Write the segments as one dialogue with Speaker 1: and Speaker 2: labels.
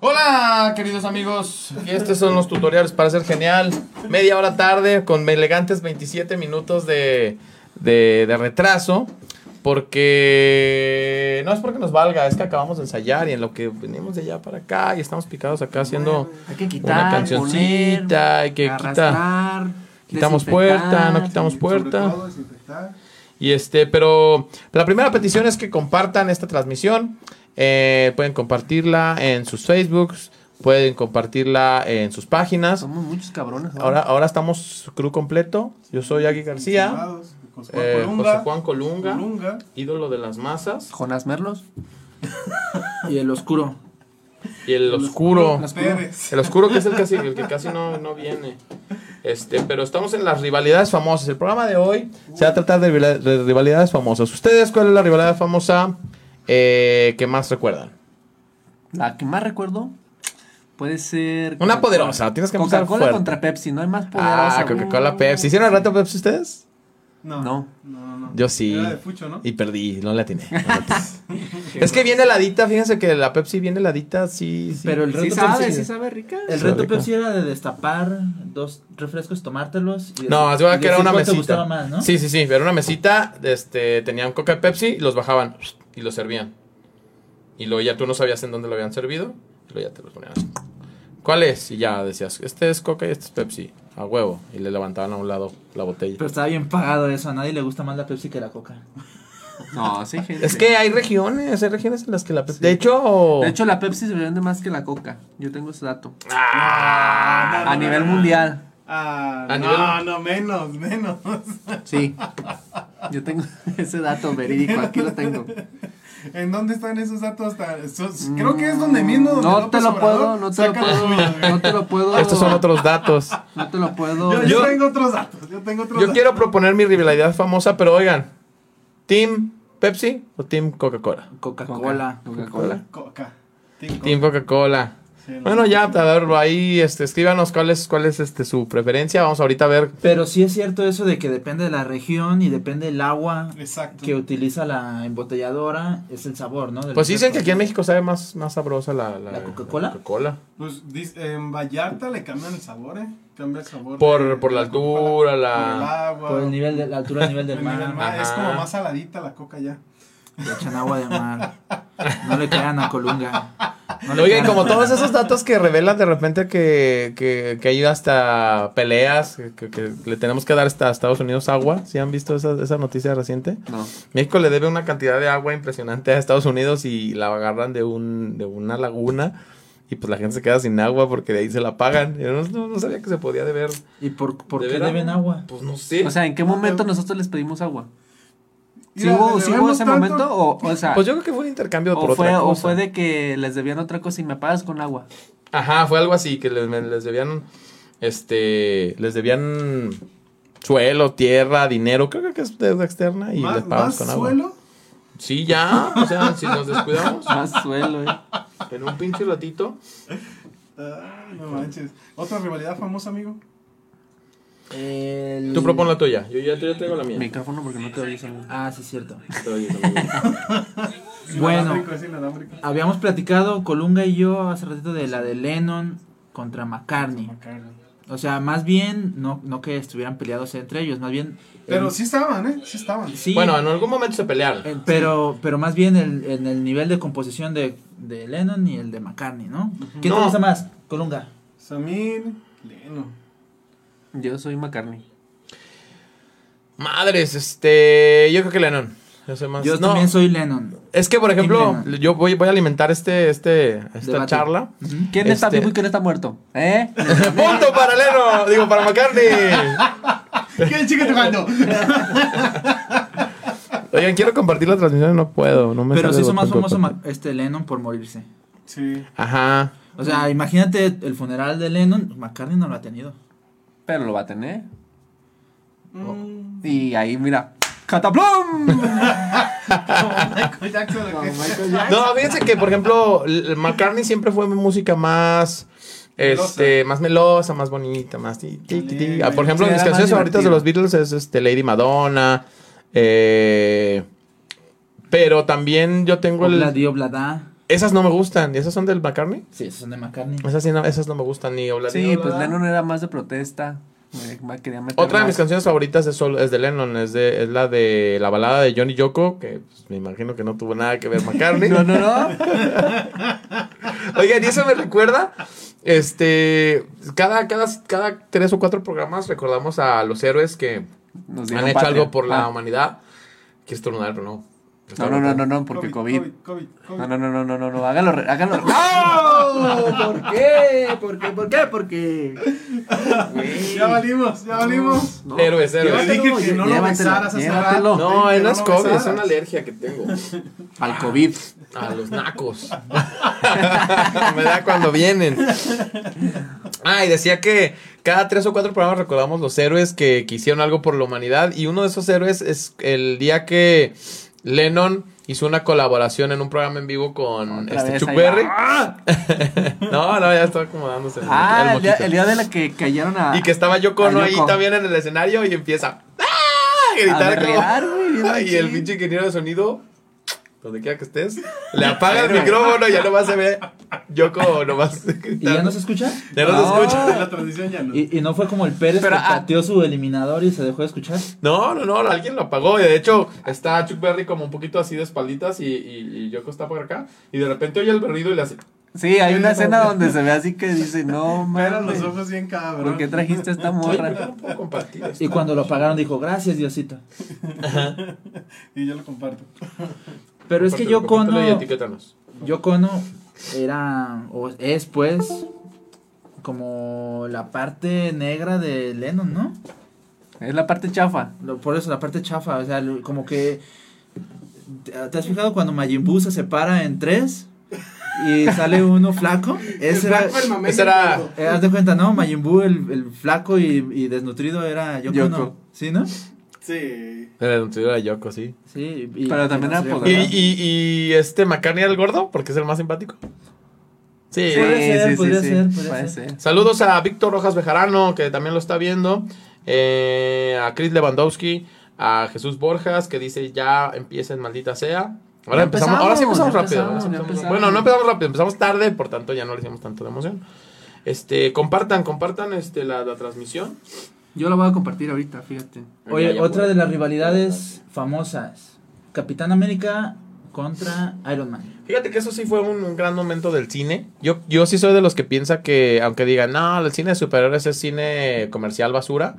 Speaker 1: Hola, queridos amigos. Y estos son los tutoriales para ser genial. Media hora tarde, con elegantes 27 minutos de, de, de retraso. Porque no es porque nos valga, es que acabamos de ensayar y en lo que venimos de allá para acá y estamos picados acá haciendo
Speaker 2: Hay que quitar,
Speaker 1: una cancioncita,
Speaker 2: poner,
Speaker 1: hay que quitar.
Speaker 2: arrastrar,
Speaker 1: Quitamos
Speaker 2: desinfectar,
Speaker 1: puerta, no quitamos puerta. Y este, pero la primera petición es que compartan esta transmisión. Eh, pueden compartirla en sus Facebooks, pueden compartirla en sus páginas.
Speaker 2: Somos muchos cabrones. ¿no?
Speaker 1: Ahora, ahora estamos crew completo. Yo soy Agui García, eh, José Juan Colunga,
Speaker 3: Colunga.
Speaker 1: ídolo de las masas,
Speaker 2: Jonás Merlos.
Speaker 4: Y el oscuro.
Speaker 1: y el oscuro.
Speaker 4: Las
Speaker 3: Pérez.
Speaker 1: El oscuro que es el, casi, el que casi no, no viene. Este, pero estamos en las rivalidades famosas. El programa de hoy se va a tratar de, rivali- de rivalidades famosas. ¿Ustedes cuál es la rivalidad famosa eh, que más recuerdan?
Speaker 2: La que más recuerdo puede ser.
Speaker 1: Una
Speaker 2: Coca-Cola.
Speaker 1: poderosa, tienes que empezar
Speaker 2: Coca-Cola
Speaker 1: fuerte.
Speaker 2: contra Pepsi, no hay más poderosa.
Speaker 1: Ah,
Speaker 2: güey.
Speaker 4: Uh.
Speaker 1: Coca-Cola, Pepsi. ¿Hicieron el reto Pepsi ustedes?
Speaker 3: No.
Speaker 2: No.
Speaker 3: No, no.
Speaker 1: Yo sí.
Speaker 3: Era de Fucho, ¿no?
Speaker 1: Y perdí, no la atiné. no la atiné. es que viene heladita, fíjense que la Pepsi viene heladita, sí, sí.
Speaker 4: Pero el reto
Speaker 2: Sí sabe,
Speaker 4: Pepsi-
Speaker 2: sí sabe rica.
Speaker 4: El
Speaker 1: Está
Speaker 4: reto
Speaker 1: rico.
Speaker 4: Pepsi era de destapar dos refrescos, tomártelos. Y
Speaker 1: No,
Speaker 4: decir-
Speaker 1: se
Speaker 4: y
Speaker 1: que era
Speaker 4: decir
Speaker 1: una
Speaker 4: cuál te
Speaker 1: mesita.
Speaker 4: gustaba más, ¿no?
Speaker 1: Sí, sí, sí, era una mesita, este, tenían Coca y Pepsi, y los bajaban y los servían. Y luego ya tú no sabías en dónde lo habían servido, y luego ya te los ponían. así. ¿Cuál es? Y ya decías, este es Coca y este es Pepsi, a huevo, y le levantaban a un lado la botella.
Speaker 4: Pero estaba bien pagado eso. A nadie le gusta más la Pepsi que la Coca.
Speaker 2: No, sí, gente.
Speaker 1: Es que hay regiones, hay regiones en las que la Pepsi... De hecho...
Speaker 2: De hecho, la Pepsi se vende más que la Coca. Yo tengo ese dato.
Speaker 3: Ah, no,
Speaker 2: A
Speaker 3: no,
Speaker 2: nivel
Speaker 3: no, no.
Speaker 2: mundial.
Speaker 3: Ah,
Speaker 1: A
Speaker 3: no,
Speaker 1: nivel-
Speaker 3: no, menos, menos.
Speaker 2: Sí. Yo tengo ese dato verídico. Aquí lo tengo.
Speaker 3: ¿En dónde están esos datos? tan- esos- Creo que es donde mismo. Donde
Speaker 2: Mm. No
Speaker 3: López
Speaker 2: te lo
Speaker 3: Obrador
Speaker 2: puedo, no te lo
Speaker 3: saca los
Speaker 2: puedo.
Speaker 3: suyos, güey.
Speaker 2: No te lo puedo.
Speaker 1: Ah, Estos son otros datos.
Speaker 2: No te lo puedo.
Speaker 3: Yo,
Speaker 1: Yo-
Speaker 3: yo tengo otros datos. Yo tengo otros
Speaker 1: Yo
Speaker 3: datos.
Speaker 1: quiero proponer mi rivalidad famosa, pero oigan, ¿Team Pepsi o Team Coca-Cola?
Speaker 4: Coca-Cola.
Speaker 2: Coca-Cola.
Speaker 3: Coca. Team
Speaker 1: Team Coca-Cola.
Speaker 3: Sí, no.
Speaker 1: Bueno, ya, a ver, ahí este, escríbanos cuál es, cuál es este, su preferencia. Vamos ahorita a ver.
Speaker 4: Pero sí es cierto eso de que depende de la región y depende del agua
Speaker 3: Exacto.
Speaker 4: que utiliza la embotelladora. Es el sabor, ¿no? Del
Speaker 1: Pues dicen que aquí
Speaker 4: refresco.
Speaker 1: en México sabe más, más sabrosa la,
Speaker 4: ¿La Coca-Cola?
Speaker 1: la Coca-Cola.
Speaker 3: Pues dis- en Vallarta le cambian el sabor, ¿eh? Cambia el sabor. de-
Speaker 1: Por, por la
Speaker 3: de Coca-Cola.
Speaker 1: altura,
Speaker 3: Por el
Speaker 1: la...
Speaker 3: agua.
Speaker 4: Por el nivel de la altura del nivel del
Speaker 3: el nivel
Speaker 4: mar.
Speaker 3: mar. Es
Speaker 1: Ajá.
Speaker 3: como más saladita la coca ya.
Speaker 4: Le echan agua de mar. No le crean a Colunga. No le
Speaker 1: Oye, y
Speaker 4: crean a
Speaker 1: como
Speaker 4: Colunga.
Speaker 1: todos esos datos que revelan de repente que, que, que hay hasta peleas, que, que- que le tenemos que dar hasta a Estados Unidos agua. ¿Sí han visto esa, esa noticia reciente?
Speaker 2: No.
Speaker 1: México le debe una cantidad de agua impresionante a Estados Unidos y la agarran de, un, de una laguna y pues la gente se queda sin agua porque de ahí se la pagan. Yo no, no- no sabía que se podía deber.
Speaker 4: ¿Y por, por
Speaker 1: ¿De
Speaker 4: qué
Speaker 1: veras?
Speaker 4: deben agua?
Speaker 1: Pues no sé.
Speaker 2: O sea, ¿en qué momento nosotros les pedimos agua? ¿Sí
Speaker 3: Mira,
Speaker 2: hubo,
Speaker 3: le
Speaker 2: sí hubo
Speaker 3: debemos
Speaker 2: ese
Speaker 3: tanto-
Speaker 2: momento? O, o
Speaker 4: Ah.
Speaker 2: sea,
Speaker 1: pues yo creo que fue un intercambio por
Speaker 2: o, fue,
Speaker 1: otra
Speaker 2: o
Speaker 1: cosa.
Speaker 2: fue de que les debían otra cosa y me pagas con agua.
Speaker 1: Ajá, fue algo así, que les, me- les debían, este, les debían suelo, tierra, dinero, creo que es deuda externa y les
Speaker 3: Más,
Speaker 1: pagamos
Speaker 3: más
Speaker 1: con agua.
Speaker 3: suelo.
Speaker 1: Sí, ya, o sea, si nos descuidamos
Speaker 2: Más suelo, eh.
Speaker 1: en un pinche ratito.
Speaker 3: Ay, no manches. Otra rivalidad famosa, amigo.
Speaker 4: El-
Speaker 1: Tú propon la tuya, yo ya, yo ya traigo la mía.
Speaker 2: Micrófono porque no te oyes amigo.
Speaker 4: Ah, sí, es cierto.
Speaker 1: Te oyes, amigo.
Speaker 4: Bueno,
Speaker 3: Inalámbrico, es inalámbrico.
Speaker 4: habíamos platicado Colunga y yo hace ratito de la de Lennon contra McCartney.
Speaker 3: McCartney.
Speaker 4: O sea, más bien, no, no que estuvieran peleados entre ellos, más bien.
Speaker 3: Pero
Speaker 4: el-
Speaker 3: sí estaban, ¿eh? Sí estaban.
Speaker 4: sí, Eh.
Speaker 1: Bueno, en algún momento se pelearon.
Speaker 4: el- pero, pero más bien el- en el nivel de composición de, de Lennon y el de McCartney, ¿no? ¿Quién te
Speaker 1: No.
Speaker 4: gusta más? Colunga.
Speaker 3: Samir Leno.
Speaker 2: Yo soy McCartney.
Speaker 1: Madres, este, yo creo que Lennon. Yo soy más.
Speaker 4: Yo
Speaker 1: no,
Speaker 4: también soy Lennon.
Speaker 1: Es que por ejemplo,
Speaker 4: Lennon.
Speaker 1: yo voy, voy a alimentar este, este, esta
Speaker 4: Debate.
Speaker 1: charla.
Speaker 4: Ujú.
Speaker 2: ¿Quién está
Speaker 1: Este-
Speaker 2: vivo y quién está muerto? ¿Eh?
Speaker 1: Punto para Lennon, digo para McCartney.
Speaker 3: ¿Qué chica tocando?
Speaker 1: Oigan, quiero compartir la transmisión y no puedo, no me
Speaker 4: Pero
Speaker 1: sale
Speaker 4: se
Speaker 1: el
Speaker 4: hizo más
Speaker 1: botón
Speaker 4: famoso
Speaker 1: de-
Speaker 4: Ma- este Lennon por morirse.
Speaker 3: Sí.
Speaker 1: Ajá.
Speaker 4: O sea, imagínate el funeral de Lennon, McCartney no lo ha tenido.
Speaker 2: Pero lo va a tener.
Speaker 3: Mm.
Speaker 2: Y ahí, mira. ¡Cataplum!
Speaker 3: Como Michael Jackson. ¿o qué?
Speaker 1: No, fíjense que por ejemplo, el- el McCartney siempre fue música más Este, más melosa, más bonita, más. ti, ti, ti, ti. Ah, por ejemplo,
Speaker 4: Sí,
Speaker 1: mis
Speaker 4: era más
Speaker 1: canciones favoritas de los Beatles es este, Lady Madonna. eh, pero también yo tengo
Speaker 4: Obla
Speaker 1: el.
Speaker 4: di, obla da.
Speaker 1: Esas no me gustan. ¿Esas son del McCartney?
Speaker 4: Sí, esas son de McCartney.
Speaker 1: Esas, sí no, esas no me gustan ni Obla
Speaker 2: Sí,
Speaker 1: ni Obla
Speaker 2: pues
Speaker 1: Da.
Speaker 2: Lennon era más de protesta. eh, ma- quería meter
Speaker 1: Otra de mis
Speaker 2: más.
Speaker 1: canciones favoritas es, solo- es de Lennon, es, de, es la de la balada de Johnny Yoko, que pues, me imagino que no tuvo nada que ver McCartney.
Speaker 2: No, no, no.
Speaker 1: Oigan, y eso me recuerda, este, cada, cada, cada tres o cuatro programas recordamos a los héroes que
Speaker 2: Nos
Speaker 1: han
Speaker 2: dieron
Speaker 1: hecho
Speaker 2: patria.
Speaker 1: algo por la
Speaker 2: Ah,
Speaker 1: humanidad. Quiero estornudar, pero no.
Speaker 2: No, no, no, no, no, porque COVID. Ah,
Speaker 3: COVID, COVID.
Speaker 2: No, no, no, no, no, no, no, hágalo, re- hágalo.
Speaker 4: ¡Oh! ¿Por qué? ¿Por qué? ¿Por qué? Porque.
Speaker 3: Ya valimos, ya valimos.
Speaker 2: No.
Speaker 1: Héroes,
Speaker 3: Yo
Speaker 1: héroes.
Speaker 3: dije
Speaker 2: Llévatelo,
Speaker 3: que no lo
Speaker 2: llévatelo,
Speaker 3: besaras hace
Speaker 2: llévatelo.
Speaker 3: rato.
Speaker 1: No,
Speaker 3: Dije que
Speaker 1: él no es
Speaker 3: lo
Speaker 1: COVID, es
Speaker 3: besaras.
Speaker 1: una alergia que tengo
Speaker 2: Al COVID.
Speaker 1: a los nacos. me da cuando vienen. Ah, y decía que cada tres o cuatro programas recordamos los héroes que, que hicieron algo por la humanidad. Y uno de esos héroes es el día que Lennon hizo una colaboración en un programa en vivo con
Speaker 2: Otra
Speaker 1: este
Speaker 2: vez,
Speaker 1: Chuck
Speaker 2: ahí
Speaker 1: Berry.
Speaker 2: va.
Speaker 1: no, no, ya estaba acomodándose. el-
Speaker 2: Ah,
Speaker 1: el
Speaker 2: el día,
Speaker 1: moquito.
Speaker 2: el día de la que cayeron a.
Speaker 1: Y que estaba Yoko
Speaker 2: a
Speaker 1: Ono ahí
Speaker 2: Yoko.
Speaker 1: también en el escenario y empieza ¡Ah! a
Speaker 2: A
Speaker 1: gritar
Speaker 2: berrear, güey, bien
Speaker 1: como. y el
Speaker 2: machín.
Speaker 1: pinche ingeniero de sonido, donde quiera que estés, le apaga el
Speaker 2: Héroe.
Speaker 1: micrófono y ya nomás se ve Yoko nomás.
Speaker 4: ¿Y ya no Ah. se escucha?
Speaker 1: Ya no se
Speaker 2: No.
Speaker 1: escucha.
Speaker 3: De la transición ya no.
Speaker 4: ¿Y, y no fue como el Pérez
Speaker 2: Pero,
Speaker 4: que
Speaker 2: ah.
Speaker 4: pateó su eliminador y se dejó de escuchar?
Speaker 1: No, no, no, alguien lo apagó. Y de hecho, está Chuck Berry como un poquito así de espalditas y, y, y Yoko está por acá. Y de repente oye el berrido y le hace.
Speaker 2: Sí, hay una escena donde se ve así que dice, no,
Speaker 3: Pero los
Speaker 2: mames.
Speaker 3: ojos bien cabrón.
Speaker 2: ¿Por qué trajiste a esta
Speaker 1: "Oye, ¿por qué
Speaker 2: morra?
Speaker 1: no puedo compartir esto?".
Speaker 4: Y cuando lo apagaron dijo, gracias Diosito.
Speaker 3: Y yo lo comparto.
Speaker 4: Pero es que
Speaker 1: Compártelo,
Speaker 4: yo
Speaker 1: compártelo y
Speaker 4: cono,
Speaker 1: etiquétanos.
Speaker 4: yo cono era, o es pues, como la parte negra de Lennon, ¿no?
Speaker 2: Es la parte chafa.
Speaker 4: Lo- Por eso la parte chafa, o sea, lo- como que... ¿Te te has fijado cuando Majin Buu se separa en tres y sale uno flaco? Ese era...
Speaker 1: Ese era-
Speaker 4: eh, haz de cuenta, ¿no? Majin Buu, el, el flaco y, y desnutrido era Yoko,
Speaker 2: Yoko.
Speaker 4: Ono, ¿Sí, no?
Speaker 3: Sí.
Speaker 1: Era el anterior a Yoko, sí.
Speaker 4: Sí. y-
Speaker 2: Pero
Speaker 4: y
Speaker 2: también
Speaker 4: no
Speaker 2: era
Speaker 4: sería-
Speaker 1: ¿Y,
Speaker 2: poderoso.
Speaker 1: y, y este McCartney era el gordo? Porque es el más simpático. Sí.
Speaker 4: Podría ser, podría ser, podría
Speaker 2: Puede
Speaker 4: ser.
Speaker 2: ser.
Speaker 1: Saludos a Víctor Rojas Bejarano, que también lo está viendo. eh, a Chris Lewandowski. A Jesús Borjas, que dice ya empiecen, maldita sea. Ahora
Speaker 2: Ya
Speaker 1: empezamos, ahora sí empezamos
Speaker 2: empezamos, ya
Speaker 1: rápido. ahora
Speaker 2: empezamos,
Speaker 1: sí
Speaker 2: ya
Speaker 1: empezamos-
Speaker 2: empezamos.
Speaker 1: Bueno, no empezamos rápido, empezamos tarde, por tanto ya no le hicimos tanto de emoción. Este, compartan, compartan este, la, la transmisión.
Speaker 2: Yo la voy a compartir ahorita, fíjate.
Speaker 1: Ya,
Speaker 4: Oye,
Speaker 1: ya
Speaker 4: otra
Speaker 1: puedo.
Speaker 4: de las rivalidades famosas. Capitán América contra Iron Man.
Speaker 1: Fíjate que eso sí fue un, un gran momento del cine. Yo, yo sí soy de los que piensa que, aunque digan, no, el cine de superhéroes es cine comercial basura.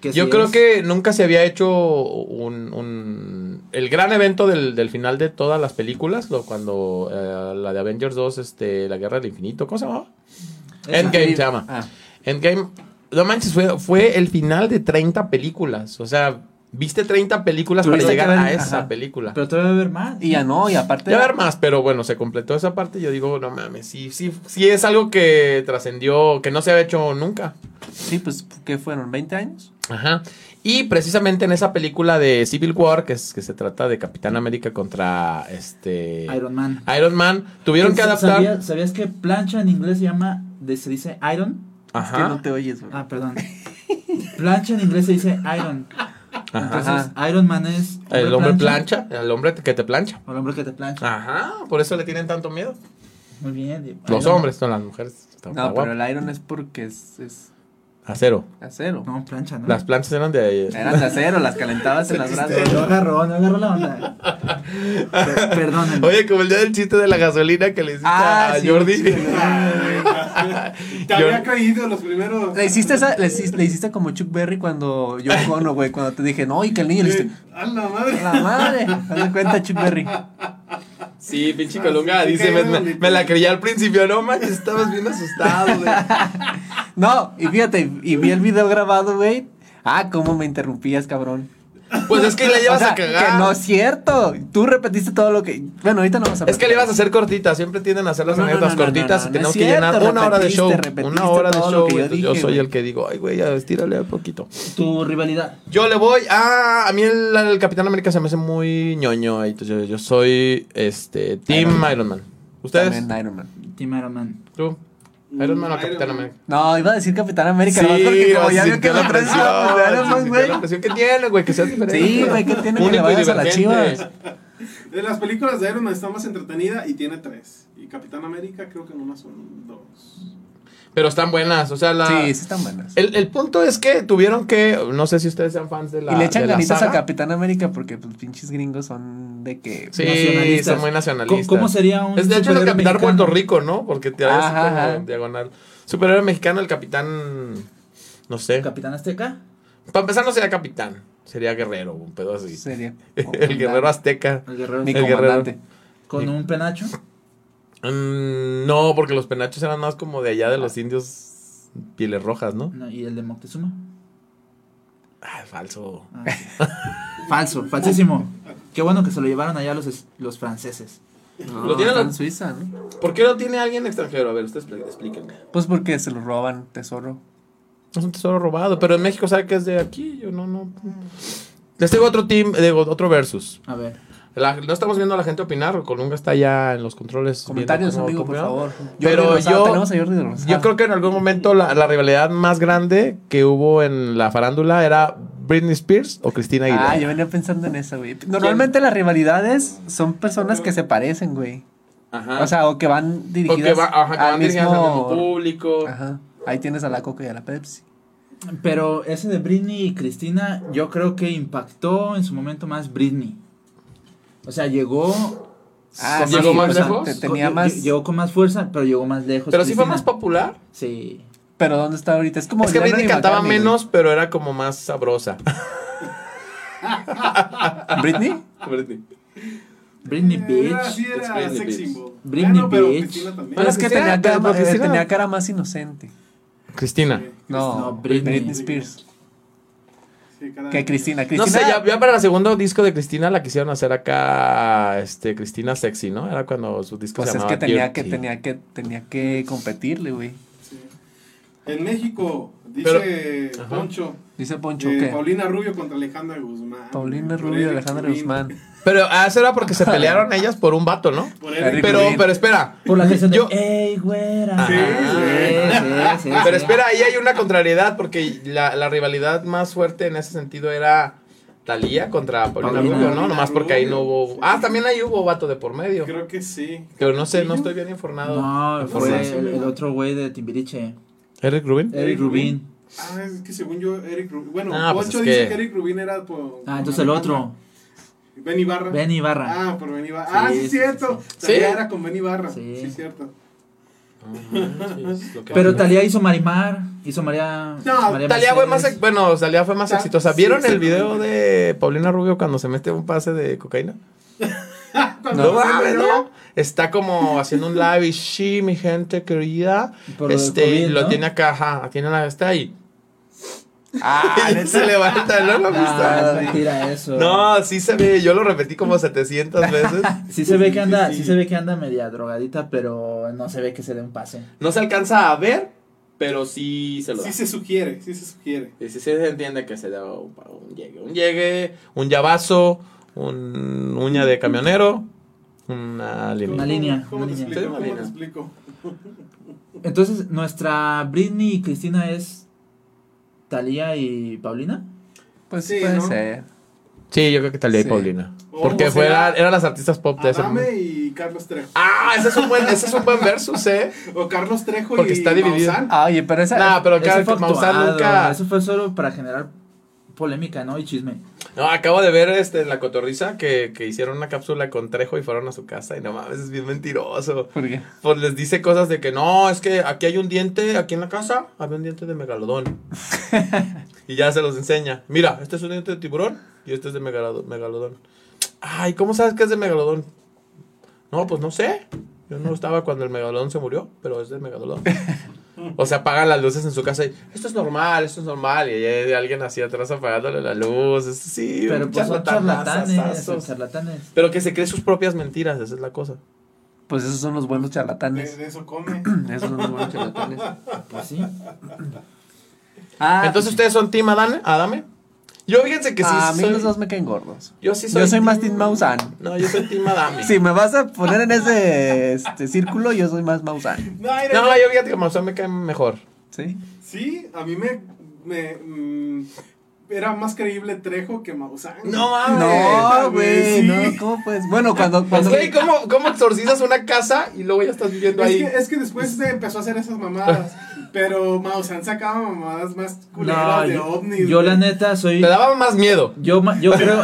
Speaker 4: que
Speaker 1: Yo
Speaker 4: sí
Speaker 1: creo
Speaker 4: es.
Speaker 1: que nunca se había hecho un, un- el gran evento del, del final de todas las películas, lo, cuando eh, la de Avengers 2, este, la Guerra del Infinito, ¿cómo se llamaba?
Speaker 4: Esa.
Speaker 1: Endgame se llama.
Speaker 2: Ah,
Speaker 1: Endgame, no manches, fue, fue el final de 30 películas. O sea, viste 30 películas para
Speaker 2: Tuviste que
Speaker 1: llegar a
Speaker 2: ver-
Speaker 1: esa
Speaker 2: ajá.
Speaker 1: película.
Speaker 4: Pero todavía va a haber más.
Speaker 2: y ya no, y aparte.
Speaker 1: Ya va a haber más, pero bueno, se completó esa parte. y Yo digo, no mames, sí, sí, sí es algo que trascendió, que no se había hecho nunca.
Speaker 2: Sí, pues, ¿qué fueron? ¿20 años?
Speaker 1: Ajá. Y precisamente en esa película de Civil War, que, es, que se trata de Capitán América contra este
Speaker 4: Iron Man.
Speaker 1: Iron Man, tuvieron que
Speaker 4: ¿Sabías-
Speaker 1: adaptar.
Speaker 4: ¿Sabías que plancha en inglés se llama, de- se dice Iron?
Speaker 2: Que
Speaker 1: Ajá.
Speaker 2: no te oyes, güey.
Speaker 4: Ah, perdón. Plancha en inglés se dice Iron.
Speaker 1: ajá.
Speaker 4: Entonces, Iron Man es...
Speaker 1: El hombre plancha, Ah. el hombre que te plancha.
Speaker 4: O el hombre que te plancha.
Speaker 1: Ajá, por eso le tienen tanto miedo.
Speaker 4: Muy bien.
Speaker 1: Los
Speaker 4: Iron-
Speaker 1: hombres, no las mujeres. Está
Speaker 2: No,
Speaker 1: guapo.
Speaker 2: pero el Iron es porque es, es
Speaker 1: Acero.
Speaker 2: acero.
Speaker 4: No, plancha, ¿no?
Speaker 1: Las planchas eran de
Speaker 2: Eran de acero, las calentabas en las
Speaker 4: No
Speaker 2: brasas.
Speaker 4: agarró, no agarró la onda. Per- perdónenme.
Speaker 1: Oye, como el día del chiste de la gasolina que le hiciste
Speaker 2: Ah,
Speaker 1: a
Speaker 2: sí,
Speaker 1: Jordi.
Speaker 2: sí, sí.
Speaker 3: Te
Speaker 1: Yo-
Speaker 3: había creído los primeros.
Speaker 2: Le hiciste, esa- le, hici- le hiciste como Chuck Berry cuando yo cono, güey, cuando te dije, no, y que el niño le
Speaker 5: Eh,
Speaker 2: hiciste,
Speaker 3: A la madre.
Speaker 2: la madre, dame cuenta Chuck Berry.
Speaker 1: Sí, pinche Colunga,
Speaker 3: Ah, sí,
Speaker 1: dice,
Speaker 3: sí,
Speaker 1: me,
Speaker 3: sí,
Speaker 1: me-
Speaker 3: sí.
Speaker 1: me la creí al principio, no manches, estabas bien asustado, güey.
Speaker 2: No, y fíjate, y vi el video grabado, güey. Ah, cómo me interrumpías, cabrón.
Speaker 1: Pues es que le
Speaker 2: O
Speaker 1: llevas
Speaker 2: sea,
Speaker 1: a cagar.
Speaker 2: Que no es cierto. Tú repetiste todo lo que. Bueno, ahorita no vamos a
Speaker 1: es que le ibas a hacer cortita, siempre tienden a hacer las
Speaker 2: No, no,
Speaker 1: anécdotas
Speaker 2: no, no,
Speaker 1: cortitas
Speaker 2: no,
Speaker 1: y
Speaker 2: no, no
Speaker 1: tenemos
Speaker 2: es
Speaker 1: que llenar
Speaker 2: cierto,
Speaker 1: una hora de
Speaker 2: repetiste,
Speaker 1: show.
Speaker 2: repetiste
Speaker 1: Una hora de
Speaker 2: todo lo
Speaker 1: show.
Speaker 2: que yo
Speaker 1: entonces Yo,
Speaker 2: dije,
Speaker 1: soy
Speaker 2: güey.
Speaker 1: el que digo, ay, güey, ya estírale un poquito.
Speaker 4: Tu rivalidad.
Speaker 1: Yo le voy a. A mí el, el Capitán América se me hace muy ñoño. y Entonces yo, yo soy este Team Iron Man. ¿Ustedes?
Speaker 2: También Iron Man.
Speaker 4: Team Iron Man.
Speaker 1: ¿Tú? Iron Man o
Speaker 5: Mm, Iron
Speaker 1: Capitán
Speaker 5: Man.
Speaker 1: América.
Speaker 2: No, iba a decir Capitán América,
Speaker 1: Sí,
Speaker 2: nomás porque como
Speaker 1: güey,
Speaker 2: ya vio que
Speaker 1: sintió
Speaker 2: lo traes a
Speaker 1: presión,
Speaker 2: Iron Man,
Speaker 1: sintió
Speaker 2: güey.
Speaker 1: la presión que tiene, güey, que seas diferente.
Speaker 2: Sí, güey, ¿qué tiene que le
Speaker 1: Único y
Speaker 2: vayas a las
Speaker 1: divergente.
Speaker 2: chivas?
Speaker 5: De las películas de Iron Man está más entretenida y tiene tres. Y Capitán América creo que nomás son dos.
Speaker 1: Pero están buenas, o sea, la...
Speaker 2: Sí, sí están buenas.
Speaker 1: El, el punto es que tuvieron que, no sé si ustedes sean fans de la
Speaker 2: y le echan
Speaker 1: de la
Speaker 2: ganitas a
Speaker 1: saga.
Speaker 2: Capitán América porque pues pinches gringos son de que...
Speaker 1: Sí,
Speaker 4: nacionalistas.
Speaker 1: son muy nacionalistas.
Speaker 4: ¿Cómo, cómo sería un
Speaker 1: Es de hecho el
Speaker 4: superhéroe
Speaker 1: capitán
Speaker 4: mexicano?
Speaker 1: Puerto Rico, ¿no? Porque te da así
Speaker 2: Ajá,
Speaker 1: como
Speaker 2: ajá.
Speaker 1: diagonal. Superhéroe mexicano, el capitán. No sé.
Speaker 4: Capitán Azteca.
Speaker 1: Para empezar, no sería capitán. Sería guerrero, un pedo así.
Speaker 2: Sería.
Speaker 1: el guerrero azteca.
Speaker 4: El guerrero
Speaker 2: pues, Mi
Speaker 1: el guerrero.
Speaker 2: comandante.
Speaker 4: con un penacho.
Speaker 1: Mm, no, porque los penachos eran más como de allá de los indios pieles rojas, ¿no?
Speaker 4: No, y el de Moctezuma.
Speaker 1: Ah, falso.
Speaker 4: Ah, sí. Falso, falsísimo. Qué bueno que se lo llevaron allá los, es- los franceses.
Speaker 2: No,
Speaker 1: Lo tienen
Speaker 2: está en
Speaker 1: la-
Speaker 2: Suiza, ¿no?
Speaker 1: ¿Por qué no tiene alguien extranjero? A ver, ustedes expl- explíquenme.
Speaker 2: Pues porque se lo roban, tesoro.
Speaker 1: Es un tesoro robado, pero en México sabe que es de aquí. Yo no, no. Les tengo otro team, eh, digo, otro versus.
Speaker 4: A ver.
Speaker 1: La- no estamos viendo a la gente opinar, Colunga está ya en los controles. viendo
Speaker 2: Comentarios,
Speaker 1: cómo
Speaker 2: amigo, por
Speaker 1: opinan.
Speaker 2: favor.
Speaker 1: Pero
Speaker 2: Jordi Rosado,
Speaker 1: yo-
Speaker 2: Tenemos a Jordi Rosado.
Speaker 1: Yo creo que en algún momento la, la rivalidad más grande que hubo en la farándula era Britney Spears o Cristina Aguilera.
Speaker 2: Ah, yo venía pensando en eso, güey. Normalmente las rivalidades son personas que se parecen, güey.
Speaker 1: Ajá.
Speaker 2: O sea, o que van
Speaker 1: O que
Speaker 2: dirigidas
Speaker 1: va- ajá, que
Speaker 2: al
Speaker 1: van dirigidas al mismo
Speaker 2: mismo... Ah,
Speaker 1: público.
Speaker 2: Ajá. Ahí tienes a la Coca y a la Pepsi.
Speaker 4: Pero ese de Britney y Cristina, yo creo que impactó en su momento más Britney. O sea, llegó.
Speaker 2: Ah,
Speaker 4: con
Speaker 1: ¿Llegó más
Speaker 4: fuerza.
Speaker 1: lejos?
Speaker 2: te- tenía
Speaker 4: Con-
Speaker 2: más-
Speaker 4: Llegó con más fuerza, pero llegó más lejos.
Speaker 1: Pero sí fue más
Speaker 4: Cristina.
Speaker 1: popular.
Speaker 4: Sí.
Speaker 2: Pero ¿dónde está ahorita? Es como.
Speaker 1: es que
Speaker 2: Lennon
Speaker 1: Britney
Speaker 2: y
Speaker 1: cantaba
Speaker 2: McCartney,
Speaker 1: menos, pero era como más sabrosa.
Speaker 2: güey. ¿Britney?
Speaker 1: Britney.
Speaker 4: Britney
Speaker 5: Era, Eh, ah, sí,
Speaker 4: Beach.
Speaker 5: era
Speaker 1: Britney
Speaker 5: sex
Speaker 1: Bitch.
Speaker 5: symbol.
Speaker 4: Britney
Speaker 5: Bueno, pero
Speaker 4: Bitch.
Speaker 5: Cristina también.
Speaker 1: Bueno,
Speaker 2: es que
Speaker 1: Cristina,
Speaker 2: tenía
Speaker 1: pero
Speaker 2: cara, eh,
Speaker 1: Cristina-
Speaker 2: tenía cara más inocente. Pues,
Speaker 1: Cristina.
Speaker 2: No,
Speaker 4: No, Britney.
Speaker 2: Britney. Spears.
Speaker 5: Sí, cada-
Speaker 2: Que Cristina.
Speaker 1: No
Speaker 2: Cristina.
Speaker 1: sé, ya, ya para el segundo disco de Cristina la quisieron hacer acá, este, Cristina Sexy, ¿no? Era cuando su disco
Speaker 2: Pues
Speaker 1: se
Speaker 2: es
Speaker 1: llamaba
Speaker 2: que tenía que,
Speaker 1: Dirty.
Speaker 2: tenía que tenía que competirle, güey.
Speaker 5: Sí. En México, dice
Speaker 1: Pero- Ajá.
Speaker 5: Poncho,
Speaker 2: Dice Poncho
Speaker 5: eh,
Speaker 2: que
Speaker 5: Paulina Rubio contra Alejandra Guzmán.
Speaker 2: Paulina
Speaker 5: Por
Speaker 2: Rubio y
Speaker 5: Eric
Speaker 2: Alejandra
Speaker 5: Rubin.
Speaker 2: Guzmán.
Speaker 1: Pero ah, eso era porque se pelearon ellas por un vato, ¿no?
Speaker 5: Por Eric
Speaker 2: Eric
Speaker 1: Pero,
Speaker 2: Rubin.
Speaker 1: pero espera.
Speaker 4: Por la canción de.
Speaker 1: Yo-
Speaker 4: ¡Ey, güera!
Speaker 1: Ah, Sí,
Speaker 4: sí, sí, sí,
Speaker 1: Pero
Speaker 4: sí.
Speaker 1: espera, ahí hay una contrariedad porque la, la rivalidad más fuerte en ese sentido era Talía contra Paulina
Speaker 4: Paulina
Speaker 1: Rubio, ¿no?
Speaker 5: Rubio.
Speaker 1: Nomás porque ahí no hubo... Ah, también ahí hubo vato de por medio.
Speaker 5: Creo que sí.
Speaker 1: Pero no sé, no estoy bien informado.
Speaker 4: No, fue
Speaker 1: Información.
Speaker 4: el, el otro güey de Timbiriche.
Speaker 1: ¿Eric Rubin?
Speaker 4: Eric Rubin.
Speaker 5: Ah, es que según yo, Eric Rubin. Bueno,
Speaker 1: Ah, pues
Speaker 5: Poncho
Speaker 1: es
Speaker 5: dice
Speaker 1: que-
Speaker 5: que... Eric Rubin era por.
Speaker 4: Ah, entonces el otro.
Speaker 5: Ben Ibarra.
Speaker 4: Ben Ibarra.
Speaker 5: Ah, por Ben Ibarra. ah,
Speaker 4: Sí,
Speaker 5: sí,
Speaker 4: sí,
Speaker 5: cierto.
Speaker 1: sí.
Speaker 5: Talía
Speaker 1: Sí.
Speaker 5: era con Ben Ibarra.
Speaker 4: Sí.
Speaker 5: Sí, cierto.
Speaker 1: Ah,
Speaker 4: Pero Talía hizo Marimar. Hizo María.
Speaker 5: No,
Speaker 4: María
Speaker 1: Talía fue más,
Speaker 4: Mercedes.
Speaker 1: ex- bueno, Talía fue más
Speaker 5: Ta-
Speaker 1: exitosa.
Speaker 5: sí,
Speaker 1: ¿Vieron el
Speaker 5: exactamente.
Speaker 1: video de Paulina Rubio cuando se mete un pase de cocaína?
Speaker 5: Cuando
Speaker 1: No
Speaker 5: fue
Speaker 1: mames,
Speaker 5: mayor,
Speaker 1: ¿no? Está como haciendo un live y sí, mi gente querida.
Speaker 4: Por lo del
Speaker 1: este,
Speaker 4: COVID,
Speaker 1: lo
Speaker 4: ¿no?
Speaker 1: tiene acá, ajá, tiene la está ahí.
Speaker 2: Ah,
Speaker 1: Y se levanta, ¿no? ¿Lo viste?
Speaker 4: Ah, es mentira eso.
Speaker 1: No, sí se ve, yo lo repetí como 700 veces.
Speaker 4: Sí se ve que anda,
Speaker 5: Sí, sí.
Speaker 4: sí se ve que anda media drogadita, pero no se ve que se dé un pase.
Speaker 1: No se alcanza a ver, pero sí se lo da.
Speaker 5: Sí se sugiere, sí se sugiere.
Speaker 1: Y sí se entiende que se da un, un llegue, un llegue, un llavazo, un uña de camionero, una
Speaker 5: ¿Cómo-
Speaker 1: línea.
Speaker 4: línea,
Speaker 5: ¿Cómo
Speaker 4: una
Speaker 5: te
Speaker 4: línea.
Speaker 1: Sí, una
Speaker 5: explico? ¿Cómo te
Speaker 1: línea.
Speaker 5: explico?
Speaker 4: Entonces, nuestra Britney y Cristina es Talía y Paulina.
Speaker 2: pues
Speaker 5: Sí,
Speaker 2: puede
Speaker 5: ¿no?
Speaker 2: ser.
Speaker 1: Sí, yo creo que Talía
Speaker 2: Sí.
Speaker 1: y Paulina.
Speaker 5: O
Speaker 1: Porque
Speaker 5: sea,
Speaker 1: fuera, eran las artistas pop de ese
Speaker 5: Adame
Speaker 1: momento.
Speaker 5: y Carlos Trejo.
Speaker 1: Ah, ese es un buen, ese es un buen versus, eh.
Speaker 5: O Carlos Trejo
Speaker 1: Porque
Speaker 5: y
Speaker 1: está dividido.
Speaker 5: Maussan.
Speaker 2: Ah, oye, pero esa.
Speaker 1: Nah, pero
Speaker 4: Eso
Speaker 1: Carlos
Speaker 4: fue
Speaker 1: Maussan
Speaker 4: actuado,
Speaker 1: nunca.
Speaker 4: Eso fue solo para generar polémica, ¿no? Y chisme.
Speaker 1: No, acabo de ver este en la cotorriza que, que hicieron una cápsula con Trejo y fueron a su casa. Y no mames, es bien mentiroso.
Speaker 2: ¿Por qué?
Speaker 1: Pues les dice cosas de que no, es que aquí hay un diente, aquí en la casa había un diente de megalodón. y ya se los enseña. Mira, este es un diente de tiburón y este es de megalado- megalodón. Ay, ¿cómo sabes que es de megalodón? No, pues no sé. Yo no estaba cuando el megalodón se murió, pero es de megalodón. O sea, apagan las luces en su casa y esto es normal, esto es normal. Y hay alguien así atrás apagándole la luz. esto sí,
Speaker 4: Pero
Speaker 1: un
Speaker 4: pues son
Speaker 1: charlatanazazazos.
Speaker 4: charlatanes, son charlatanes.
Speaker 1: Pero que se cree sus propias mentiras, esa es la cosa.
Speaker 2: Pues esos son los buenos
Speaker 5: De,
Speaker 2: charlatanes.
Speaker 5: de eso come.
Speaker 2: Esos son los buenos charlatanes.
Speaker 4: Pues sí.
Speaker 2: Ah,
Speaker 1: Entonces ustedes son Team Adame, Adame Yo fíjense que sí
Speaker 2: Ah, a mí
Speaker 1: soy-
Speaker 2: los dos me caen gordos.
Speaker 1: Yo sí soy
Speaker 2: Yo soy más
Speaker 1: team-
Speaker 2: Tim Maussan.
Speaker 1: No, yo soy Team Adame.
Speaker 2: Si me vas a poner en ese este, círculo, yo soy más Maussan.
Speaker 5: No, mira,
Speaker 1: No, yo fíjate que Maussan me cae mejor.
Speaker 2: ¿Sí?
Speaker 5: Sí, a mí me. me mm, era más creíble Trejo que Maussan.
Speaker 1: No mames.
Speaker 2: No, güey,
Speaker 5: sí.
Speaker 2: no, ¿cómo puedes? Bueno, cuando. cuando
Speaker 1: Güey, ¿cómo, ¿cómo exorcizas una casa y luego ya estás viviendo
Speaker 5: Es
Speaker 1: ahí?
Speaker 5: que, es que después se empezó a hacer esas mamadas. pero Maussan sacaba mamadas más culeras
Speaker 4: No,
Speaker 5: de
Speaker 4: yo,
Speaker 5: ovnis.
Speaker 4: yo la
Speaker 5: güey.
Speaker 4: neta soy.
Speaker 1: Te daba más miedo.
Speaker 4: Yo, ma- yo creo,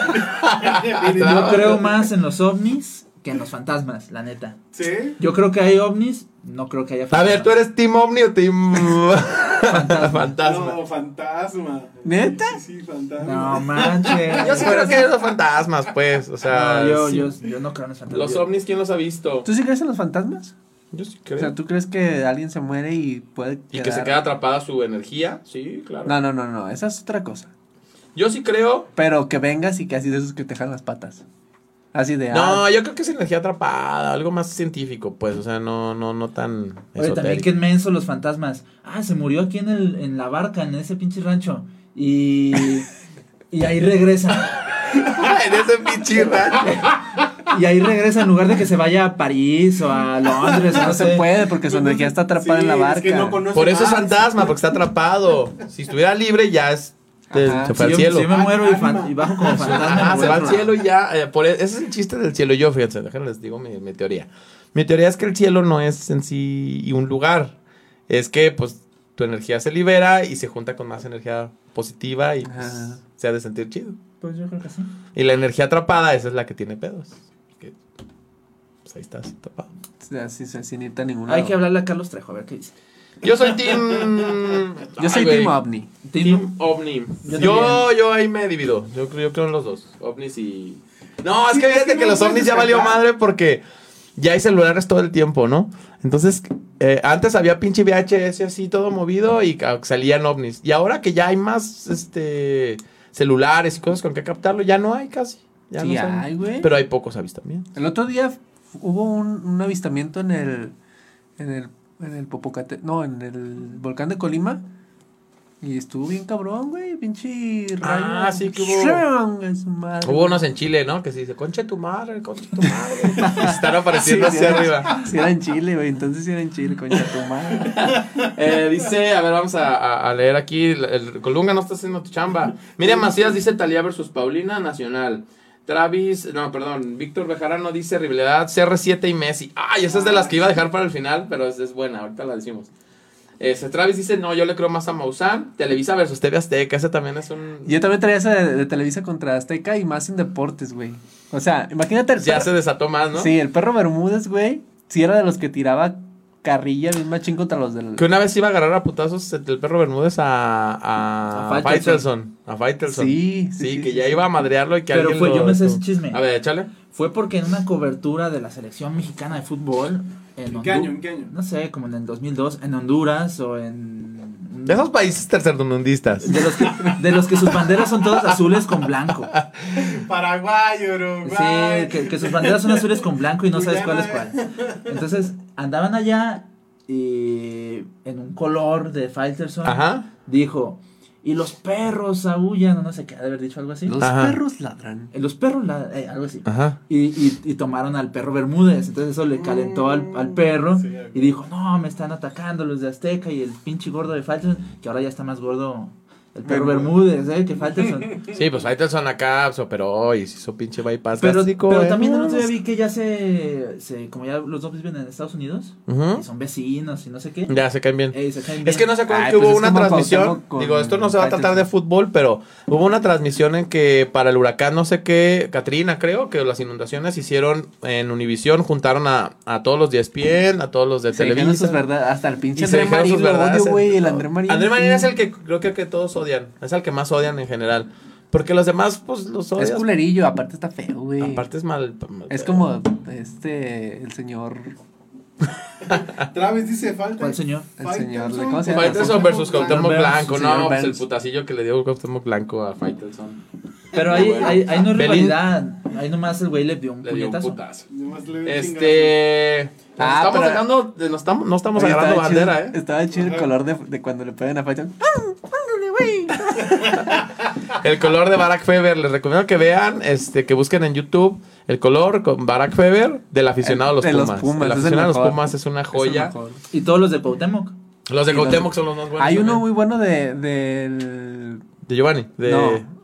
Speaker 4: yo
Speaker 1: daba-
Speaker 4: creo más en los ovnis que en los fantasmas, la neta.
Speaker 5: Sí.
Speaker 4: Yo creo que hay ovnis, no creo que haya
Speaker 1: A
Speaker 4: fantasmas.
Speaker 1: ver, ¿tú eres Team Omni o Team Fantasma?
Speaker 5: No, fantasma.
Speaker 2: ¿Neta?
Speaker 5: Sí, sí, fantasma.
Speaker 4: No manches.
Speaker 1: Yo sí creo que hay los fantasmas, pues. O sea,
Speaker 4: No, yo,
Speaker 1: sí.
Speaker 4: yo, yo no creo en los fantasmas.
Speaker 1: los
Speaker 4: Yo-
Speaker 1: ovnis, ¿quién los ha visto?
Speaker 2: ¿Tú sí crees en los fantasmas?
Speaker 1: Yo sí
Speaker 2: O
Speaker 1: creo.
Speaker 2: sea, ¿tú crees que alguien se muere y puede.
Speaker 1: y que se queda atrapada su energía, sí, claro.
Speaker 2: No, no, no, no, esa es otra cosa.
Speaker 1: Yo sí creo.
Speaker 2: Pero que vengas y que así de esos que te jalan las patas. Así de. "Ah,
Speaker 1: No, yo creo que es energía atrapada, algo más científico, pues, o sea, no, no, no tan
Speaker 4: Oye, también qué
Speaker 1: esotérico.
Speaker 4: inmenso los fantasmas. Ah, se murió aquí en, el, en la barca, en ese pinche rancho. Y, y ahí regresa.
Speaker 1: en ese pinche rancho.
Speaker 4: Y ahí regresa en lugar de que se vaya a París o a Londres. o
Speaker 2: No se
Speaker 4: sé.
Speaker 2: puede porque su energía está atrapada en la
Speaker 5: pues, Sí, es
Speaker 2: barca.
Speaker 5: que no conoce
Speaker 1: Por eso es
Speaker 5: más.
Speaker 1: fantasma, porque está atrapado. Si estuviera libre ya es eh,
Speaker 2: Ajá.
Speaker 1: se
Speaker 4: Si
Speaker 1: fue
Speaker 4: yo,
Speaker 1: al cielo.
Speaker 4: si yo me muero y, fan-
Speaker 5: Alma.
Speaker 4: y bajo como fantasma.
Speaker 1: Ajá,
Speaker 4: me
Speaker 1: se
Speaker 4: voy
Speaker 1: va
Speaker 4: a
Speaker 1: al
Speaker 4: otro
Speaker 1: cielo
Speaker 4: lado.
Speaker 1: y ya. eh, por e- ese es el chiste del cielo. Yo, fíjense, déjenles digo mi, mi teoría. Mi teoría es que el cielo no es en sí un lugar. Es que, pues, tu energía se libera y se junta con más energía positiva y pues,
Speaker 2: Ajá.
Speaker 1: se ha de sentir chido.
Speaker 4: Pues yo creo que sí.
Speaker 1: Y la energía atrapada, esa es la que tiene pedos. Que, pues ahí estás, atrapado.
Speaker 2: Así, así, sin irte a ningún
Speaker 4: Hay
Speaker 2: lado.
Speaker 4: que hablarle a Carlos Trejo, a ver qué dice.
Speaker 1: Yo soy Team.
Speaker 2: Yo soy
Speaker 1: Ay, güey.
Speaker 2: Team Ovni.
Speaker 1: Team Ovni.
Speaker 4: Yo
Speaker 1: Yo,
Speaker 4: también.
Speaker 1: yo ahí me divido. Yo, creo- yo creo en los dos. Ovnis y. No, es
Speaker 5: Sí,
Speaker 1: que
Speaker 5: es
Speaker 1: fíjate
Speaker 5: que
Speaker 1: que
Speaker 5: no
Speaker 1: los
Speaker 5: puedes
Speaker 1: ovnis ya valió
Speaker 5: descartar.
Speaker 1: madre porque ya hay celulares todo el tiempo, ¿no? Entonces, eh, antes había pinche VHS así todo movido y ca- salían ovnis. Y ahora que ya hay más este celulares y cosas con que captarlo, ya no hay casi. Ya
Speaker 2: Sí,
Speaker 1: no son-
Speaker 2: ay, güey.
Speaker 1: Pero hay pocos avistamientos.
Speaker 2: El otro día f- hubo un, un avistamiento en el. En el. En el Popocate. No, en el volcán de Colima. Y estuvo bien cabrón, güey. Pinche rayo.
Speaker 1: Ah, sí que hubo.
Speaker 2: ¡Shang! Es madre.
Speaker 1: Hubo unos en Chile, ¿no? Que se dice, concha tu madre, concha tu madre. Están apareciendo
Speaker 2: Sí,
Speaker 1: hacia
Speaker 2: sí.
Speaker 1: arriba.
Speaker 2: Si era en Chile, güey. Entonces si era en Chile, concha tu madre.
Speaker 1: Eh, dice, a ver, vamos a, a- a leer aquí. El, el Colunga no está haciendo tu chamba. Miriam Macías dice Talía versus Paulina Nacional. Travis, no, perdón, Víctor Bejarano dice rivalidad CR7 y Messi. Ay, esa es de las que iba a dejar para el final, pero es, es buena, ahorita la decimos. Este, Travis dice, no, yo le creo más a Maussan. Televisa versus TV Azteca, ese también es un...
Speaker 2: Yo también traía esa de, de Televisa contra Azteca y más en deportes, güey. O sea, imagínate el
Speaker 1: Ya
Speaker 2: perro-
Speaker 1: se desató más, ¿no?
Speaker 2: Sí, el perro Bermúdez, güey. Si era de los que tiraba carrilla bien machín contra los del.
Speaker 1: Que una vez iba a agarrar a putazos el perro Bermúdez a... A,
Speaker 4: A
Speaker 1: a Faitelson.
Speaker 4: Faitelson.
Speaker 1: A Faitelson.
Speaker 2: Sí,
Speaker 1: Sí, que ya iba a madrearlo y que
Speaker 4: Pero
Speaker 1: alguien
Speaker 4: fue-
Speaker 1: lo-
Speaker 4: yo me sé ese chisme.
Speaker 1: A ver, échale.
Speaker 4: Fue porque en una cobertura de la selección mexicana de fútbol. En
Speaker 5: ¿En qué
Speaker 4: Hondu-
Speaker 5: año? ¿En qué año?
Speaker 4: No sé, como en el 2002, en Honduras o en.
Speaker 1: De esos países tercermundistas.
Speaker 4: De los, que, de los que sus banderas son todas azules con blanco.
Speaker 5: Paraguay, Uruguay.
Speaker 4: Sí, que, que sus banderas son azules con blanco y no sabes cuál es cuál. Entonces, andaban allá y en un color de Faitelson
Speaker 1: Ajá.
Speaker 4: dijo, y los perros aullan, o no sé qué, ha de haber dicho algo así.
Speaker 2: Los
Speaker 1: Ajá.
Speaker 2: perros ladran.
Speaker 4: Eh, Los perros, la- eh, algo así.
Speaker 1: Ajá.
Speaker 4: Y, y- y tomaron al perro Bermúdez. Entonces eso le calentó al, al perro.
Speaker 5: Sí,
Speaker 4: y dijo, no, me están atacando los de Azteca y el pinche gordo de Faitelson. Que ahora ya está más gordo el perro Bermúdez, ¿eh? Que Faitelson.
Speaker 1: Sí, pues Faitelson acá se operó y se hizo pinche bypass
Speaker 4: pero
Speaker 1: gástrico,
Speaker 4: pero
Speaker 1: ¿eh?
Speaker 4: también el otro día vi que ya se, se- Como ya los dos viven en Estados Unidos.
Speaker 1: Ujú.
Speaker 4: Y son vecinos y no sé qué.
Speaker 1: Ya se caen bien.
Speaker 4: eh, se caen
Speaker 1: ¿Mm? Es que
Speaker 4: bien.
Speaker 1: no se acuerdan
Speaker 2: Ay,
Speaker 1: que
Speaker 2: pues
Speaker 1: hubo
Speaker 2: es
Speaker 1: una
Speaker 2: como
Speaker 1: transmisión.
Speaker 2: Cuauhtémoc con
Speaker 1: Digo, esto no se va a tratar de
Speaker 2: Faitelson.
Speaker 1: fútbol, pero hubo una transmisión en que para el huracán, no sé qué, Katrina, creo que las inundaciones hicieron en Univisión, juntaron a, a todos los de E ESPN, a todos los de
Speaker 2: Se dijeron sus
Speaker 1: Televisa.
Speaker 2: verdades. Hasta el
Speaker 1: Y
Speaker 2: pinche
Speaker 1: se
Speaker 2: André
Speaker 1: dejaron
Speaker 2: Marín
Speaker 1: sus
Speaker 2: lo
Speaker 1: verdades.
Speaker 2: odio, güey. El André Marín.
Speaker 1: André Marín es el que creo que, que todos odian. Es el que más odian en general. Porque los demás, pues los
Speaker 2: Es
Speaker 1: odian.
Speaker 2: culerillo, aparte está feo, güey.
Speaker 1: Aparte es mal. pues, mal
Speaker 2: Es
Speaker 1: pedo.
Speaker 2: como este, el señor.
Speaker 5: Travis dice falta.
Speaker 4: ¿Cuál señor?
Speaker 2: El señor, ¿cómo se llama?
Speaker 1: Faitelson versus Cuauhtémoc
Speaker 4: Versus
Speaker 1: Blanco. No,
Speaker 2: señor
Speaker 1: pues el
Speaker 2: Burns.
Speaker 1: putacillo que le dio Cuauhtémoc Blanco a Faitelson.
Speaker 4: Pero ahí,
Speaker 1: Bueno.
Speaker 4: ahí, ahí no es
Speaker 1: Belín.
Speaker 4: rivalidad. Ahí nomás el güey le dio un
Speaker 1: Le dio un
Speaker 4: puñetazo.
Speaker 1: putazo.
Speaker 5: Nomás le doy chingazo.
Speaker 1: Este. nos
Speaker 2: Ah,
Speaker 1: estamos
Speaker 2: pero-
Speaker 1: sacando- nos estamos, no estamos
Speaker 2: Oye,
Speaker 1: agarrando
Speaker 2: estaba chido-
Speaker 1: bandera, ¿eh? Ah,
Speaker 2: Estaba chido el
Speaker 5: Ajá.
Speaker 2: color de, de cuando le pegan a Faitelson.
Speaker 4: güey.
Speaker 1: El color de Barack Feber. Les recomiendo que vean, este, que busquen en YouTube el color con Barack Feber del aficionado a los
Speaker 2: Eh, De los
Speaker 1: Pumas.
Speaker 2: Pumas,
Speaker 1: el
Speaker 2: es el
Speaker 1: aficionado a los
Speaker 2: mejor.
Speaker 1: Pumas es una
Speaker 2: Es el
Speaker 1: joya.
Speaker 2: mejor.
Speaker 4: Y todos los de Cuauhtémoc.
Speaker 1: los
Speaker 2: Y
Speaker 1: de
Speaker 2: los-
Speaker 1: Cuauhtémoc son los más buenos.
Speaker 2: Hay uno
Speaker 1: también.
Speaker 2: muy bueno de, del...
Speaker 1: de Giovanni. De,
Speaker 2: No.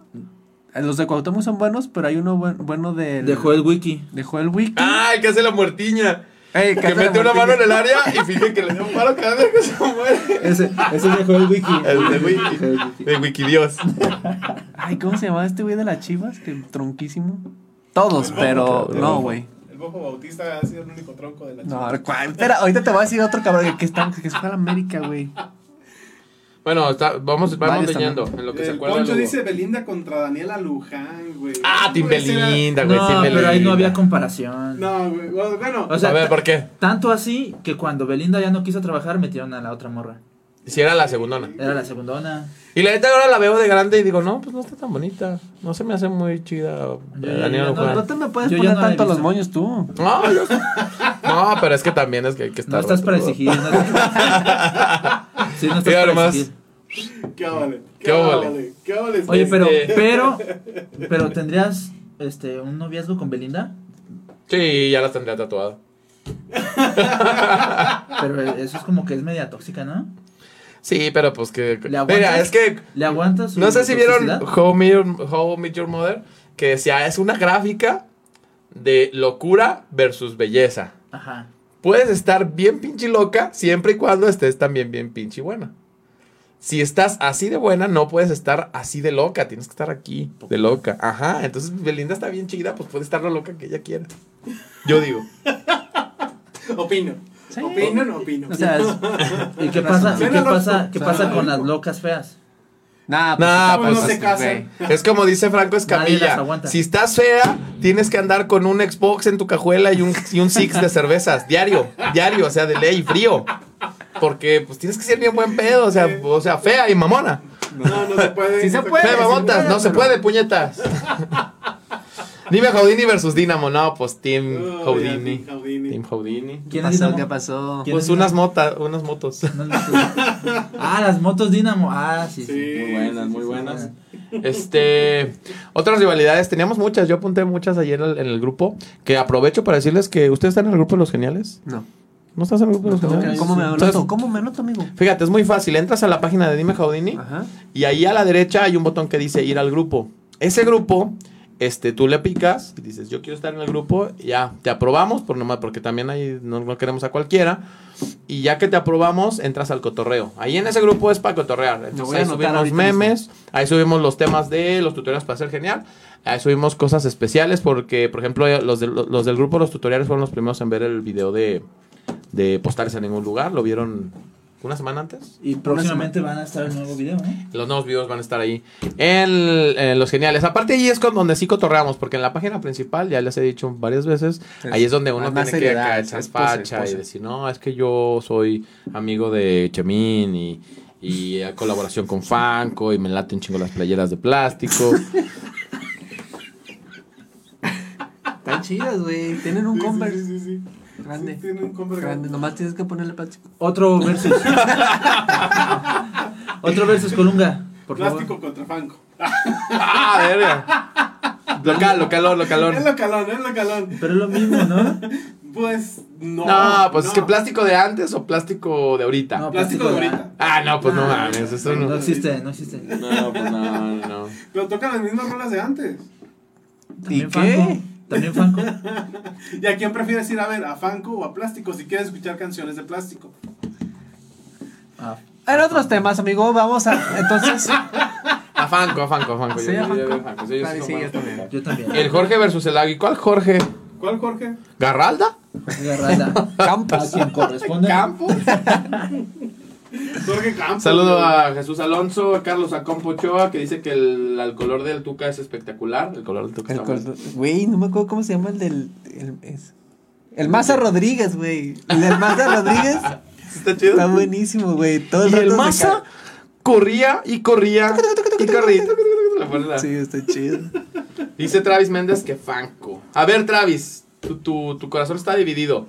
Speaker 2: Los de Cuauhtémoc son buenos, pero hay uno buen- bueno del...
Speaker 4: Dejó el wiki.
Speaker 2: De Joel Wiki.
Speaker 1: Ah, el que hace la muertiña.
Speaker 2: Ey,
Speaker 1: Que
Speaker 2: Casa de
Speaker 1: mete una mano
Speaker 2: Martínez.
Speaker 1: en el área y finge que le da un paro cada vez que se muere.
Speaker 4: Ese, ese dejó el wiki.
Speaker 1: El de Wiki. De Wikidios.
Speaker 2: Ay, ¿cómo se llamaba este güey de las chivas? Que tronquísimo. Todos, pero no, güey.
Speaker 5: El Bojo Bautista ha sido el único tronco de la
Speaker 2: No,
Speaker 5: chica.
Speaker 2: ahora, ¿cuál? Espera, ahorita te voy a decir otro cabrón que está, que está en América, güey.
Speaker 1: Bueno, está- vamos, vamos
Speaker 2: Varios
Speaker 1: leyendo en lo que se
Speaker 5: El
Speaker 1: acuerda.
Speaker 5: Poncho
Speaker 1: luego.
Speaker 5: dice Belinda contra Daniela Luján, güey.
Speaker 1: Ah, Tim
Speaker 5: Güey, ese era-
Speaker 1: Belinda, güey.
Speaker 4: No,
Speaker 1: Tim
Speaker 4: pero ahí no
Speaker 1: Belinda.
Speaker 4: había comparación.
Speaker 5: No, güey. Bueno,
Speaker 4: O sea,
Speaker 1: a ver, ¿por qué?
Speaker 4: Tanto así que cuando Belinda ya no quiso trabajar, metieron a la otra morra.
Speaker 1: Si era la segundona.
Speaker 4: Era la segundona.
Speaker 1: Y la neta ahora la veo de grande y digo, no, pues no está tan bonita. No se me hace muy chida eh,
Speaker 4: ya,
Speaker 1: Daniela
Speaker 4: ya,
Speaker 1: Luján.
Speaker 2: No te me puedes
Speaker 4: Yo ya
Speaker 2: poner
Speaker 4: no la he
Speaker 2: tanto a los
Speaker 4: visto.
Speaker 2: moños tú.
Speaker 1: No, yo- no, pero es que también es que hay que estar.
Speaker 4: No estás para
Speaker 1: retro-
Speaker 4: exigir. No sí, no
Speaker 1: Y
Speaker 4: estás para
Speaker 1: ahora más.
Speaker 4: exigir.
Speaker 5: qué vale.
Speaker 1: Qué óvole.
Speaker 5: Qué vale.
Speaker 4: Oye, pero,
Speaker 1: Este-
Speaker 4: pero, pero tendrías este un noviazgo con Belinda,
Speaker 1: Sí, ya la tendría tatuada.
Speaker 4: pero eso es como que es media tóxica, ¿no?
Speaker 1: Sí, pero pues que.
Speaker 4: ¿Le aguantas?
Speaker 1: Mira, es que.
Speaker 4: ¿Le aguantas? su
Speaker 1: No sé si vieron
Speaker 4: toxicidad?
Speaker 1: How Meet Your, How Meet Your Mother, que decía, es una gráfica de locura versus belleza.
Speaker 4: Ajá.
Speaker 1: Puedes estar bien pinche loca siempre y cuando estés también bien pinche buena. Si estás así de buena, no puedes estar así de loca. Tienes que estar aquí, de loca. Ajá. Entonces, Belinda está bien chida, pues puede estar lo loca que ella quiera. Yo digo.
Speaker 5: Opino.
Speaker 2: Sí.
Speaker 5: Opino, no opino.
Speaker 2: O sea, es...
Speaker 4: ¿Y qué pasa? ¿Y qué
Speaker 5: Suena
Speaker 4: pasa?
Speaker 5: loco.
Speaker 4: ¿Qué pasa
Speaker 5: Suena
Speaker 4: con las
Speaker 5: loco.
Speaker 4: locas feas?
Speaker 2: Nah,
Speaker 1: Nah,
Speaker 2: está
Speaker 1: pues,
Speaker 2: pasando,
Speaker 1: no se
Speaker 5: casan.
Speaker 2: güey.
Speaker 1: Es como dice Franco
Speaker 4: Nadie las
Speaker 1: Escamilla.
Speaker 4: aguanta.
Speaker 1: Si estás fea, tienes que andar con un Xbox en tu cajuela y un, y un Six de cervezas. Diario. Diario. O sea, de ley, frío. Porque pues tienes que ser bien buen pedo. O sea, o sea fea y mamona.
Speaker 5: No, no se puede.
Speaker 2: Sí se
Speaker 5: No
Speaker 2: puede,
Speaker 1: Fea
Speaker 2: sí
Speaker 1: y mamotas. No se
Speaker 2: pero-
Speaker 1: puede, puñetas. Dime Houdini versus Dinamo. No, pues Team
Speaker 5: No,
Speaker 1: Houdini.
Speaker 5: ya, Team Houdini.
Speaker 1: Team Houdini.
Speaker 2: ¿Qué
Speaker 4: ¿Quién es
Speaker 2: pasó? ¿Qué
Speaker 4: Dinamo?
Speaker 2: pasó?
Speaker 4: ¿Quién
Speaker 1: Pues
Speaker 4: es
Speaker 1: unas,
Speaker 4: Dinamo?
Speaker 1: mota, unas motos.
Speaker 4: No, no, no. Ah, las motos Dinamo. Ah, sí, sí.
Speaker 5: Sí,
Speaker 1: Muy buenas, muy
Speaker 5: sí,
Speaker 1: buenas. Este, otras rivalidades, teníamos muchas, yo apunté muchas ayer en el, en el grupo, que aprovecho para decirles que ustedes están en el grupo de los geniales.
Speaker 2: No.
Speaker 1: ¿No estás en el grupo de los
Speaker 2: tengo que-
Speaker 1: geniales?
Speaker 2: ¿Cómo me
Speaker 1: Entonces,
Speaker 2: anoto? ¿Cómo me anoto, amigo?
Speaker 1: Fíjate, es muy fácil, entras a la página de Dime Houdini
Speaker 2: Ajá.
Speaker 1: y ahí a la derecha hay un botón que dice ir al grupo. Ese grupo, este, tú le picas y dices, yo quiero estar en el grupo, y ya, te aprobamos, por nomás, porque también ahí no, no queremos a cualquiera. Y ya que te aprobamos, entras al cotorreo. Ahí en ese grupo es para cotorrear. Entonces
Speaker 2: voy a
Speaker 1: ahí
Speaker 2: anotar
Speaker 1: subimos
Speaker 2: ahorita
Speaker 1: memes, ahí subimos los temas de los tutoriales para ser genial, ahí subimos cosas especiales porque, por ejemplo, eh, los, del- los del grupo Los Tutoriales fueron los primeros en ver el video de, de postales en ningún lugar, lo vieron una semana antes.
Speaker 4: Y próximamente van a estar el nuevo video, ¿no?
Speaker 1: Los nuevos videos van a estar ahí. En, en los geniales. Aparte ahí es con donde sí cotorreamos, porque en la página principal, ya les he dicho varias veces,
Speaker 2: Es
Speaker 1: ahí es donde uno
Speaker 2: más-
Speaker 1: tiene
Speaker 2: más
Speaker 1: que
Speaker 2: seriedad,
Speaker 1: acá
Speaker 2: es
Speaker 1: echar
Speaker 2: pose,
Speaker 1: facha y
Speaker 2: pose.
Speaker 1: decir, no, es que yo soy amigo de Chemín y, y a colaboración con Fanco y me late un chingo las playeras de plástico.
Speaker 2: Están chidas, güey. Tienen un
Speaker 5: Sí, sí,
Speaker 2: Converse
Speaker 5: Sí, sí, sí.
Speaker 2: grande.
Speaker 5: Sí, tiene un Converse
Speaker 2: grande. Nomás tienes que ponerle plástico.
Speaker 4: Otro versus. Otro versus Colunga. Por favor.
Speaker 5: Plástico contra Fanco.
Speaker 1: ¡Ah, verga! Local, localón,
Speaker 5: Es
Speaker 1: localón.
Speaker 5: lo calón, es lo calón.
Speaker 4: Pero es lo mismo, ¿no?
Speaker 5: Pues no.
Speaker 1: No, pues es que plástico de antes o plástico de ahorita.
Speaker 4: No,
Speaker 5: Plástico de ahorita.
Speaker 1: Ah, no, pues no mames, eso
Speaker 4: No
Speaker 1: no.
Speaker 4: existe, no existe.
Speaker 1: No, pues no, no.
Speaker 5: Pero tocan las mismas rolas de antes.
Speaker 2: ¿Y
Speaker 4: También
Speaker 2: qué?
Speaker 4: Fanco. También Fanco.
Speaker 5: ¿Y a quién prefieres ir a ver? ¿A Fanco o a Plástico si quieres escuchar canciones de plástico?
Speaker 4: Ah,
Speaker 2: En otros temas, amigo, vamos a. Entonces.
Speaker 1: A Fanco, a Fanco, a Fanco.
Speaker 2: Sí,
Speaker 1: yo-
Speaker 2: a
Speaker 1: yo- yo-
Speaker 2: Fanco.
Speaker 1: Fanco, sí, yo
Speaker 2: Vale,
Speaker 1: soy
Speaker 2: sí,
Speaker 1: como
Speaker 2: yo
Speaker 1: Fanco.
Speaker 2: también.
Speaker 4: yo también.
Speaker 1: El Jorge versus el Agui. ¿Cuál Jorge?
Speaker 5: ¿Cuál, Jorge?
Speaker 1: ¿Garralda?
Speaker 4: Garralda.
Speaker 2: Campos.
Speaker 4: A quien corresponde.
Speaker 1: ¿Campos?
Speaker 5: Jorge Campos.
Speaker 1: Saludo a Jesús Alonso, a Carlos Acompo Ochoa, que dice que el, el color del Tuca es espectacular. El color del Tuca
Speaker 2: El
Speaker 1: está bueno.
Speaker 2: col- Güey, no me acuerdo cómo se llama el del. El, es- el Maza Rodríguez, güey. El del Maza Rodríguez
Speaker 1: Está
Speaker 2: está buenísimo, güey. Todo el
Speaker 1: Y
Speaker 2: rato
Speaker 1: el
Speaker 2: se
Speaker 1: Maza corría y corría y corría. Le pone
Speaker 2: ca-
Speaker 1: la-
Speaker 2: Sí, está chido.
Speaker 1: Dice Travis Méndez que Fanco. A ver, Travis, tu, tu, tu corazón está dividido.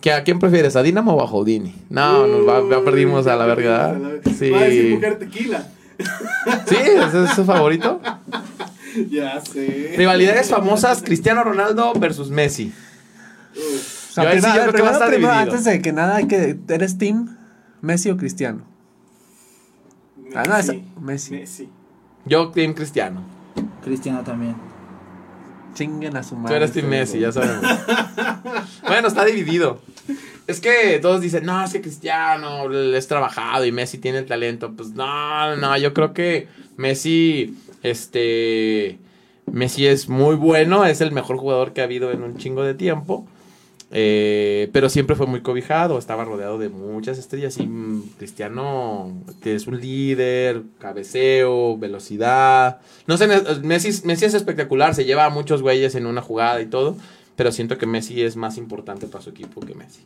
Speaker 1: ¿Que ¿A quién prefieres? ¿A Dinamo o a Houdini? No, nos va- ya perdimos a la verga. ¿verdad?
Speaker 5: Va a decir
Speaker 1: Sí.
Speaker 5: mujer tequila.
Speaker 1: ¿Sí? ¿Ese es su favorito?
Speaker 5: Ya sé.
Speaker 1: Rivalidades famosas, Cristiano Ronaldo versus Messi.
Speaker 5: Uf,
Speaker 2: O sea,
Speaker 1: Yo ahí sí
Speaker 2: primero-
Speaker 1: yo creo que va a
Speaker 2: primero-
Speaker 1: estar
Speaker 2: primero,
Speaker 1: dividido.
Speaker 2: antes de que nada, hay que ¿eres team Messi o Cristiano? Ah, no,
Speaker 5: Messi.
Speaker 2: esa- Messi.
Speaker 5: Messi.
Speaker 1: Yo, Team Cristiano.
Speaker 4: Cristiano también.
Speaker 2: Chinguen a su madre.
Speaker 1: Tú eres Team Messi, ya sabemos. bueno, está dividido. Es que todos dicen, no, es que Cristiano es trabajado y Messi tiene el talento. Pues no, no, yo creo que Messi, este, Messi es muy bueno, es el mejor jugador que ha habido en un chingo de tiempo. Eh, pero siempre fue muy cobijado, estaba rodeado de muchas estrellas y mm, Cristiano, que es un líder, cabeceo, velocidad. No sé, ne- Messi, es- Messi es espectacular, se lleva a muchos güeyes en una jugada y todo, pero siento que Messi es más importante para su equipo que Messi.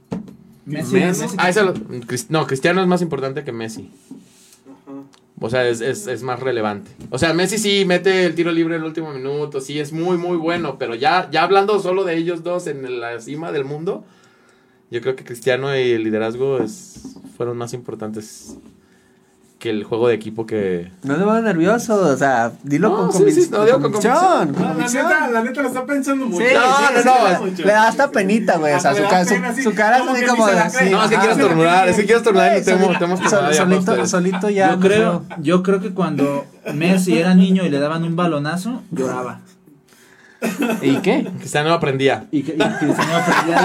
Speaker 4: Messi.
Speaker 5: Messi.
Speaker 4: Messi.
Speaker 1: Ah, eso lo- Crist- no, Cristiano es más importante que Messi.
Speaker 5: Ajá.
Speaker 1: O sea, es, es- es más relevante. O sea, Messi sí mete el tiro libre en el último minuto, sí es muy, muy bueno, pero ya, ya hablando solo de ellos dos en la cima del mundo, yo creo que Cristiano y el liderazgo es- fueron más importantes que el juego de equipo que...
Speaker 2: No te pongas nervioso, o sea, dilo
Speaker 1: No,
Speaker 2: con
Speaker 1: sí, sí,
Speaker 2: convic-
Speaker 1: no, digo con
Speaker 2: convicción.
Speaker 5: La, la
Speaker 2: convicción.
Speaker 5: neta, la neta lo está pensando mucho.
Speaker 2: Sí,
Speaker 1: No,
Speaker 2: sí,
Speaker 1: no,
Speaker 2: sí,
Speaker 1: no,
Speaker 2: sí, Le da hasta penita, güey. O sea,
Speaker 5: Hasta
Speaker 2: su,
Speaker 5: le da
Speaker 2: ca- su-
Speaker 5: pena, sí.
Speaker 2: su cara es
Speaker 5: Como
Speaker 2: así
Speaker 5: que
Speaker 2: como
Speaker 5: ni
Speaker 2: de
Speaker 5: se la cree.
Speaker 2: así.
Speaker 1: No, es que
Speaker 2: ajá.
Speaker 1: quieres tornudar, es que quieres tornudar y te hemos
Speaker 2: Sol- solito, solito ya.
Speaker 4: yo
Speaker 2: no
Speaker 4: creo,
Speaker 2: puedo.
Speaker 4: yo creo que cuando Messi era niño y le daban un balonazo, lloraba.
Speaker 2: ¿Y qué?
Speaker 1: Cristiano aprendía.
Speaker 4: Y, que- y Cristiano aprendía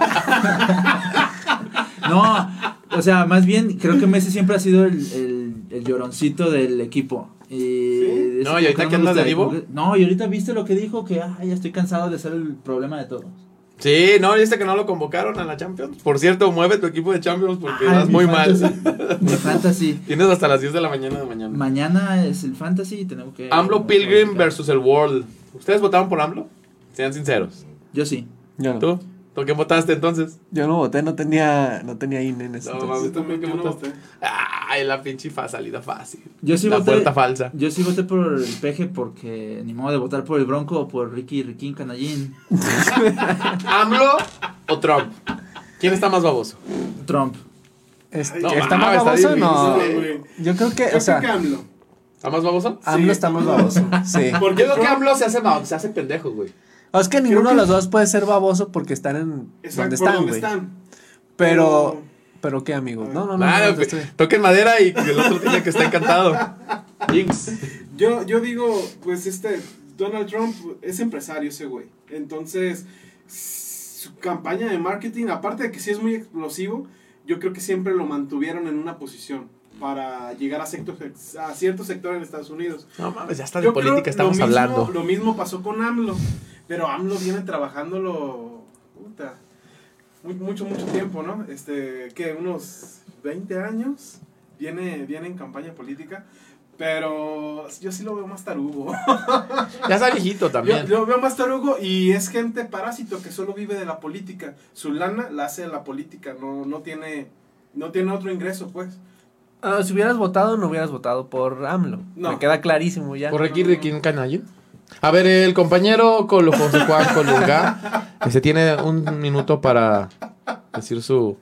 Speaker 4: de los errores. No, o sea, más bien creo que Messi siempre ha sido el, el, el lloroncito del equipo. Y eso
Speaker 1: No, y ahorita
Speaker 4: como
Speaker 1: que
Speaker 4: me
Speaker 1: andas de
Speaker 4: gusta,
Speaker 1: divo.
Speaker 4: como que- No, y ahorita viste lo que dijo que "Ay, ya estoy cansado de ser el problema de todos.
Speaker 1: Sí, no, viste que no lo convocaron a la Champions. Por cierto, mueve tu equipo de Champions porque
Speaker 4: Ay,
Speaker 1: vas
Speaker 4: mi
Speaker 1: muy
Speaker 4: fantasy,
Speaker 1: mal.
Speaker 4: Mi fantasy.
Speaker 1: Tienes hasta las 10 de la mañana de mañana.
Speaker 4: Mañana es el fantasy y tenemos que
Speaker 1: AMLO Pilgrim versus el World. ¿Ustedes votaron por AMLO? Sean sinceros.
Speaker 4: Yo sí.
Speaker 2: Yo no.
Speaker 1: ¿Tú? ¿Tú qué votaste entonces?
Speaker 2: Yo no voté, no tenía, no tenía INE en ese
Speaker 1: No,
Speaker 2: entonces.
Speaker 1: mames.
Speaker 5: Yo también, yo no voté.
Speaker 1: Ay, la pinche fa- salida fácil.
Speaker 4: Yo sí
Speaker 1: la
Speaker 4: voté.
Speaker 1: puerta falsa.
Speaker 4: Yo sí voté por el peje porque ni modo de votar por el Bronco o por Ricky Riquín Canallín.
Speaker 1: ¿AMLO o Trump? ¿Quién está más baboso?
Speaker 4: Trump.
Speaker 2: Es-
Speaker 5: No,
Speaker 2: Este, ¿Está
Speaker 1: mames,
Speaker 2: más
Speaker 1: está
Speaker 2: baboso? No.
Speaker 5: difícil, güey.
Speaker 2: Yo creo que,
Speaker 5: Yo
Speaker 2: o sea,
Speaker 5: creo que AMLO.
Speaker 1: ¿Está más baboso?
Speaker 2: AMLO está más baboso.
Speaker 4: Ah,
Speaker 2: Sí.
Speaker 1: Yo
Speaker 5: Porque
Speaker 1: creo que
Speaker 5: Trump-
Speaker 1: AMLO se hace, ma- se hace pendejo, güey.
Speaker 2: O es que ninguno
Speaker 5: Creo
Speaker 2: de
Speaker 5: que-
Speaker 2: los dos puede ser baboso porque están en
Speaker 5: Exacto,
Speaker 2: donde
Speaker 5: por
Speaker 2: están,
Speaker 5: donde
Speaker 2: güey.
Speaker 5: están.
Speaker 2: Pero, pero qué, amigos. No, no, no.
Speaker 1: Claro,
Speaker 2: no, no,
Speaker 1: que-
Speaker 2: estoy-
Speaker 1: toquen madera y el otro tiene que estar encantado. Jinx.
Speaker 5: Yo, yo digo, pues este, Donald Trump es empresario ese güey. Entonces, su campaña de marketing, aparte de que sí es muy explosivo, yo creo que siempre lo mantuvieron en una posición para llegar a, secto- a cierto sector en Estados Unidos.
Speaker 1: No mames, ya está
Speaker 5: Yo
Speaker 1: de
Speaker 5: creo
Speaker 1: política estamos
Speaker 5: lo mismo-
Speaker 1: hablando.
Speaker 5: Lo mismo pasó con AMLO, pero AMLO viene trabajándolo, puta, mu- mucho, mucho tiempo, ¿no? Este, que unos 20 años viene, viene en campaña política, pero yo sí lo veo más tarugo.
Speaker 1: Ya está viejito
Speaker 5: Yo,
Speaker 1: también.
Speaker 5: yo veo más tarugo y es gente parásito que solo vive de la política. Su lana la hace la política, no, no tiene... No tiene otro ingreso, pues.
Speaker 2: Ah, si hubieras votado, no hubieras votado por AMLO.
Speaker 5: No.
Speaker 2: Me queda clarísimo ya.
Speaker 1: Por aquí, Ricky Canallín. A ver, el compañero Colo José Juan Colunga, que se tiene un minuto para decir su...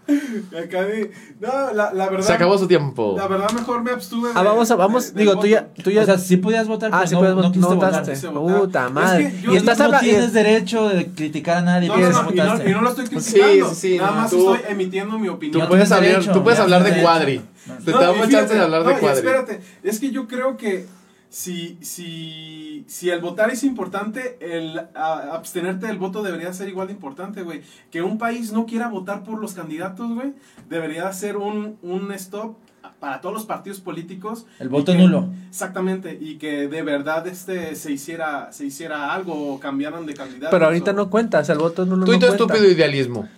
Speaker 5: Acá de- No, la, la verdad.
Speaker 1: Se acabó su tiempo.
Speaker 5: La verdad, mejor me abstuve.
Speaker 2: Ah,
Speaker 5: de-
Speaker 2: vamos, a- vamos.
Speaker 5: de- del
Speaker 2: digo, tú ya,
Speaker 5: voto.
Speaker 2: tú ya.
Speaker 4: o sea, sí podías votar,
Speaker 2: ah,
Speaker 4: pero
Speaker 2: sí,
Speaker 4: no,
Speaker 2: puedes
Speaker 4: no
Speaker 2: votar.
Speaker 4: quisiste
Speaker 2: no
Speaker 4: votar.
Speaker 2: votaste.
Speaker 5: quise votar.
Speaker 2: Puta
Speaker 5: Es
Speaker 2: madre.
Speaker 5: que yo
Speaker 2: y
Speaker 4: Y eh,
Speaker 2: estás
Speaker 4: no
Speaker 2: habla- y-
Speaker 4: tienes derecho de criticar a nadie.
Speaker 5: No,
Speaker 4: por
Speaker 2: pues,
Speaker 5: no,
Speaker 4: eso
Speaker 5: no, y no-
Speaker 4: votaste.
Speaker 5: y no lo estoy
Speaker 1: Pues
Speaker 5: criticando.
Speaker 1: sí, sí, sí,
Speaker 5: nada
Speaker 1: no,
Speaker 5: más
Speaker 1: tú-
Speaker 5: estoy emitiendo mi
Speaker 1: Tú
Speaker 5: opinión.
Speaker 4: No
Speaker 1: puedes
Speaker 4: tienes
Speaker 1: hablar,
Speaker 4: derecho,
Speaker 1: tú puedes
Speaker 4: ya
Speaker 1: hablar de
Speaker 4: tienes
Speaker 1: cuadri. Te
Speaker 5: No, y
Speaker 1: damos chance
Speaker 5: fíjate,
Speaker 1: de hablar
Speaker 5: no,
Speaker 1: de
Speaker 5: y
Speaker 1: cuadri.
Speaker 5: Espérate, es que yo creo que si, si, si el votar es importante, el a- abstenerte del voto debería ser igual de importante, güey. Que un país no quiera votar por los candidatos, güey, debería ser un, un stop para todos los partidos políticos
Speaker 4: El voto
Speaker 5: Y que-
Speaker 4: nulo.
Speaker 5: exactamente y que de verdad este se hiciera se hiciera algo o cambiaran de candidato
Speaker 2: Pero ahorita no cuentas, el voto no, no
Speaker 1: Tú y tu
Speaker 2: cuenta.
Speaker 1: estúpido idealismo.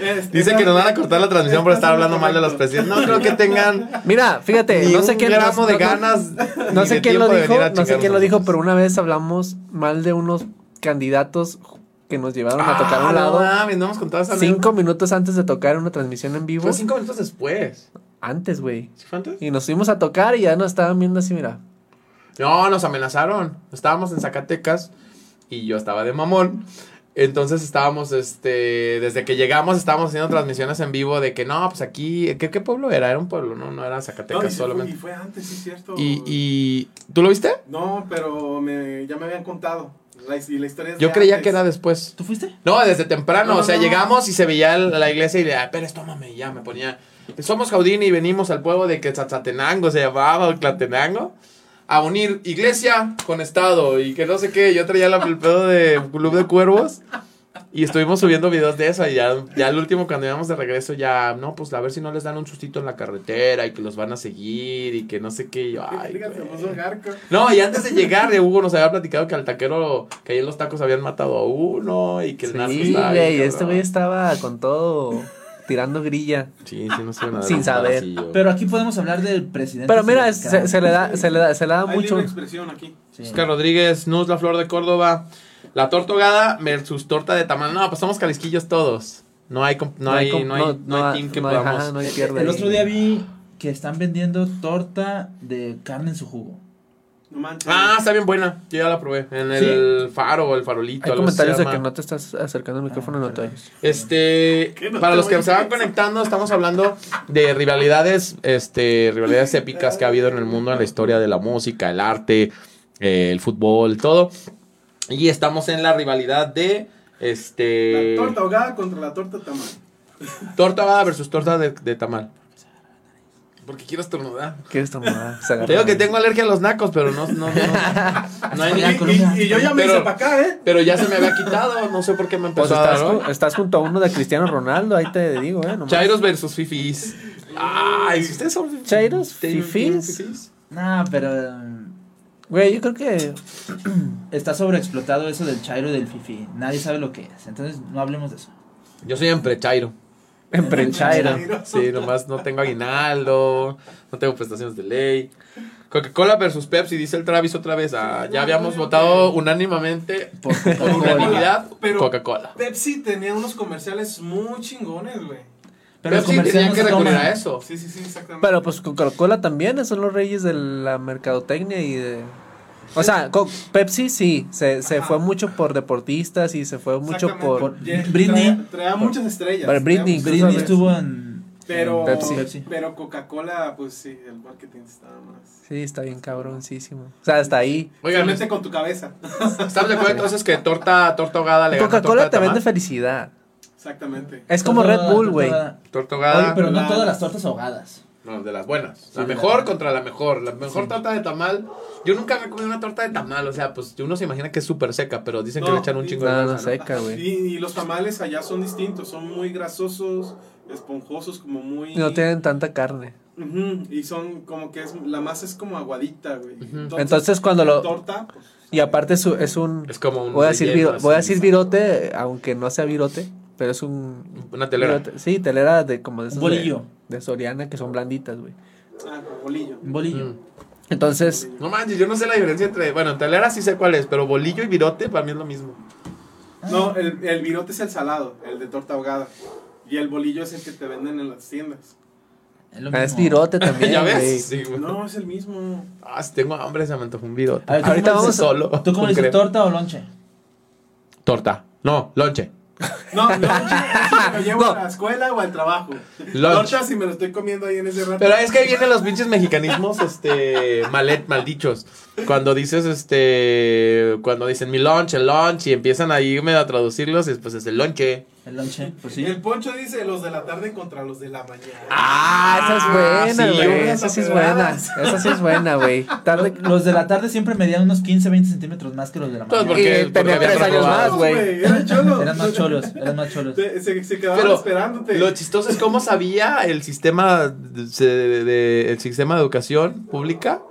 Speaker 5: Este,
Speaker 1: Dice que nos van a cortar la transmisión por estar hablando mal de los presidentes. No creo que tengan
Speaker 2: Mira, fíjate,
Speaker 1: ni
Speaker 2: no sé
Speaker 1: un
Speaker 2: quién
Speaker 1: gramo
Speaker 2: no-
Speaker 1: de
Speaker 2: no-
Speaker 1: ganas.
Speaker 2: No
Speaker 1: ni de
Speaker 2: sé quién
Speaker 1: tiempo
Speaker 2: lo
Speaker 1: de
Speaker 2: dijo,
Speaker 1: venir a
Speaker 2: no sé
Speaker 1: chingarnos
Speaker 2: quién lo
Speaker 1: a
Speaker 2: dijo, pero
Speaker 1: nosotros.
Speaker 2: una vez hablamos mal de unos candidatos que nos llevaron a tocar a
Speaker 1: Ah,
Speaker 2: un
Speaker 1: no
Speaker 2: lado
Speaker 1: mames, Pues no hemos contado esa
Speaker 2: cinco minutos antes de tocar una transmisión en vivo.
Speaker 1: Fue cinco minutos después.
Speaker 2: Antes, güey.
Speaker 1: ¿Sí fue antes?
Speaker 2: Y nos fuimos a tocar y ya nos estaban viendo así, mira.
Speaker 1: No, nos amenazaron. Estábamos en Zacatecas y yo estaba de mamón. Entonces estábamos, este, desde que llegamos estábamos haciendo transmisiones en vivo de que no, pues aquí, ¿qué, qué pueblo era? Era un pueblo, no, no era Zacatecas
Speaker 5: No, y, se fue, y
Speaker 1: solamente.
Speaker 5: fue antes, sí, es cierto.
Speaker 1: Y, y, ¿tú lo viste?
Speaker 5: No, pero me, ya me habían contado. La, his- y la historia es
Speaker 1: Yo
Speaker 5: de
Speaker 1: creía
Speaker 5: antes.
Speaker 1: que era después.
Speaker 4: ¿Tú fuiste?
Speaker 1: No, desde temprano,
Speaker 5: No,
Speaker 1: o sea,
Speaker 5: no, no.
Speaker 1: llegamos y se veía el- la iglesia y le, ah, Pérez, tómame, y ya me ponía, somos Jaudini y venimos al pueblo de Quetzaltenango, se llamaba, o Tlatenango, a unir iglesia con Estado y que no sé qué, yo traía la- el pedo de Club de Cuervos y estuvimos subiendo videos de eso y ya, ya al último cuando íbamos de regreso ya, no, pues a ver si no les dan un sustito en la carretera y que los van a seguir y que no sé qué, y yo, ay,
Speaker 5: Fíjate, pues,
Speaker 1: güey".
Speaker 5: puso garco.
Speaker 1: No, y antes de llegar, eh, Hugo nos había platicado que al taquero, que ahí en los tacos habían matado a uno y que el narco
Speaker 2: Sí,
Speaker 1: estaba bien,
Speaker 2: güey, este
Speaker 1: cabrón.
Speaker 2: güey estaba con todo tirando grilla.
Speaker 1: Sí, sí, no sé nada.
Speaker 2: Sin saber.
Speaker 4: Pero aquí podemos hablar del presidente.
Speaker 2: Pero mira,
Speaker 4: sudafricano.
Speaker 2: se, se le da, se le da, se le da
Speaker 5: Hay
Speaker 2: Ah, mucho.
Speaker 5: libre expresión aquí.
Speaker 4: Sí.
Speaker 1: Oscar Rodríguez, Nus, La Flor de Córdoba, La Tortogada versus Torta de Tamal. No, pues somos calisquillos todos. No hay, comp- no, hay,
Speaker 2: comp-
Speaker 1: no hay, no, hay team que
Speaker 2: no hay- ajá,
Speaker 1: podamos.
Speaker 2: no hay pierde.
Speaker 4: El otro día vi que están vendiendo torta de carne en su jugo.
Speaker 5: No manches.
Speaker 1: Ah, está bien buena. Yo ya la probé. En el faro o el farolito.
Speaker 2: Hay
Speaker 1: algo así se
Speaker 2: comentarios de que
Speaker 1: llama. Ah,
Speaker 2: no te estás acercando al
Speaker 4: Ah,
Speaker 2: micrófono, no te oyes.
Speaker 1: Este,
Speaker 5: ¿Qué? No
Speaker 1: para
Speaker 5: te
Speaker 1: los que
Speaker 5: voy
Speaker 1: se
Speaker 5: a-
Speaker 1: van conectando, estamos hablando de rivalidades, este, rivalidades épicas que ha habido en el mundo, en la historia de la música, el arte, eh, el fútbol, todo. Y estamos en la rivalidad de, este,
Speaker 5: La torta ahogada contra la torta tamal.
Speaker 1: torta ahogada versus torta de, de tamal. Porque quiero estornudar.
Speaker 2: ¿Quieres tomar? Se agarra.
Speaker 1: Te digo que tengo alergia a los nacos, pero no, no, no, no hay
Speaker 5: Y,
Speaker 4: Ya,
Speaker 1: ni...
Speaker 4: Colombia.
Speaker 5: y- y yo ya me
Speaker 1: Pero-
Speaker 5: hice para acá, ¿eh?
Speaker 1: Pero ya se me había quitado, no sé por qué me empezó
Speaker 2: Pues
Speaker 1: a dar.
Speaker 2: estás,
Speaker 1: ¿no?
Speaker 2: ju- estás junto a uno de Cristiano Ronaldo, ahí te digo, eh. nomás.
Speaker 1: Chairos versus fifis. Ay, ¿ustedes son fifís?
Speaker 2: Chairos,
Speaker 1: ¿Tienen- tienen
Speaker 2: fifís.
Speaker 4: Nah, pero um,
Speaker 2: Güey, yo creo que.
Speaker 4: está sobreexplotado eso del chairo y del fifi. Nadie sabe lo que es. Entonces no hablemos de eso.
Speaker 1: Yo soy siempre chairo.
Speaker 2: Siempre el Chairo.
Speaker 1: Sí, nomás no tengo aguinaldo, no tengo prestaciones de ley. Coca-Cola versus Pepsi, dice el Travis otra vez. Ah, ya habíamos votado unánimemente
Speaker 4: Por
Speaker 1: por
Speaker 4: Coca-Cola.
Speaker 1: unanimidad
Speaker 5: Pero-
Speaker 1: Coca-Cola.
Speaker 5: Pepsi tenía unos comerciales muy chingones, güey.
Speaker 4: pero los
Speaker 1: Pepsi
Speaker 4: comerciantes
Speaker 1: tenía
Speaker 4: no
Speaker 1: que
Speaker 4: se
Speaker 1: recurrir
Speaker 4: toman.
Speaker 1: a eso.
Speaker 5: Sí, sí, sí, exactamente.
Speaker 2: Pero pues Coca-Cola también, son los reyes de la mercadotecnia y de... O sea, co- Pepsi sí, se, se
Speaker 5: Ajá.
Speaker 2: fue mucho por deportistas y se fue mucho
Speaker 5: Exactamente.
Speaker 2: por...
Speaker 4: por-
Speaker 5: Ye-
Speaker 4: Britney.
Speaker 5: Traía, traía muchas estrellas.
Speaker 2: Pero Britney,
Speaker 5: traía muchas
Speaker 4: Britney
Speaker 5: estrellas.
Speaker 4: estuvo en,
Speaker 5: Pero,
Speaker 4: en
Speaker 2: Eh, Pepsi.
Speaker 5: pero Coca-Cola, pues sí, el marketing estaba más.
Speaker 2: Sí, está bien cabroncísimo. O sea, hasta ahí.
Speaker 1: Oigan,
Speaker 5: Solamente con tu cabeza.
Speaker 1: ¿están de acuerdo entonces que torta, torta ahogada le gana
Speaker 2: Coca-Cola
Speaker 1: torta
Speaker 2: te
Speaker 1: de tamal?
Speaker 2: vende felicidad.
Speaker 5: Exactamente.
Speaker 2: Es como
Speaker 4: Torta
Speaker 2: Red Bull,
Speaker 4: ahogada,
Speaker 2: güey.
Speaker 1: Torta
Speaker 4: torta ahogada. Oye,
Speaker 1: ahogada.
Speaker 4: pero no
Speaker 5: Ahogada.
Speaker 4: todas las tortas ahogadas.
Speaker 1: No, de las buenas. La
Speaker 4: Sí, de las
Speaker 1: mejor
Speaker 4: buenas.
Speaker 1: contra la mejor. La mejor
Speaker 4: Sí.
Speaker 1: torta de tamal. Yo nunca me comí una torta de tamal. O sea, pues uno se imagina que es súper seca, pero dicen que
Speaker 5: No,
Speaker 1: le echan un
Speaker 5: y-
Speaker 1: chingo de
Speaker 2: No,
Speaker 1: grasa,
Speaker 2: no
Speaker 1: ¿no?
Speaker 2: seca, güey.
Speaker 5: Y, y los tamales allá son distintos, son muy grasosos, esponjosos, como muy...
Speaker 2: No tienen tanta carne.
Speaker 5: Ujú, y son como que es, la masa es como aguadita, güey.
Speaker 2: Entonces cuando lo...
Speaker 5: Torta, pues,
Speaker 2: Y aparte es un- es un...
Speaker 1: Es como un.
Speaker 2: Voy a decir,
Speaker 1: relleno
Speaker 2: viro- voy a
Speaker 1: así.
Speaker 2: decir virote, aunque no sea virote, pero es un...
Speaker 1: Una telera.
Speaker 2: Virote- Sí, telera de como de...
Speaker 4: Un
Speaker 2: esos de-
Speaker 4: bolillo.
Speaker 2: de Soriana que son blanditas, güey.
Speaker 5: ah, bolillo.
Speaker 4: Un bolillo.
Speaker 1: Mm.
Speaker 2: Entonces,
Speaker 1: No manches, yo no sé la diferencia entre. Bueno, telera sí sé cuál es, pero bolillo y virote para mí es lo mismo.
Speaker 5: No, el, el virote es el salado, el de torta ahogada. Y el bolillo es el que te venden en las tiendas.
Speaker 4: lo
Speaker 2: ah, es
Speaker 4: mismo.
Speaker 2: virote también.
Speaker 1: ¿Ya
Speaker 2: güey.
Speaker 1: ves? Sí, güey.
Speaker 5: No, es el mismo.
Speaker 1: Ah, si tengo hambre, se me antojó un virote.
Speaker 4: A ver, ¿tú
Speaker 1: Ahorita
Speaker 4: cómo
Speaker 1: vamos
Speaker 4: dices-
Speaker 1: solo.
Speaker 4: ¿Tú cómo
Speaker 1: con
Speaker 4: le dices,
Speaker 1: crema.
Speaker 4: torta o lonche?
Speaker 1: Torta. No, lonche.
Speaker 5: No, no, me lo llevo
Speaker 2: No.
Speaker 5: a la escuela o al trabajo.
Speaker 1: Lunch.
Speaker 5: Torta si me lo estoy comiendo ahí en ese rato.
Speaker 1: Pero es que ahí vienen los pinches mexicanismos, este, malet, maldichos. Cuando dices, este, cuando dicen mi lunch, el lunch, y empiezan a irme a traducirlos, y después es el lonche.
Speaker 4: El lonche, pues sí.
Speaker 5: El poncho dice los de la tarde contra los de la mañana.
Speaker 2: Ah, esa es buena,
Speaker 1: sí,
Speaker 2: güey.
Speaker 1: unas
Speaker 2: esa sí es buena.
Speaker 5: pedradas.
Speaker 2: Esa sí es buena, güey. Tarde-
Speaker 4: Los de la tarde siempre medían unos 15, 20 centímetros más que los de la
Speaker 1: Todos
Speaker 4: mañana.
Speaker 1: porque,
Speaker 2: Y
Speaker 1: porque
Speaker 2: tenía
Speaker 1: habían
Speaker 2: tres años
Speaker 1: robado.
Speaker 2: más, güey.
Speaker 5: Eran cholos.
Speaker 4: Eran más cholos, eran más cholos.
Speaker 5: Te- Se, se quedaban
Speaker 1: Pero
Speaker 5: esperándote.
Speaker 1: Lo chistoso es cómo sabía el sistema de, de- de- el sistema de educación pública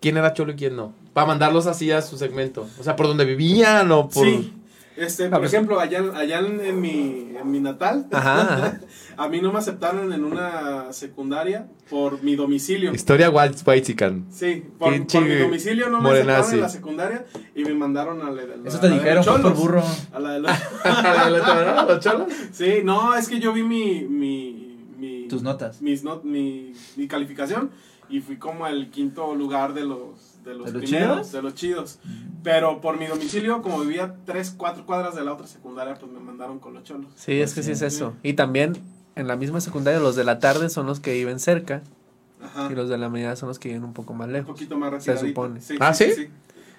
Speaker 1: quién era cholo y quién no. Para mandarlos así a su segmento. O sea, por donde vivían o por.
Speaker 5: Sí. Este, por
Speaker 2: pues-
Speaker 5: ejemplo, allá, allá en, en mi, en mi natal,
Speaker 2: Ajá, ajá.
Speaker 5: a mí no me aceptaron en una secundaria por mi domicilio.
Speaker 1: Historia White, White Chican.
Speaker 5: Sí, por,
Speaker 1: Pinche
Speaker 5: por mi domicilio no me
Speaker 1: morenazi.
Speaker 5: aceptaron en la secundaria y me mandaron a la de la-
Speaker 4: Eso te
Speaker 5: a la de
Speaker 4: dijeron,
Speaker 5: los
Speaker 4: fue por
Speaker 5: cholos.
Speaker 4: burro.
Speaker 5: A la de los-
Speaker 1: ¿Los cholos?
Speaker 5: sí, no, es que yo vi mi, mi, mi mi,
Speaker 4: Tus notas.
Speaker 5: mis not- mi, mi calificación y fui como el quinto lugar de los, de los,
Speaker 4: ¿De los
Speaker 5: primeros,
Speaker 4: chidos? Mm.
Speaker 5: de los chidos. Pero por mi domicilio, como vivía tres, cuatro cuadras de la otra secundaria, pues me mandaron con los cholos.
Speaker 2: Sí, es que sí es eso. Y también en la misma secundaria los de la tarde son los que viven cerca
Speaker 5: Ajá.
Speaker 2: y los de la mañana son los que viven un poco más
Speaker 5: un
Speaker 2: lejos.
Speaker 5: Ah. poquito más retiradito.
Speaker 2: Se supone.
Speaker 1: ¿Ah, sí?
Speaker 5: sí?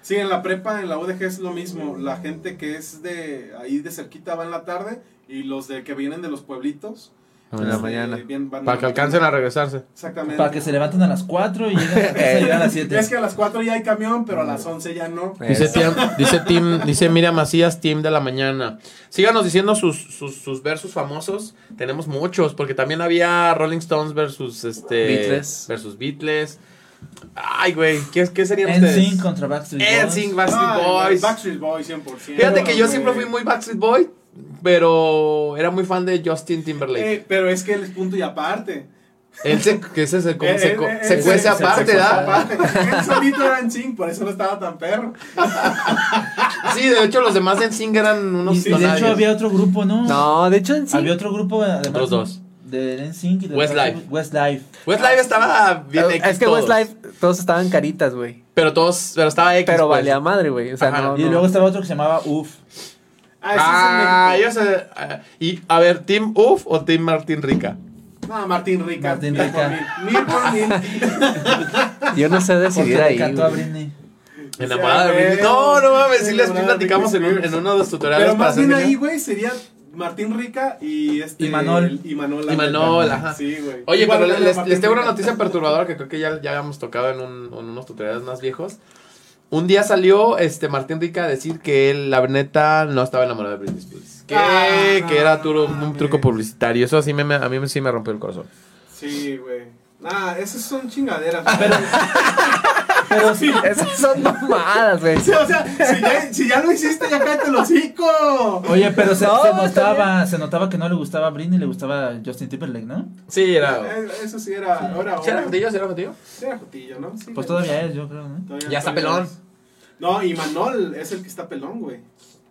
Speaker 5: Sí, en la prepa, en la UDG es lo mismo. La gente que es de ahí de cerquita va en la tarde y los de que vienen de los pueblitos
Speaker 1: Ah,
Speaker 2: En la
Speaker 5: este,
Speaker 2: mañana.
Speaker 5: bien, van en
Speaker 1: Para
Speaker 5: la
Speaker 1: que
Speaker 5: mañana.
Speaker 1: alcancen a regresarse.
Speaker 5: Exactamente.
Speaker 4: Para que se levanten a las 4 y lleguen a, la casa y lleguen a las 7.
Speaker 5: Es que a las 4 ya hay camión, pero a las 11 ya no.
Speaker 1: Dice,
Speaker 2: Eso.
Speaker 1: Tiam- dice Tim, dice Miriam Macías, Tim de la mañana. Síganos diciendo sus, sus, sus versos famosos. Tenemos muchos, porque también había Rolling Stones versus este
Speaker 2: Beatles.
Speaker 1: versus Beatles. Ay, güey, ¿qué, qué serían ustedes?
Speaker 4: NSYNC contra Backstreet Boys.
Speaker 1: NSYNC, Backstreet
Speaker 5: Ay,
Speaker 1: Boys.
Speaker 5: Backstreet Boys 100%.
Speaker 1: Fíjate que yo
Speaker 5: güey.
Speaker 1: siempre fui muy Backstreet Boy, pero era muy fan de Justin Timberlake.
Speaker 5: Eh, pero es que él es punto y aparte. Eh,
Speaker 1: Él se, que ese se, como
Speaker 5: Él-
Speaker 1: se
Speaker 5: él-
Speaker 1: co-
Speaker 5: él-
Speaker 1: se
Speaker 5: él
Speaker 1: cuece
Speaker 5: se-
Speaker 1: aparte,
Speaker 5: se cuece
Speaker 1: ¿verdad?
Speaker 5: aparte. Él solito era en zinc, por eso no estaba tan perro.
Speaker 1: Sí, de hecho los demás de NSYNC eran unos
Speaker 4: Y de hecho
Speaker 1: tonalidades.
Speaker 4: había otro grupo, ¿no?
Speaker 2: No, de hecho en sí. eh,
Speaker 4: Había otro grupo además.
Speaker 1: Otros dos.
Speaker 4: De NSYNC y de
Speaker 1: Westlife.
Speaker 4: Westlife.
Speaker 5: Ah,
Speaker 1: Westlife estaba bien
Speaker 2: Eh,
Speaker 1: X
Speaker 2: Es que
Speaker 1: todos.
Speaker 2: Westlife todos estaban caritas, güey.
Speaker 1: Pero todos, pero estaba X.
Speaker 2: Pero
Speaker 1: pues.
Speaker 2: valía madre, güey. O sea,
Speaker 1: Ajá.
Speaker 2: no,
Speaker 4: Y
Speaker 2: no.
Speaker 4: luego estaba otro que se llamaba UF.
Speaker 5: Ah,
Speaker 1: Ah,
Speaker 5: ese
Speaker 1: yo sé. ah, Y a ver, ¿Team Uf o Team Martín Rica?
Speaker 5: es el... No, Martín Rica.
Speaker 4: Martín
Speaker 5: mil por
Speaker 4: Rica.
Speaker 5: mil, mil por mil.
Speaker 2: Yo no sé
Speaker 4: Porque
Speaker 2: decidir
Speaker 4: le
Speaker 2: ahí.
Speaker 4: cantó a
Speaker 2: güey.
Speaker 4: Britney.
Speaker 1: Enamorada
Speaker 5: Sí,
Speaker 1: de Britney. No, no mames, sí les
Speaker 5: enamorada de
Speaker 1: platicamos en,
Speaker 5: Britney
Speaker 1: un- en uno de los tutoriales
Speaker 5: Pero más
Speaker 1: hacer
Speaker 5: bien
Speaker 1: video.
Speaker 5: ahí, güey, sería Martín Rica y este...
Speaker 4: Y Manol.
Speaker 5: Y Manol.
Speaker 1: Y Manol, ajá.
Speaker 5: Sí, güey.
Speaker 1: Oye,
Speaker 5: Igual
Speaker 1: pero
Speaker 5: que
Speaker 1: les,
Speaker 5: Martín
Speaker 1: les tengo una
Speaker 5: Rica.
Speaker 1: noticia perturbadora que creo que ya, ya habíamos tocado en, un- en unos tutoriales más viejos. Un día salió este Martín Rica a decir que él, la neta, no estaba enamorado de Britney Spears. Que,
Speaker 5: Ah,
Speaker 1: que era turo- un
Speaker 5: mames.
Speaker 1: truco publicitario. Eso así me, me- a mí sí me rompió el corazón.
Speaker 5: Sí, güey. Nah, esas son chingaderas.
Speaker 4: Pero sí.
Speaker 2: Esas son mamadas, güey.
Speaker 5: Sí, o sea, si ya, si ya lo hiciste, ya cállate el hocico.
Speaker 4: Oye, pero se,
Speaker 2: No,
Speaker 4: se
Speaker 2: está
Speaker 4: notaba, se notaba que no le gustaba Britney, le gustaba Justin Timberlake, ¿no?
Speaker 1: Sí, era.
Speaker 5: Eh, Eso sí era. Ahora,
Speaker 1: ¿Sí era
Speaker 5: ahora.
Speaker 1: Jotillo? ¿Sí era Jotillo?
Speaker 5: Sí era jotillo, ¿no? Sí,
Speaker 4: Pues
Speaker 5: güey.
Speaker 4: todavía es, yo creo, ¿no?
Speaker 5: Todavía-
Speaker 1: Ya está
Speaker 5: todavía
Speaker 1: pelón.
Speaker 5: es. No, y Manol es el que está pelón, güey.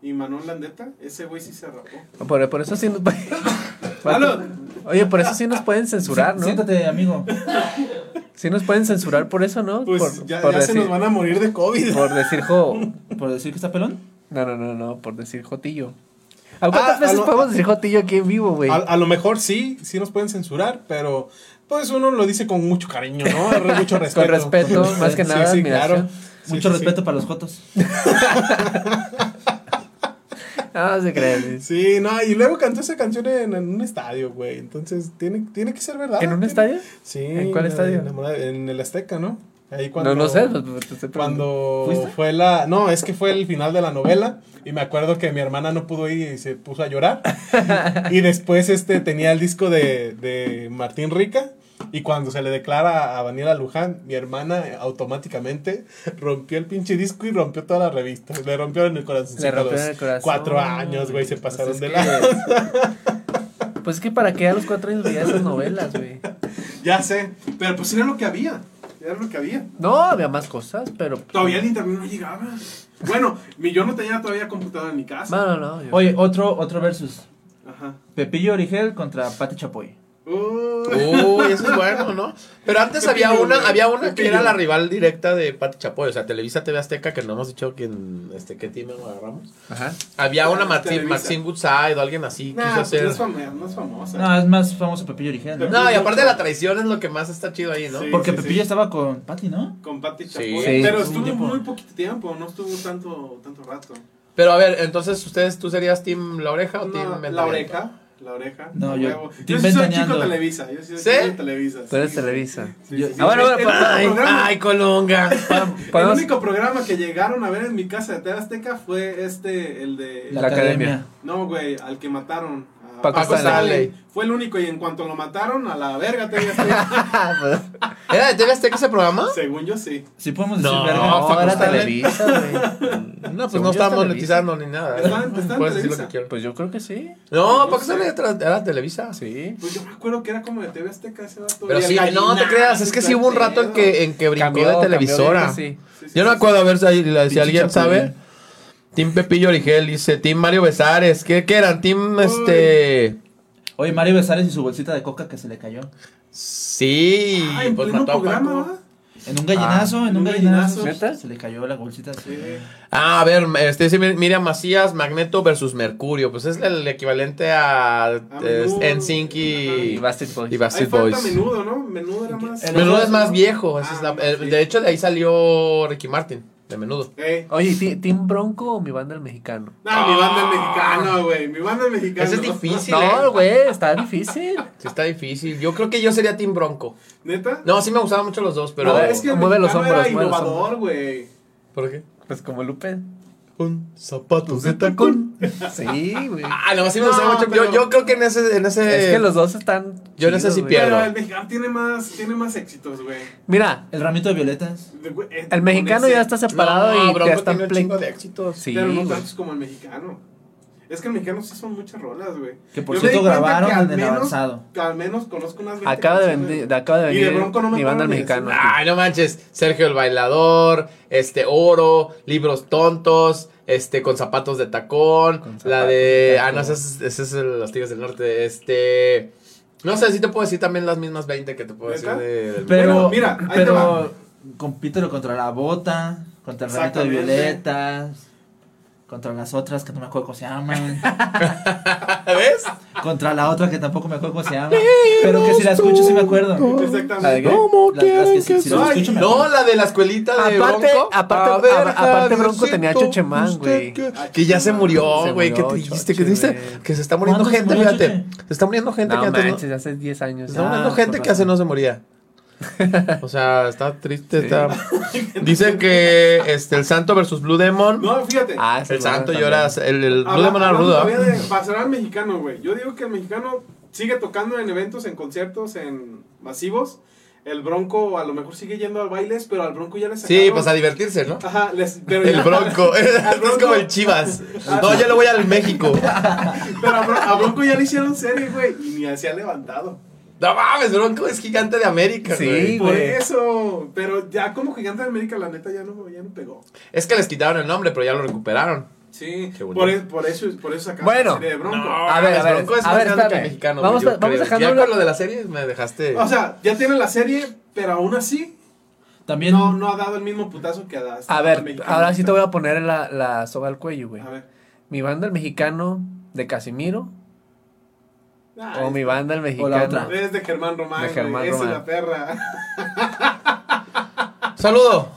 Speaker 5: Y Manol Landeta, ese güey sí se rapó.
Speaker 2: Por, por eso sí nos pueden.
Speaker 5: Aló.
Speaker 2: Oye, por eso sí nos pueden censurar, ¿no?
Speaker 4: Siéntate, amigo.
Speaker 2: Sí nos pueden censurar por eso, ¿no?
Speaker 5: Pues
Speaker 2: por,
Speaker 5: ya,
Speaker 2: por
Speaker 5: ya se
Speaker 2: decir,
Speaker 5: nos van a morir de COVID.
Speaker 2: por decir jo.
Speaker 4: ¿Por decir que está pelón?
Speaker 2: No, no, no, no, por decir jotillo. ¿A cuántas
Speaker 3: Ah,
Speaker 2: veces
Speaker 3: a lo-
Speaker 2: podemos decir jotillo aquí en vivo, güey?
Speaker 3: A, a lo mejor sí, sí nos pueden censurar, pero pues uno lo dice con mucho cariño, ¿no? Re- Mucho respeto.
Speaker 2: respeto, más que nada admiración.
Speaker 3: Sí,
Speaker 4: Mucho
Speaker 3: sí, sí.
Speaker 4: respeto para los Jotos.
Speaker 2: Ah, no se crean. güey.
Speaker 3: Sí, no, y luego cantó esa canción en, en un estadio, güey. Entonces tiene, tiene que ser verdad.
Speaker 2: ¿En un
Speaker 3: Ah, tiene-
Speaker 2: estadio?
Speaker 3: Sí.
Speaker 2: ¿En cuál estadio?
Speaker 3: enamorada- En el Azteca, ¿no? Ahí
Speaker 2: No, no sé. pues, te estoy preguntando.
Speaker 3: Cuando
Speaker 4: ¿Fuiste?
Speaker 3: fue la. No, es que fue el final de la novela. Y me acuerdo que mi hermana no pudo ir y se puso a llorar. y después este tenía el disco de, de Martín Rica. Y cuando se le declara a Daniela Luján, mi hermana eh, automáticamente rompió el pinche disco y rompió toda la revista. Le rompió en el corazón.
Speaker 2: Le rompieron el corazón.
Speaker 3: Cuatro años, güey, se pasaron
Speaker 2: Pues
Speaker 3: de
Speaker 2: es
Speaker 3: la.
Speaker 2: que- Pues es que para qué a los cuatro años veía esas novelas, güey.
Speaker 5: Ya sé, pero pues era lo que había. Era lo que había.
Speaker 2: No, había más cosas, pero. pues,
Speaker 5: Todavía el internet no llegaba. Bueno, mi- yo no tenía todavía computadora en mi casa.
Speaker 2: No, no, no. yo-
Speaker 4: Oye, otro, otro versus.
Speaker 5: Ajá.
Speaker 4: Pepillo Origel contra Pati Chapoy.
Speaker 5: Uy.
Speaker 1: Uy, eso es bueno, ¿no? Pero antes había
Speaker 5: Pepillo,
Speaker 1: una,
Speaker 5: güey.
Speaker 1: había una que
Speaker 5: Pepillo.
Speaker 1: era la rival directa de Pati Chapoy, o sea, Televisa TV Azteca, que no hemos dicho quién, este, qué team agarramos.
Speaker 2: Ajá.
Speaker 1: Había una Maxine,
Speaker 5: Televisa.
Speaker 1: Maxine Goodside o alguien así
Speaker 5: Nah,
Speaker 1: quiso
Speaker 5: pues no,
Speaker 1: hacer.
Speaker 5: es famosa, no es famosa.
Speaker 4: No, es más famoso Pepillo Origel, ¿no?
Speaker 5: Pepillo.
Speaker 1: No, y aparte la traición es lo que más está chido ahí, ¿no?
Speaker 5: Sí.
Speaker 4: Porque Pepillo estaba con Pati, ¿no?
Speaker 5: Con Pati Chapoy.
Speaker 1: Sí.
Speaker 2: Sí,
Speaker 5: pero
Speaker 4: un
Speaker 5: estuvo
Speaker 4: tiempo.
Speaker 5: muy poquito tiempo, no estuvo tanto, tanto rato.
Speaker 1: Pero a ver, entonces ustedes, ¿tú serías Team La Oreja o
Speaker 5: No,
Speaker 1: Team
Speaker 5: la
Speaker 1: Ventaneando?
Speaker 5: oreja. La oreja.
Speaker 4: No,
Speaker 5: a
Speaker 4: yo-
Speaker 5: huevo.
Speaker 4: estoy
Speaker 5: Yo sí soy chico
Speaker 4: ventaneando.
Speaker 5: Televisa. Yo sí soy
Speaker 1: ¿Sí?
Speaker 5: chico de Televisa.
Speaker 2: Tú eres
Speaker 5: sí, güey.
Speaker 2: Televisa.
Speaker 5: Sí, sí, sí.
Speaker 2: Ah, bueno,
Speaker 5: El-
Speaker 2: bueno,
Speaker 5: el
Speaker 2: pa- ay,
Speaker 5: programa-
Speaker 1: Ay, Colonga.
Speaker 3: Ah,
Speaker 2: pa-
Speaker 5: El
Speaker 2: podemos-
Speaker 5: único programa que llegaron a ver en mi casa de TV Azteca fue este, el de...
Speaker 2: La academia.
Speaker 5: No, güey, al que mataron. a
Speaker 2: Paco
Speaker 1: Stanley.
Speaker 5: Fue el único y en cuanto lo mataron, a la verga TV Azteca.
Speaker 2: Ah, pues,
Speaker 1: ¿Era de TV Azteca ese programa?
Speaker 5: Según yo, sí.
Speaker 4: Sí podemos decir
Speaker 1: No,
Speaker 4: verga.
Speaker 2: No,
Speaker 1: Paco
Speaker 2: era
Speaker 1: Stanley.
Speaker 2: Televisa, güey. Mm,
Speaker 1: No, pues no
Speaker 2: Según yo,
Speaker 1: estaba
Speaker 2: Televisa.
Speaker 1: monetizando ni nada. ¿eh?
Speaker 5: Está- está en
Speaker 1: Puedes decir lo
Speaker 5: Televisa.
Speaker 1: que quieras.
Speaker 2: Pues yo creo que sí.
Speaker 1: No,
Speaker 5: No
Speaker 1: ¿para qué
Speaker 5: sé.
Speaker 1: sale detrás? Era Televisa.
Speaker 2: Sí.
Speaker 5: Pues yo me acuerdo que era como de TV Azteca ese rato.
Speaker 1: Pero sí, no te creas, es que sí hubo un rato en que, en que brincó de televisora. Yo no me acuerdo, a ver si, si
Speaker 4: Pinche
Speaker 1: alguien
Speaker 4: Chapoy.
Speaker 1: sabe. Team Pepillo Origel dice, Team Mario Besares, ¿qué, qué eran? Team, este...
Speaker 4: Oye, Mario Besares y su bolsita de coca que se le cayó.
Speaker 1: Sí,
Speaker 5: Ah, en
Speaker 1: pues
Speaker 5: pleno
Speaker 1: mató a
Speaker 5: programa,
Speaker 1: Paco.
Speaker 5: ¿verdad?
Speaker 4: En un gallinazo, en un gallinazo.
Speaker 2: ¿Neta?
Speaker 4: Se le cayó la bolsita.
Speaker 5: Ah, Sí.
Speaker 1: Ah, a ver, este dice Mir- Miriam Macías, Magneto versus Mercurio. Pues es el equivalente a
Speaker 5: Ah,
Speaker 1: es,
Speaker 5: menudo.
Speaker 1: NSYNC y,
Speaker 4: Y Bastard Boys.
Speaker 1: y
Speaker 5: Ahí
Speaker 1: Backstreet
Speaker 5: falta
Speaker 1: Boys.
Speaker 5: menudo, ¿no? Menudo era más.
Speaker 4: El-
Speaker 1: Menudo es más
Speaker 5: ¿no?
Speaker 1: viejo. esa es la-
Speaker 5: Ah,
Speaker 1: el-
Speaker 5: sí.
Speaker 1: De hecho, de ahí salió Ricky Martin, de menudo.
Speaker 5: Eh.
Speaker 2: Oye, ¿ti- ¿Team Bronco o mi banda el mexicano?
Speaker 5: No, mi banda es mexicana, güey. Mi banda es mexicana.
Speaker 1: Ah. Ese es difícil.
Speaker 2: No,
Speaker 1: eh.
Speaker 2: güey, está difícil.
Speaker 1: Sí, está difícil. Yo creo que yo sería Team Bronco.
Speaker 5: ¿Neta?
Speaker 1: No, sí me gustaban mucho los dos, pero.
Speaker 2: A ver,
Speaker 5: es que el
Speaker 2: Mueve los
Speaker 5: mexicano
Speaker 2: hombros,
Speaker 5: era
Speaker 2: mueve los
Speaker 5: innovador, güey.
Speaker 1: ¿Por qué?
Speaker 2: Pues como Lupe.
Speaker 1: Un zapato de tacón.
Speaker 2: Sí, güey.
Speaker 1: Ah, no, sí me
Speaker 5: No,
Speaker 1: gustaba mucho.
Speaker 5: pero-
Speaker 1: Yo, yo creo que en ese. En ese...
Speaker 2: Es que los dos están.
Speaker 1: Eh, yo en ese sí
Speaker 2: güey.
Speaker 1: pierdo.
Speaker 5: Pero el mexicano tiene más, tiene más éxitos, güey.
Speaker 2: Mira,
Speaker 4: El ramito de violetas.
Speaker 5: De- güey, eh,
Speaker 2: el
Speaker 5: con
Speaker 2: mexicano
Speaker 5: ese-
Speaker 2: ya está separado
Speaker 1: No,
Speaker 2: y
Speaker 1: Bronco
Speaker 2: ya está
Speaker 1: tiene un
Speaker 2: play-
Speaker 1: chingo de éxitos.
Speaker 2: Sí,
Speaker 5: Pero no
Speaker 2: güey.
Speaker 5: tantos como el mexicano. Es que el mexicano sí son muchas rolas, güey.
Speaker 4: Que por
Speaker 5: Yo me di
Speaker 4: cierto
Speaker 5: cuenta
Speaker 4: grabaron
Speaker 5: que al
Speaker 4: en el
Speaker 5: menos-
Speaker 4: avanzado.
Speaker 5: que Al menos conozco unas 20
Speaker 2: Acaba de,
Speaker 5: canciones.
Speaker 2: venir, acaba de
Speaker 5: Y de
Speaker 2: venir
Speaker 5: Bronco no me
Speaker 2: mi banda el
Speaker 5: acuerdo ni
Speaker 2: mexicano.
Speaker 5: decir
Speaker 2: aquí.
Speaker 1: Ay, no manches. Sergio el bailador, este oro, libros tontos, este con zapatos de tacón,
Speaker 4: Con zapatos
Speaker 1: la de,
Speaker 4: de
Speaker 1: ah
Speaker 4: tacón.
Speaker 1: no, ese es, ese es el- los Tigres del Norte, este no sé, si te puedo decir también las mismas 20 que te puedo decir
Speaker 5: ¿Neta?
Speaker 1: de- del-
Speaker 4: Pero,
Speaker 5: Bueno, mira, ahí te va.
Speaker 4: pero compítelo contra la bota, contra el ramito de
Speaker 5: Exactamente.
Speaker 4: violetas, contra las otras que no me acuerdo cómo se llaman,
Speaker 1: ¿Ves?
Speaker 4: contra la otra que tampoco me acuerdo cómo se llama, pero que si la escucho sí me acuerdo.
Speaker 2: ¿La de
Speaker 5: Exactamente.
Speaker 2: qué?
Speaker 4: Las- las que si, si las
Speaker 5: soy?
Speaker 4: escucho me
Speaker 1: No,
Speaker 4: acuerdo.
Speaker 1: la de la escuelita de
Speaker 2: Aparte-
Speaker 1: Bronco.
Speaker 2: aparte-
Speaker 1: A ver,
Speaker 2: a- aparte Bronco
Speaker 1: Javiercito,
Speaker 2: tenía a Chechemán,
Speaker 1: ¿usted
Speaker 2: güey.
Speaker 1: qué? Que ya se murió,
Speaker 2: Se
Speaker 1: güey, qué
Speaker 2: murió,
Speaker 1: triste, qué
Speaker 2: Choche,
Speaker 1: triste.
Speaker 2: güey.
Speaker 1: Que se está muriendo
Speaker 4: ¿Cuándo se
Speaker 1: gente,
Speaker 4: murió,
Speaker 1: fíjate.
Speaker 4: Choche?
Speaker 1: Se está muriendo gente
Speaker 2: No
Speaker 1: que antes no-
Speaker 2: manches, hace 10 años.
Speaker 1: Está muriendo
Speaker 2: Ah,
Speaker 1: gente
Speaker 4: por
Speaker 1: que hace
Speaker 4: razón.
Speaker 1: no se moría. O sea, está triste, está... Dicen que este, el Santo versus Blue Demon.
Speaker 5: No, fíjate.
Speaker 2: Ah, ese
Speaker 1: el Santo
Speaker 2: también.
Speaker 1: llora... El, el Blue
Speaker 5: Habla-
Speaker 1: Demon era
Speaker 5: hablando
Speaker 1: rudo. ¿eh?
Speaker 5: todavía de pasar al mexicano, güey. Yo digo que el mexicano sigue tocando en eventos, en conciertos, en masivos. El Bronco a lo mejor sigue yendo a bailes, pero al Bronco ya le sacaron.
Speaker 1: Sí, pues a divertirse, ¿no?
Speaker 5: Ajá, les, pero
Speaker 1: El
Speaker 5: ya-
Speaker 1: Bronco.
Speaker 5: Bronco.
Speaker 1: es como el Chivas. No, yo le voy al México.
Speaker 5: Pero a, Bron- a Bronco ya le hicieron serie, güey. Y ni se ha levantado.
Speaker 1: No mames, Bronco es gigante de América,
Speaker 2: Sí.
Speaker 1: güey.
Speaker 5: Por
Speaker 2: güey.
Speaker 5: eso. Pero ya como gigante de América, la neta, ya no, ya no pegó.
Speaker 1: Es que les quitaron el nombre, pero ya lo recuperaron.
Speaker 5: Sí,
Speaker 1: Qué bonito.
Speaker 5: por, e- por eso, por eso sacaron
Speaker 2: Bueno.
Speaker 5: la serie de Bronco.
Speaker 2: A ver,
Speaker 1: mames,
Speaker 2: a ver,
Speaker 1: Ah, Bronco es
Speaker 2: a
Speaker 1: más
Speaker 2: ver,
Speaker 1: grande que
Speaker 2: espérame.
Speaker 1: el mexicano.
Speaker 2: Vamos
Speaker 1: güey, yo
Speaker 2: a- vamos
Speaker 1: creo.
Speaker 2: dejando
Speaker 1: Ya
Speaker 2: hablar-
Speaker 1: con lo de la serie me dejaste...
Speaker 5: O sea, ya tiene la serie, pero aún así
Speaker 4: También
Speaker 5: no, no ha dado el mismo putazo que ha dado.
Speaker 2: A ver, ahora sí te voy a poner la, la soga al cuello, güey.
Speaker 5: A ver.
Speaker 2: Mi banda el mexicano de Casimiro
Speaker 5: Ah,
Speaker 2: o mi banda el
Speaker 4: O la otra.
Speaker 2: mexicano.
Speaker 5: Es de Germán Román.
Speaker 2: De
Speaker 5: güey,
Speaker 2: Germán
Speaker 5: Esa
Speaker 2: Román.
Speaker 5: es la perra.
Speaker 1: Saludo.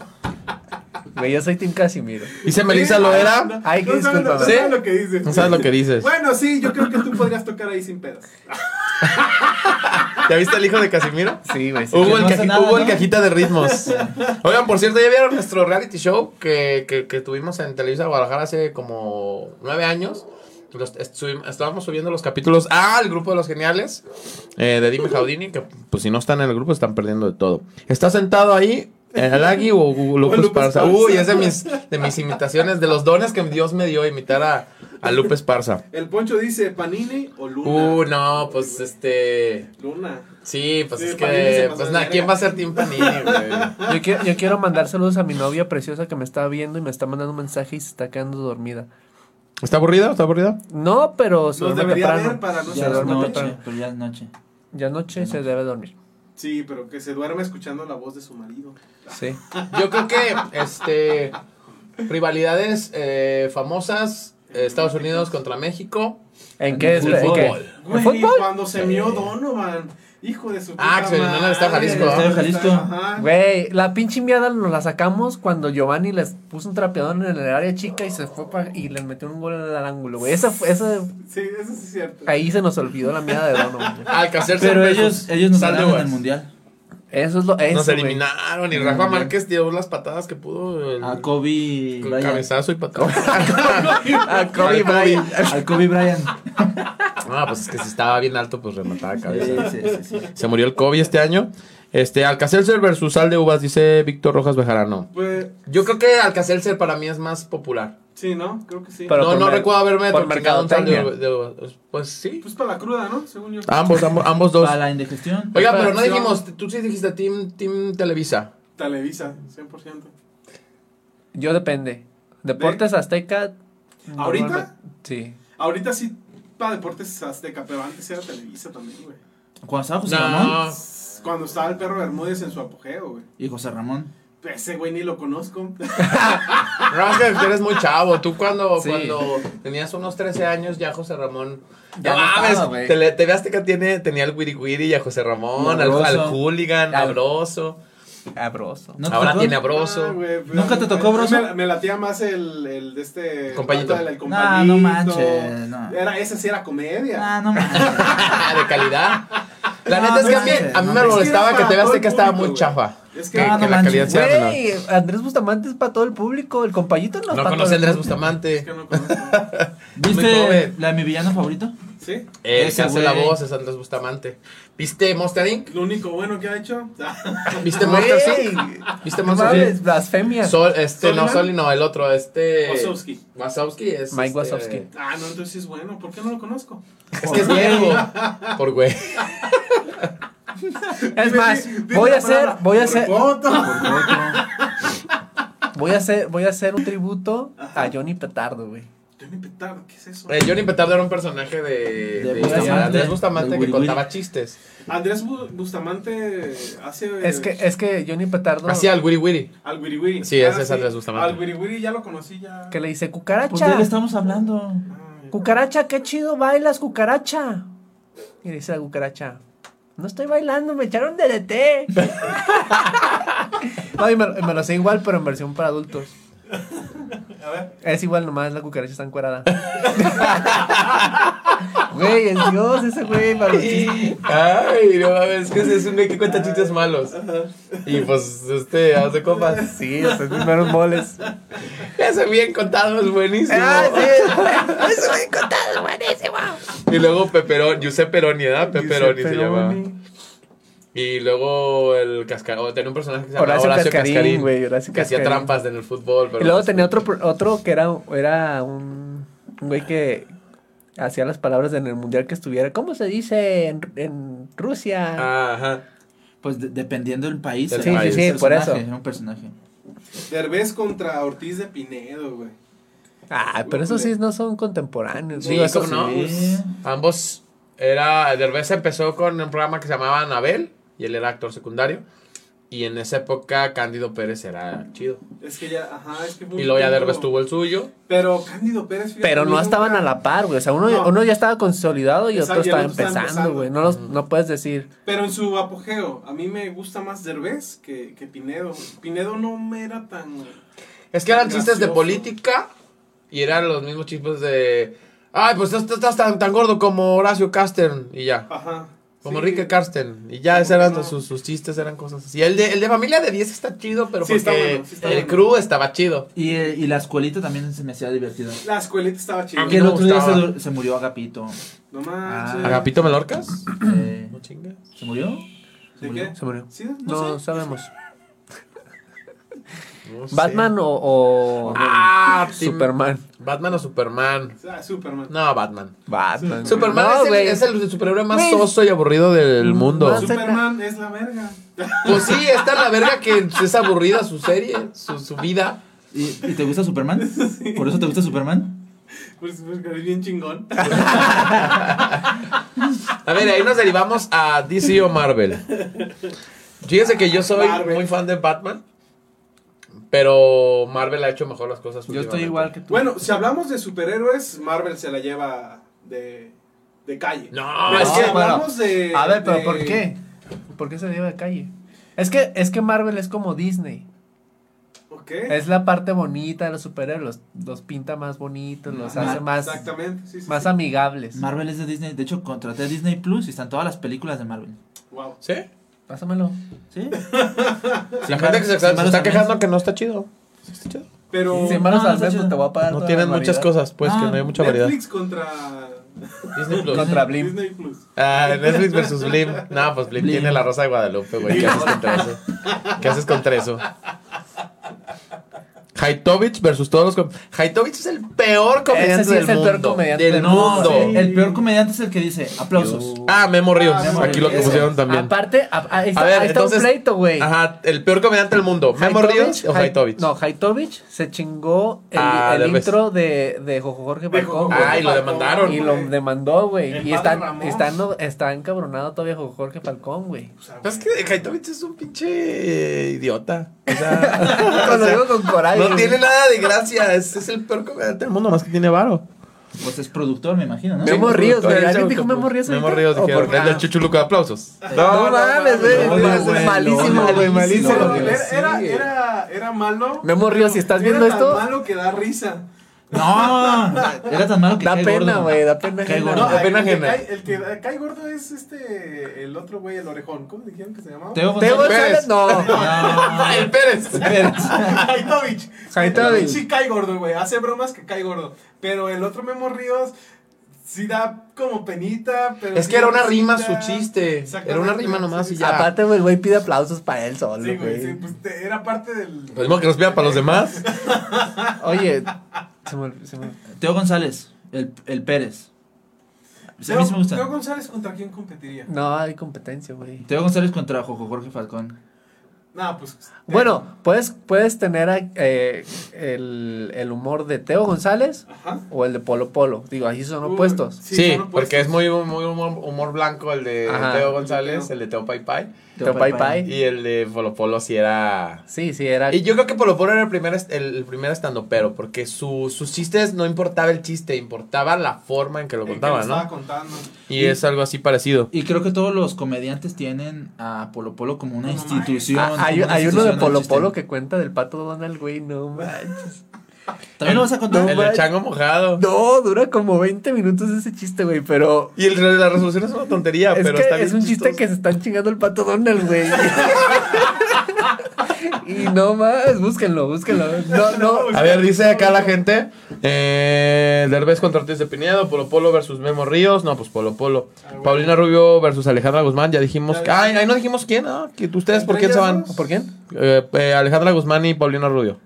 Speaker 2: Güey, yo soy Team Casimiro.
Speaker 1: Dice Melissa Loera.
Speaker 5: No,
Speaker 2: Ay, que
Speaker 5: no sabes, no
Speaker 2: discúlpame.
Speaker 5: sabes
Speaker 1: Sí.
Speaker 5: lo que dices.
Speaker 1: No sabes lo que dices.
Speaker 5: Bueno, sí, yo creo que tú podrías tocar ahí sin pedas.
Speaker 1: ¿Ya viste el hijo de Casimiro?
Speaker 2: Sí, güey. sí.
Speaker 1: Hubo,
Speaker 4: Que
Speaker 1: el,
Speaker 4: no hace
Speaker 1: caji-
Speaker 4: nada,
Speaker 1: hubo el
Speaker 4: ¿no?
Speaker 1: cajita de ritmos. Oigan, por cierto, ¿ya vieron nuestro reality show que, que- que tuvimos en Televisa Guadalajara hace como nueve años? Los- estuvim- estábamos subiendo los capítulos al grupo de los geniales eh, de Dime Jaudini, que pues si no están en el grupo están perdiendo de todo. Está sentado ahí eh, el Agui o Gu- López
Speaker 5: López
Speaker 1: Parza.
Speaker 5: Parza.
Speaker 1: Uy, es de mis, de mis imitaciones, de los dones que Dios me dio imitar a, a Lupe Esparza.
Speaker 5: El Poncho dice Panini o Luna.
Speaker 1: Uh, no, pues este...
Speaker 5: Luna.
Speaker 1: Sí, pues
Speaker 5: Sí,
Speaker 1: es
Speaker 5: Panini se
Speaker 1: que.
Speaker 5: pasó
Speaker 1: Pues
Speaker 5: de
Speaker 1: nada,
Speaker 5: verga.
Speaker 1: ¿quién va a ser Team Panini, güey?
Speaker 2: Yo quiero, yo quiero mandar saludos a mi novia preciosa que me está viendo y me está mandando un mensaje y se está quedando dormida.
Speaker 1: ¿Está aburrida? ¿Está aburrida?
Speaker 2: No, pero se
Speaker 5: Nos
Speaker 2: duerme
Speaker 5: debería
Speaker 2: temprano.
Speaker 5: ver para
Speaker 2: Ya
Speaker 5: no ser
Speaker 4: ya es
Speaker 2: duerme
Speaker 5: tan
Speaker 4: noche,
Speaker 2: temprano.
Speaker 4: pero ya es noche.
Speaker 2: Ya anoche se debe dormir.
Speaker 5: Sí, pero que se duerma escuchando la voz de su marido.
Speaker 2: Sí.
Speaker 1: Yo creo que, este. Rivalidades eh, famosas: eh, Estados Unidos contra México.
Speaker 2: ¿En qué es?
Speaker 4: Fútbol.
Speaker 2: ¿En qué?
Speaker 5: Güey,
Speaker 2: fútbol?
Speaker 5: cuando se mió Donovan, hijo de su
Speaker 1: Ah,
Speaker 5: puta
Speaker 1: que se eliminó en el Estadio
Speaker 5: madre.
Speaker 1: Jalisco,
Speaker 4: ¿no? Estadio Jalisco.
Speaker 5: Ajá.
Speaker 2: Güey, la pinche miada nos la sacamos cuando Giovanni les puso un trapeador en el área chica y se fue pa- y les metió un gol al ángulo, güey. Esa, fue- esa,
Speaker 5: Sí, eso sí es cierto.
Speaker 2: ahí se nos olvidó la miada de Donovan. güey.
Speaker 1: Alcacer
Speaker 4: Pero
Speaker 1: Cervejo,
Speaker 4: ellos, ellos nos
Speaker 1: Sal de
Speaker 4: ganaron en el
Speaker 1: Uvas.
Speaker 4: mundial.
Speaker 2: Eso es lo. Eso,
Speaker 1: Nos
Speaker 2: güey.
Speaker 1: eliminaron y
Speaker 4: Mm,
Speaker 1: Rafa
Speaker 4: bien.
Speaker 1: Márquez tiró las patadas que pudo. el-
Speaker 4: A Kobe
Speaker 1: con
Speaker 4: Bryant.
Speaker 1: cabezazo y patada. A Kobe Bryant.
Speaker 4: Al Kobe Bryant.
Speaker 1: Ah, pues es que si estaba bien alto, pues remataba cabeza.
Speaker 4: Sí, sí, sí, sí.
Speaker 1: Se murió el Kobe este año. Este, Alcacelser versus Sal de Uvas, dice Víctor Rojas Bejarano.
Speaker 5: Pues,
Speaker 1: Yo creo que Alcacelser para mí es más popular.
Speaker 5: sí, ¿no? Creo que sí.
Speaker 2: Pero
Speaker 1: no,
Speaker 2: por
Speaker 1: no
Speaker 2: mer-
Speaker 1: recuerdo haberme
Speaker 2: por
Speaker 1: mercado un sal de,
Speaker 2: mercadotecnia.
Speaker 1: de- Pues sí.
Speaker 5: Pues para la cruda, ¿no? Según yo.
Speaker 1: Ambos, ambos, ambos dos.
Speaker 4: Para la indigestión.
Speaker 1: Oiga, pero no
Speaker 5: Expansión.
Speaker 1: dijimos, tú sí dijiste Team, team Televisa.
Speaker 5: Televisa, 100%.
Speaker 2: Yo depende. Deportes Azteca.
Speaker 5: ¿Ahorita?
Speaker 2: normalmente- Sí.
Speaker 5: Ahorita sí para deportes Azteca, pero antes era Televisa también, güey.
Speaker 4: Cuando estaba José Ramón.
Speaker 1: No.
Speaker 5: Cuando estaba el perro Bermúdez en su apogeo, güey.
Speaker 4: Y José Ramón.
Speaker 5: Ese güey ni lo conozco.
Speaker 1: No, es que tú eres muy chavo. Tú cuando,
Speaker 2: Sí.
Speaker 1: cuando tenías unos 13 años, ya José Ramón.
Speaker 2: Ya
Speaker 1: Ya
Speaker 2: no estaba,
Speaker 1: no mames.
Speaker 2: güey.
Speaker 1: Tele- TV Azteca tiene, tenía al Wiri Wiri y a José Ramón, al,
Speaker 4: Abroso.
Speaker 1: al Hooligan,
Speaker 2: Al-
Speaker 1: Abroso.
Speaker 2: Abroso.
Speaker 4: ¿No te
Speaker 1: Ahora
Speaker 4: tocó?
Speaker 1: tiene
Speaker 5: Ah,
Speaker 1: Abroso.
Speaker 5: güey, pero-
Speaker 4: ¿Nunca te tocó, Broso?
Speaker 5: Me, me latía más el, el de este.
Speaker 1: Compañito.
Speaker 5: El, el
Speaker 4: No,
Speaker 5: compañito.
Speaker 4: no manches, no.
Speaker 5: Era, ese sí era comedia.
Speaker 4: Ah, no mames.
Speaker 1: de calidad. La
Speaker 4: No,
Speaker 1: neta es que
Speaker 4: no
Speaker 1: a mí,
Speaker 4: manches,
Speaker 1: a mí
Speaker 4: no
Speaker 1: me
Speaker 4: manches.
Speaker 1: molestaba
Speaker 5: Es que
Speaker 1: que
Speaker 5: era
Speaker 1: TV
Speaker 5: para
Speaker 1: Azteca
Speaker 5: todo el
Speaker 1: estaba
Speaker 5: público,
Speaker 1: muy
Speaker 5: güey.
Speaker 1: chafa.
Speaker 5: Es
Speaker 1: Que,
Speaker 5: que-
Speaker 4: No,
Speaker 1: que
Speaker 4: no
Speaker 1: la
Speaker 4: manches,
Speaker 1: calidad sea menor.
Speaker 2: Güey, Andrés Bustamante es para todo el público. El compañito no, es
Speaker 1: No
Speaker 2: para todo
Speaker 1: conoce a
Speaker 2: el
Speaker 1: Andrés
Speaker 2: público.
Speaker 5: Es
Speaker 1: Bustamante.
Speaker 5: que no conozco.
Speaker 1: Muy
Speaker 4: ¿Viste
Speaker 1: joven.
Speaker 4: la de mi villano favorito?
Speaker 5: ¿Sí?
Speaker 1: El
Speaker 4: Ese
Speaker 1: que hace la
Speaker 4: güey.
Speaker 1: voz es Andrés Bustamante. ¿Viste Monster Inc?
Speaker 5: Lo único bueno que ha hecho.
Speaker 1: ¿Viste Monster Inc?
Speaker 2: Güey,
Speaker 1: ¿Viste
Speaker 2: No
Speaker 1: Monster Inc?
Speaker 2: mames, blasfemia.
Speaker 1: Sol, este, no,
Speaker 5: ¿Soliman?
Speaker 1: Soli, no, el otro, este.
Speaker 5: Wazowski.
Speaker 1: Wazowski es.
Speaker 2: Mike
Speaker 1: este,
Speaker 2: Wazowski.
Speaker 5: Ah, no, entonces sí es bueno. ¿Por qué no lo conozco?
Speaker 1: Es que es viejo. Por güey.
Speaker 2: Es más,
Speaker 5: Dime- dime
Speaker 2: voy a
Speaker 5: la
Speaker 2: hacer,
Speaker 5: palabra.
Speaker 2: voy a hacer,
Speaker 5: Roboto.
Speaker 2: voy a hacer, voy a hacer un tributo a Johnny Petardo, güey.
Speaker 5: Johnny Petardo, ¿qué es eso?
Speaker 1: Eh, Johnny Petardo era un personaje de.
Speaker 4: De
Speaker 1: de
Speaker 4: Bustamante.
Speaker 1: Andrés Bustamante
Speaker 4: De
Speaker 1: que
Speaker 4: Willy Willy.
Speaker 1: contaba chistes.
Speaker 5: Andrés Bu- Bustamante hace.
Speaker 2: Es que, es que Johnny Petardo,
Speaker 1: Hacía el Wiri Wiri.
Speaker 5: Al Wiri Wiri.
Speaker 1: Sí, ese es Andrés Bustamante.
Speaker 5: Al Wiri Wiri ya lo conocí ya.
Speaker 2: que le dice
Speaker 4: Pues de
Speaker 2: cucaracha,
Speaker 4: él estamos hablando.
Speaker 5: Ah, ya.
Speaker 2: cucaracha, qué chido bailas, cucaracha. Y le dice la cucaracha, no estoy bailando, me echaron DDT. no, y me, me lo sé igual, pero en versión para adultos.
Speaker 5: A ver.
Speaker 2: Es igual nomás, la cucaracha está encuerada. Güey, es Dios ese güey para los chistes.
Speaker 1: Ay, no mames, es que ese es un güey que cuenta chistes malos. Y pues, este, hace copas.
Speaker 2: Sí, o sea, es primeros moles.
Speaker 1: Ese bien contado es buenísimo.
Speaker 2: Ah, sí.
Speaker 1: Eso bien contado es buenísimo. Y luego Peperoni, Giuseppe Peroni, ¿verdad? Peperoni se llamaba. Y luego el cascarón, tenía un personaje que se llamaba
Speaker 2: Horacio
Speaker 1: Horacio,
Speaker 2: Cascarín,
Speaker 1: Cascarín,
Speaker 2: güey, Horacio
Speaker 1: que hacía
Speaker 2: Cascarín.
Speaker 1: trampas en el fútbol. Pero
Speaker 2: Y luego
Speaker 1: pues,
Speaker 2: tenía otro, pro- otro que era, era un, un güey que hacía las palabras en el mundial que estuviera. ¿Cómo se dice en, en
Speaker 1: Ah,
Speaker 2: Rusia?
Speaker 1: Ajá.
Speaker 4: Pues de- dependiendo del país.
Speaker 1: Del
Speaker 4: era
Speaker 1: país.
Speaker 4: un
Speaker 1: Sí,
Speaker 2: sí, por
Speaker 4: personaje,
Speaker 2: eso.
Speaker 4: era un personaje.
Speaker 5: Derbez contra Ortiz de Pinedo, güey.
Speaker 2: Ah, pero esos sí no son contemporáneos.
Speaker 1: Sí,
Speaker 2: Digo, esos
Speaker 1: ¿cómo no? Pues,
Speaker 2: sí.
Speaker 4: Sí.
Speaker 1: Ambos era Derbez empezó con un programa que se llamaba Anabel y él era actor secundario y en esa época Cándido Pérez era chido.
Speaker 5: Es que ya, ajá, es que fue
Speaker 1: Y
Speaker 5: un
Speaker 1: luego ya
Speaker 5: tiempo-
Speaker 1: Derbez tuvo el suyo.
Speaker 5: Pero Cándido Pérez. fíjate,
Speaker 2: Pero no
Speaker 5: nunca-
Speaker 2: estaban a la par, güey. O sea, uno,
Speaker 5: No.
Speaker 2: uno ya estaba consolidado y
Speaker 5: Exacto,
Speaker 2: otro
Speaker 5: y el
Speaker 2: estaba
Speaker 5: otro estaba
Speaker 2: empezando,
Speaker 5: empezando.
Speaker 2: güey. No, los- no puedes decir.
Speaker 5: Pero en su apogeo, a mí me gusta más Derbez que, que Pinedo. Pinedo no me era tan.
Speaker 1: Es que eran
Speaker 5: Gracioso.
Speaker 1: chistes de política y eran los mismos chistes de ay, pues estás, estás tan, tan gordo como Horacio Casten y ya.
Speaker 5: Ajá.
Speaker 1: Como
Speaker 5: sí.
Speaker 1: Enrique Carsten. Y ya esos
Speaker 5: Como
Speaker 1: eran
Speaker 5: no.
Speaker 1: sus, sus chistes, eran cosas así. El de, el de familia de 10 está chido, pero
Speaker 5: Sí,
Speaker 1: porque
Speaker 5: está bueno, sí está
Speaker 1: el
Speaker 5: bueno.
Speaker 1: crew estaba chido.
Speaker 4: Y, eh, y la escuelita también se me hacía divertida.
Speaker 5: La escuelita estaba
Speaker 2: Ah,
Speaker 5: chida.
Speaker 1: mí
Speaker 4: Que el
Speaker 1: no me
Speaker 4: otro día se,
Speaker 1: gustaba.
Speaker 4: du- se murió Agapito.
Speaker 5: No manches.
Speaker 4: Ah.
Speaker 1: ¿Agapito Melorcas?
Speaker 4: Eh,
Speaker 1: No chingas.
Speaker 4: ¿Se murió? ¿Se
Speaker 5: ¿De
Speaker 4: murió?
Speaker 5: qué?
Speaker 2: Se murió.
Speaker 5: Sí, no,
Speaker 2: No
Speaker 5: sé.
Speaker 2: sabemos.
Speaker 1: No sé.
Speaker 2: ¿Batman o, o
Speaker 1: Ah, Superman.
Speaker 2: Superman?
Speaker 1: Batman o Superman.
Speaker 5: Ah, Superman.
Speaker 1: No, Batman.
Speaker 2: Batman.
Speaker 1: Superman
Speaker 2: No,
Speaker 1: es, el,
Speaker 2: güey.
Speaker 1: es el superhéroe más
Speaker 2: Güey.
Speaker 1: soso y aburrido del mundo.
Speaker 2: Más-
Speaker 5: Superman es la verga.
Speaker 1: Pues sí, está la verga que es aburrida su serie, su, su vida.
Speaker 4: ¿Y, y te gusta Superman? ¿Por eso te gusta Superman?
Speaker 5: Pues, pues, que es bien chingón.
Speaker 1: A ver, ahí nos derivamos a DC o Marvel. Fíjense que yo soy
Speaker 5: Marvel.
Speaker 1: muy fan de Batman, pero Marvel ha hecho mejor las cosas.
Speaker 2: Yo estoy igual que tú.
Speaker 5: Bueno, si hablamos de superhéroes, Marvel se la lleva de, de calle.
Speaker 1: No,
Speaker 5: Pero
Speaker 1: es
Speaker 5: si
Speaker 1: que-
Speaker 5: hablamos de.
Speaker 2: A ver, pero
Speaker 5: de-
Speaker 2: ¿por
Speaker 1: eh,
Speaker 2: qué? ¿Por qué se lleva de calle? Es que, es que Marvel es como Disney.
Speaker 5: ¿Por
Speaker 1: ¿Eh?
Speaker 5: qué?
Speaker 2: Es la parte bonita de los superhéroes. Los, los pinta más bonitos, los
Speaker 4: Ajá,
Speaker 2: hace más,
Speaker 5: Exactamente. Sí, sí,
Speaker 2: más
Speaker 5: sí.
Speaker 2: amigables.
Speaker 4: Marvel es de Disney. De hecho, contraté a Disney Plus y están todas las películas de Marvel.
Speaker 5: Wow.
Speaker 1: ¿Sí?
Speaker 2: Pásamelo.
Speaker 4: ¿sí
Speaker 1: La gente que se, se
Speaker 4: Marvel
Speaker 1: está
Speaker 4: también.
Speaker 1: quejando que no está chido. Sí está chido.
Speaker 5: Pero.
Speaker 2: Sin manos
Speaker 4: no,
Speaker 2: al
Speaker 4: está
Speaker 2: beso,
Speaker 4: chido.
Speaker 2: te voy a pagar.
Speaker 1: No
Speaker 2: toda
Speaker 1: tienen
Speaker 2: la
Speaker 1: muchas
Speaker 2: barbaridad.
Speaker 1: cosas, pues, que
Speaker 4: Ah,
Speaker 1: no hay mucha variedad.
Speaker 5: Netflix contra
Speaker 1: Disney Plus.
Speaker 2: Contra Blim.
Speaker 5: Disney Plus.
Speaker 1: Ah, Netflix versus Blim. No, pues Blim,
Speaker 4: Blim.
Speaker 1: tiene la Rosa de Guadalupe, güey. ¿Qué haces contra eso? ¿Qué haces contra eso? Haitovich versus todos los. com- Haitovich es el peor comediante
Speaker 2: Ese sí
Speaker 1: del
Speaker 2: es el peor
Speaker 1: mundo,
Speaker 2: comediante
Speaker 1: del
Speaker 2: del
Speaker 1: mundo.
Speaker 2: mundo, sí.
Speaker 4: El peor comediante es el que dice aplausos.
Speaker 1: Ah, Memo Ríos.
Speaker 5: Ah, Memo
Speaker 1: Aquí lo
Speaker 4: Ríos.
Speaker 1: pusieron también.
Speaker 2: Aparte, a- a- ahí está,
Speaker 1: A ver,
Speaker 2: ahí está
Speaker 1: entonces-
Speaker 2: un pleito, güey.
Speaker 1: Ajá, el peor comediante del mundo. ¿Memo
Speaker 2: Haitovich-
Speaker 1: Ríos o
Speaker 2: Hai-
Speaker 1: Haitovich?
Speaker 2: No, Haitovich se chingó el,
Speaker 1: Ah,
Speaker 2: el
Speaker 1: de vez.
Speaker 2: intro de, de Jojo Jorge
Speaker 5: De
Speaker 2: Falcón.
Speaker 5: Jojo
Speaker 2: güey.
Speaker 1: Ah, y lo demandaron.
Speaker 2: Y lo
Speaker 5: Pues,
Speaker 2: demandó,
Speaker 5: El
Speaker 2: güey. Y
Speaker 5: padre
Speaker 2: está,
Speaker 5: Ramón.
Speaker 2: está, no- está encabronado todavía Jojo Jorge Falcón, güey.
Speaker 5: O sea, güey,
Speaker 1: Es que Haitovich es un pinche idiota. O
Speaker 2: Te lo
Speaker 1: sea,
Speaker 2: digo con coraje.
Speaker 1: no
Speaker 2: güey.
Speaker 1: tiene nada de gracia. Es, es el peor comediante del mundo, más que tiene varo.
Speaker 4: Pues es productor, me imagino, ¿no?
Speaker 2: Memo
Speaker 1: Sí,
Speaker 2: Ríos,
Speaker 1: productor,
Speaker 2: güey.
Speaker 1: ya se
Speaker 2: ¿Alguien dijo
Speaker 1: autopro-
Speaker 2: Memo Ríos
Speaker 1: Memo
Speaker 2: ahorita?
Speaker 1: Ríos Oh,
Speaker 2: ¿O por
Speaker 1: dijeron,
Speaker 2: qué?
Speaker 1: el del Chuchuluco de aplausos.
Speaker 2: No mames, güey.
Speaker 3: no,
Speaker 2: es
Speaker 3: güey,
Speaker 2: Malísimo,
Speaker 4: no,
Speaker 2: güey.
Speaker 4: no,
Speaker 2: Malísimo.
Speaker 4: no,
Speaker 2: güey.
Speaker 4: no,
Speaker 5: era, era, era, era malo.
Speaker 2: Memo Ríos, si estás
Speaker 5: Era
Speaker 2: viendo
Speaker 5: tan
Speaker 2: esto,
Speaker 5: malo que da risa.
Speaker 4: No, era tan malo que
Speaker 2: da
Speaker 4: cae
Speaker 2: pena,
Speaker 4: gordo.
Speaker 2: güey. Da pena.
Speaker 4: Qué
Speaker 2: ajena.
Speaker 4: gordo.
Speaker 5: No,
Speaker 1: de pena
Speaker 5: el, que
Speaker 1: ajena.
Speaker 5: cae, el que da- cae gordo es este. El otro güey, el orejón. ¿Cómo dijeron que se llamaba?
Speaker 4: Teo
Speaker 2: Teo
Speaker 4: González.
Speaker 2: González, no.
Speaker 4: No.
Speaker 1: El Pérez.
Speaker 5: Haitovich.
Speaker 2: Haitovich.
Speaker 5: Sí cae gordo, güey. Hace bromas que cae gordo. Pero el otro Memo Ríos sí da como penita, pero...
Speaker 1: Es
Speaker 5: sí
Speaker 1: que era una
Speaker 5: da
Speaker 1: rima su
Speaker 5: risita.
Speaker 1: chiste.
Speaker 5: Exactamente.
Speaker 1: Era una rima nomás y ya.
Speaker 2: Aparte, güey, el güey pide aplausos para él solo,
Speaker 5: Sí, güey,
Speaker 2: güey.
Speaker 5: sí, pues te- era parte del...
Speaker 1: Lo mismo Pues que nos pida para los demás.
Speaker 2: Oye, se me, se me-
Speaker 4: Teo González, el, el Pérez. A
Speaker 5: Teo-
Speaker 4: mí sí me gusta.
Speaker 5: Teo González contra quién competiría.
Speaker 2: No, hay competencia, güey.
Speaker 4: Teo González contra Jojo Jorge Falcón.
Speaker 5: Nah, pues... Teo.
Speaker 2: Bueno, puedes, puedes tener eh, el, el humor de Teo González
Speaker 5: Ajá.
Speaker 2: o el de Polo Polo. Digo, así son
Speaker 5: Uy,
Speaker 2: opuestos.
Speaker 1: Sí,
Speaker 5: son opuestos.
Speaker 1: porque es muy, muy humor, humor blanco el de
Speaker 2: Ajá.
Speaker 1: Teo González,
Speaker 5: Teo.
Speaker 1: el de Teo Pai Pai.
Speaker 2: Teo Pai Pai.
Speaker 1: Y el de Polo Polo sí era...
Speaker 2: Sí, sí, era.
Speaker 1: Y yo creo que Polo Polo era el primer, est- el, el primer estandopero, porque su, sus chistes no importaba el chiste, importaba la forma en que lo
Speaker 5: El que
Speaker 1: contaban,
Speaker 5: estaba
Speaker 1: ¿no?
Speaker 5: contando.
Speaker 1: Y es algo así parecido.
Speaker 4: Y creo que todos los comediantes tienen a Polo Polo como una
Speaker 5: No mames.
Speaker 4: institución.
Speaker 2: Ah,
Speaker 4: como
Speaker 2: hay
Speaker 4: una
Speaker 2: hay uno de
Speaker 4: institución del
Speaker 2: Polo
Speaker 4: chiste.
Speaker 2: Polo que cuenta del pato Donald, güey, no manches.
Speaker 4: También lo vas a contar.
Speaker 1: El de Chango Mojado.
Speaker 2: No, dura como 20 minutos ese chiste, güey, pero.
Speaker 1: Y el- la resolución es una tontería,
Speaker 2: Es
Speaker 1: Ah, pero
Speaker 2: que
Speaker 1: está bien
Speaker 2: es un chiste
Speaker 1: chistoso.
Speaker 2: que se están chingando el pato Donald, güey. y no más, búsquenlo, búsquenlo. No, no,
Speaker 1: A ver, dice acá la gente. Eh, Derbez contra Ortiz de Pinedo, Polo Polo versus Memo Ríos. No, pues Polo Polo.
Speaker 5: Ah, bueno.
Speaker 1: Paulina Rubio versus Alejandra Guzmán. Ya dijimos.
Speaker 5: Ya
Speaker 1: que- Ay, ahí no dijimos quién, ¿no? Que ¿Ustedes por
Speaker 5: Entre
Speaker 1: quién se
Speaker 5: ellas
Speaker 1: van?
Speaker 5: dos.
Speaker 2: ¿Por quién?
Speaker 1: Eh, eh, Alejandra Guzmán y Paulina Rubio.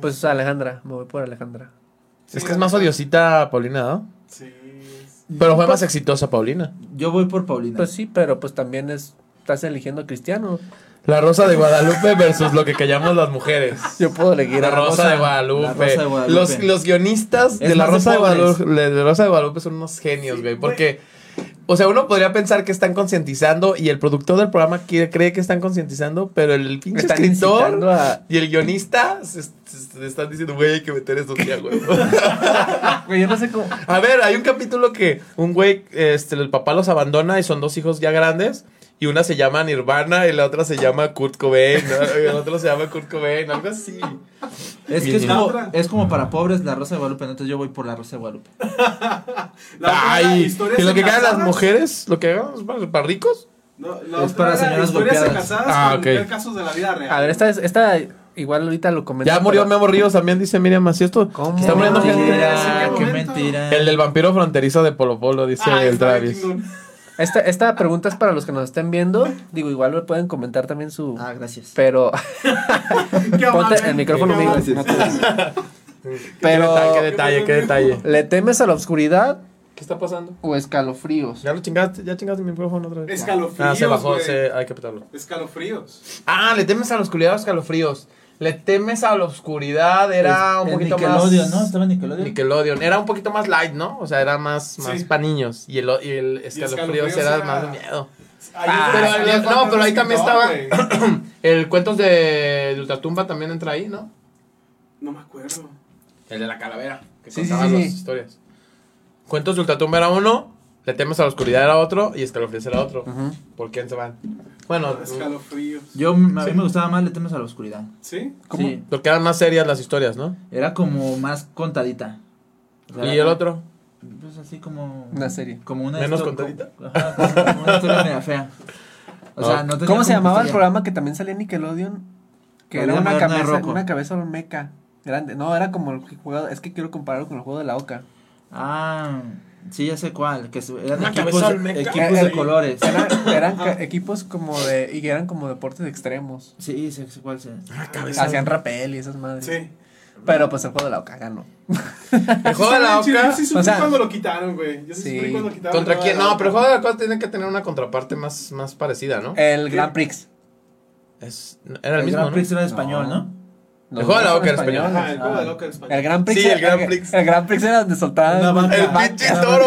Speaker 2: Pues Alejandra, me voy por Alejandra.
Speaker 5: Sí,
Speaker 1: es que es más odiosita Paulina, ¿no?
Speaker 5: Sí. es-
Speaker 1: Pero fue más exitosa Paulina.
Speaker 4: Yo voy por Paulina.
Speaker 2: Pues sí, pero pues también es, estás eligiendo a Cristiano.
Speaker 1: La Rosa de Guadalupe versus lo que callamos las mujeres.
Speaker 2: Yo puedo elegir
Speaker 1: La
Speaker 2: a
Speaker 1: Rosa de Guadalupe.
Speaker 4: La Rosa de Guadalupe.
Speaker 1: Los, los guionistas de
Speaker 4: Es
Speaker 1: la,
Speaker 4: más
Speaker 1: Rosa
Speaker 4: de
Speaker 1: de
Speaker 4: pobres.
Speaker 1: Guadalupe, de la Rosa de Guadalupe son unos genios,
Speaker 5: Sí,
Speaker 1: güey.
Speaker 5: güey.
Speaker 1: Porque, o sea, uno podría pensar que están concientizando y el productor del programa quiere- cree que están concientizando, pero el pinche
Speaker 2: Están
Speaker 1: escritor
Speaker 2: incitando a-
Speaker 1: y el guionista se, se- se están diciendo, güey, hay que meter esto ya, güey.
Speaker 2: Güey, yo no sé cómo.
Speaker 1: A ver, hay un capítulo que un güey, este, el papá los abandona y son dos hijos ya grandes. Y una se llama Nirvana y la otra se llama Kurt Cobain. ¿no? Y el otro se llama Kurt Cobain, algo así.
Speaker 4: es que es
Speaker 1: La
Speaker 4: como,
Speaker 5: otra.
Speaker 4: es como para pobres la Rosa de Guadalupe. Entonces yo voy por la Rosa de Guadalupe.
Speaker 5: otra era
Speaker 1: Ay,
Speaker 5: historias
Speaker 1: ¿y lo que hagan las
Speaker 5: enlazadas?
Speaker 1: mujeres? ¿Lo que hagan los para, para ricos?
Speaker 5: No, la
Speaker 4: Es
Speaker 5: otra
Speaker 4: para
Speaker 5: era
Speaker 4: señoras
Speaker 5: historias
Speaker 4: golpeadas.
Speaker 5: enlazadas
Speaker 1: Ah,
Speaker 5: con
Speaker 1: ok.
Speaker 5: ver casos de la vida real.
Speaker 2: A ver, esta, es- esta igual ahorita lo comenté.
Speaker 1: Ya murió Memo Ríos también, dice Miriam Maciesto.
Speaker 2: ¿Cómo?
Speaker 1: Está muriendo
Speaker 5: Mentira.
Speaker 1: gente.
Speaker 4: Mentira,
Speaker 5: ¿En qué
Speaker 4: qué
Speaker 5: momento?
Speaker 4: mentira.
Speaker 1: El del vampiro fronterizo de Polo Polo, dice
Speaker 5: Ah,
Speaker 1: el
Speaker 5: está bien
Speaker 1: Travis.
Speaker 5: chingón.
Speaker 2: Esta, esta pregunta es para los que nos estén viendo. Digo, igual me pueden comentar también su.
Speaker 4: Ah, gracias.
Speaker 2: Pero.
Speaker 5: Qué amable,
Speaker 2: Ponte el micrófono
Speaker 5: qué
Speaker 2: mío.
Speaker 5: amable.
Speaker 2: no te-
Speaker 1: Pero... Qué
Speaker 2: Pero.
Speaker 1: detalle, qué detalle.
Speaker 2: ¿Le temes a la oscuridad
Speaker 1: ¿Qué está pasando?
Speaker 2: o escalofríos?
Speaker 1: Ya lo chingaste, ya chingaste mi micrófono otra vez.
Speaker 5: Escalofríos,
Speaker 1: Ah, se bajó,
Speaker 5: güey.
Speaker 1: se, hay que apretarlo.
Speaker 5: Escalofríos.
Speaker 1: Ah, le temes a la oscuridad o escalofríos. Le temes a la oscuridad, era un
Speaker 4: En
Speaker 1: poquito
Speaker 4: Nickelodeon,
Speaker 1: más.
Speaker 4: ¿no? Estaba en Nickelodeon.
Speaker 1: Nickelodeon. Era un poquito más light, ¿no? O sea, era más, más
Speaker 5: Sí.
Speaker 1: para niños. Y el, y el escalofríos
Speaker 5: Escalofríos
Speaker 1: era,
Speaker 5: era-
Speaker 1: más de miedo.
Speaker 5: Ahí
Speaker 1: Ah,
Speaker 5: es donde
Speaker 1: pero
Speaker 5: salía
Speaker 1: ahí-
Speaker 5: el
Speaker 1: no,
Speaker 5: fantasma
Speaker 1: pero ahí también
Speaker 5: escritor,
Speaker 1: estaba-
Speaker 5: güey.
Speaker 1: El cuentos de, de Ultratumba también entra ahí, ¿no?
Speaker 5: No me acuerdo.
Speaker 1: El de la calavera, que
Speaker 2: Sí,
Speaker 1: contaba
Speaker 2: sí, sí,
Speaker 1: las
Speaker 2: sí.
Speaker 1: historias. Cuentos de Ultratumba era uno, Le temes a la oscuridad era otro y Escalofríos era otro. ¿Por quién se van? Bueno,
Speaker 5: Escalofríos.
Speaker 4: Yo, a mí me gustaba más Le temes a la oscuridad.
Speaker 5: ¿Sí?
Speaker 2: ¿Cómo?
Speaker 4: Sí,
Speaker 1: porque eran más serias las historias, ¿no?
Speaker 4: era como más contadita. O sea,
Speaker 1: Y
Speaker 4: era-
Speaker 1: el otro.
Speaker 4: Pues así como...
Speaker 2: Una serie.
Speaker 4: Como una
Speaker 1: Menos
Speaker 4: histo-
Speaker 1: contadita.
Speaker 4: como- ajá, como- como una historia media fea. O sea, no tenía
Speaker 2: ¿Cómo se
Speaker 4: como
Speaker 2: llamaba el
Speaker 4: historia.
Speaker 2: programa que también salía en Nickelodeon? Que
Speaker 4: La
Speaker 2: era
Speaker 4: vida
Speaker 2: una
Speaker 4: moderna de
Speaker 2: cabeza,
Speaker 4: Rocco.
Speaker 2: una cabeza olmeca grande. No, era como el que jugaba- Es que quiero compararlo con el juego de la oca.
Speaker 4: Ah, sí, ya sé cuál. Que su- eran
Speaker 1: Una
Speaker 4: equipos,
Speaker 1: cabeza olmeca.
Speaker 4: equipos
Speaker 2: Eh,
Speaker 4: de
Speaker 2: eh,
Speaker 4: colores.
Speaker 2: Era- eran ca- equipos como de. Y eran como deportes extremos.
Speaker 4: Sí, sé sé cuál es.
Speaker 1: cabeza.
Speaker 2: Hacían rapel y esas madres.
Speaker 5: Sí.
Speaker 2: Pero pues el juego de la Oca ganó.
Speaker 1: El juego de la
Speaker 5: Yo
Speaker 1: Oca.
Speaker 5: sí sufrí
Speaker 2: O sea-
Speaker 5: cuando lo quitaron, güey. Yo sí,
Speaker 2: Sí.
Speaker 5: sufrí cuando lo quitaron.
Speaker 1: ¿Contra
Speaker 5: el
Speaker 1: quién?
Speaker 5: juego de la
Speaker 1: No, pero el
Speaker 5: Oca.
Speaker 1: juego de la Oca tiene que tener una contraparte más, más parecida, ¿no?
Speaker 2: El Grand Prix.
Speaker 1: Es, era el,
Speaker 4: El
Speaker 1: mismo.
Speaker 4: Grand
Speaker 1: ¿no?
Speaker 4: Prix era de
Speaker 2: No.
Speaker 4: español, ¿no?
Speaker 1: El juego de la
Speaker 2: dos
Speaker 1: Oca era
Speaker 2: son españoles.
Speaker 1: español.
Speaker 5: Ajá, el juego de la Oca en español.
Speaker 2: El Grand Prix.
Speaker 1: Sí, el Grand
Speaker 2: el-
Speaker 1: Prix.
Speaker 2: El Grand Prix era donde soltaban.
Speaker 4: Una vaca.
Speaker 1: El
Speaker 4: Ah,
Speaker 1: pinche
Speaker 4: ah,
Speaker 1: toro.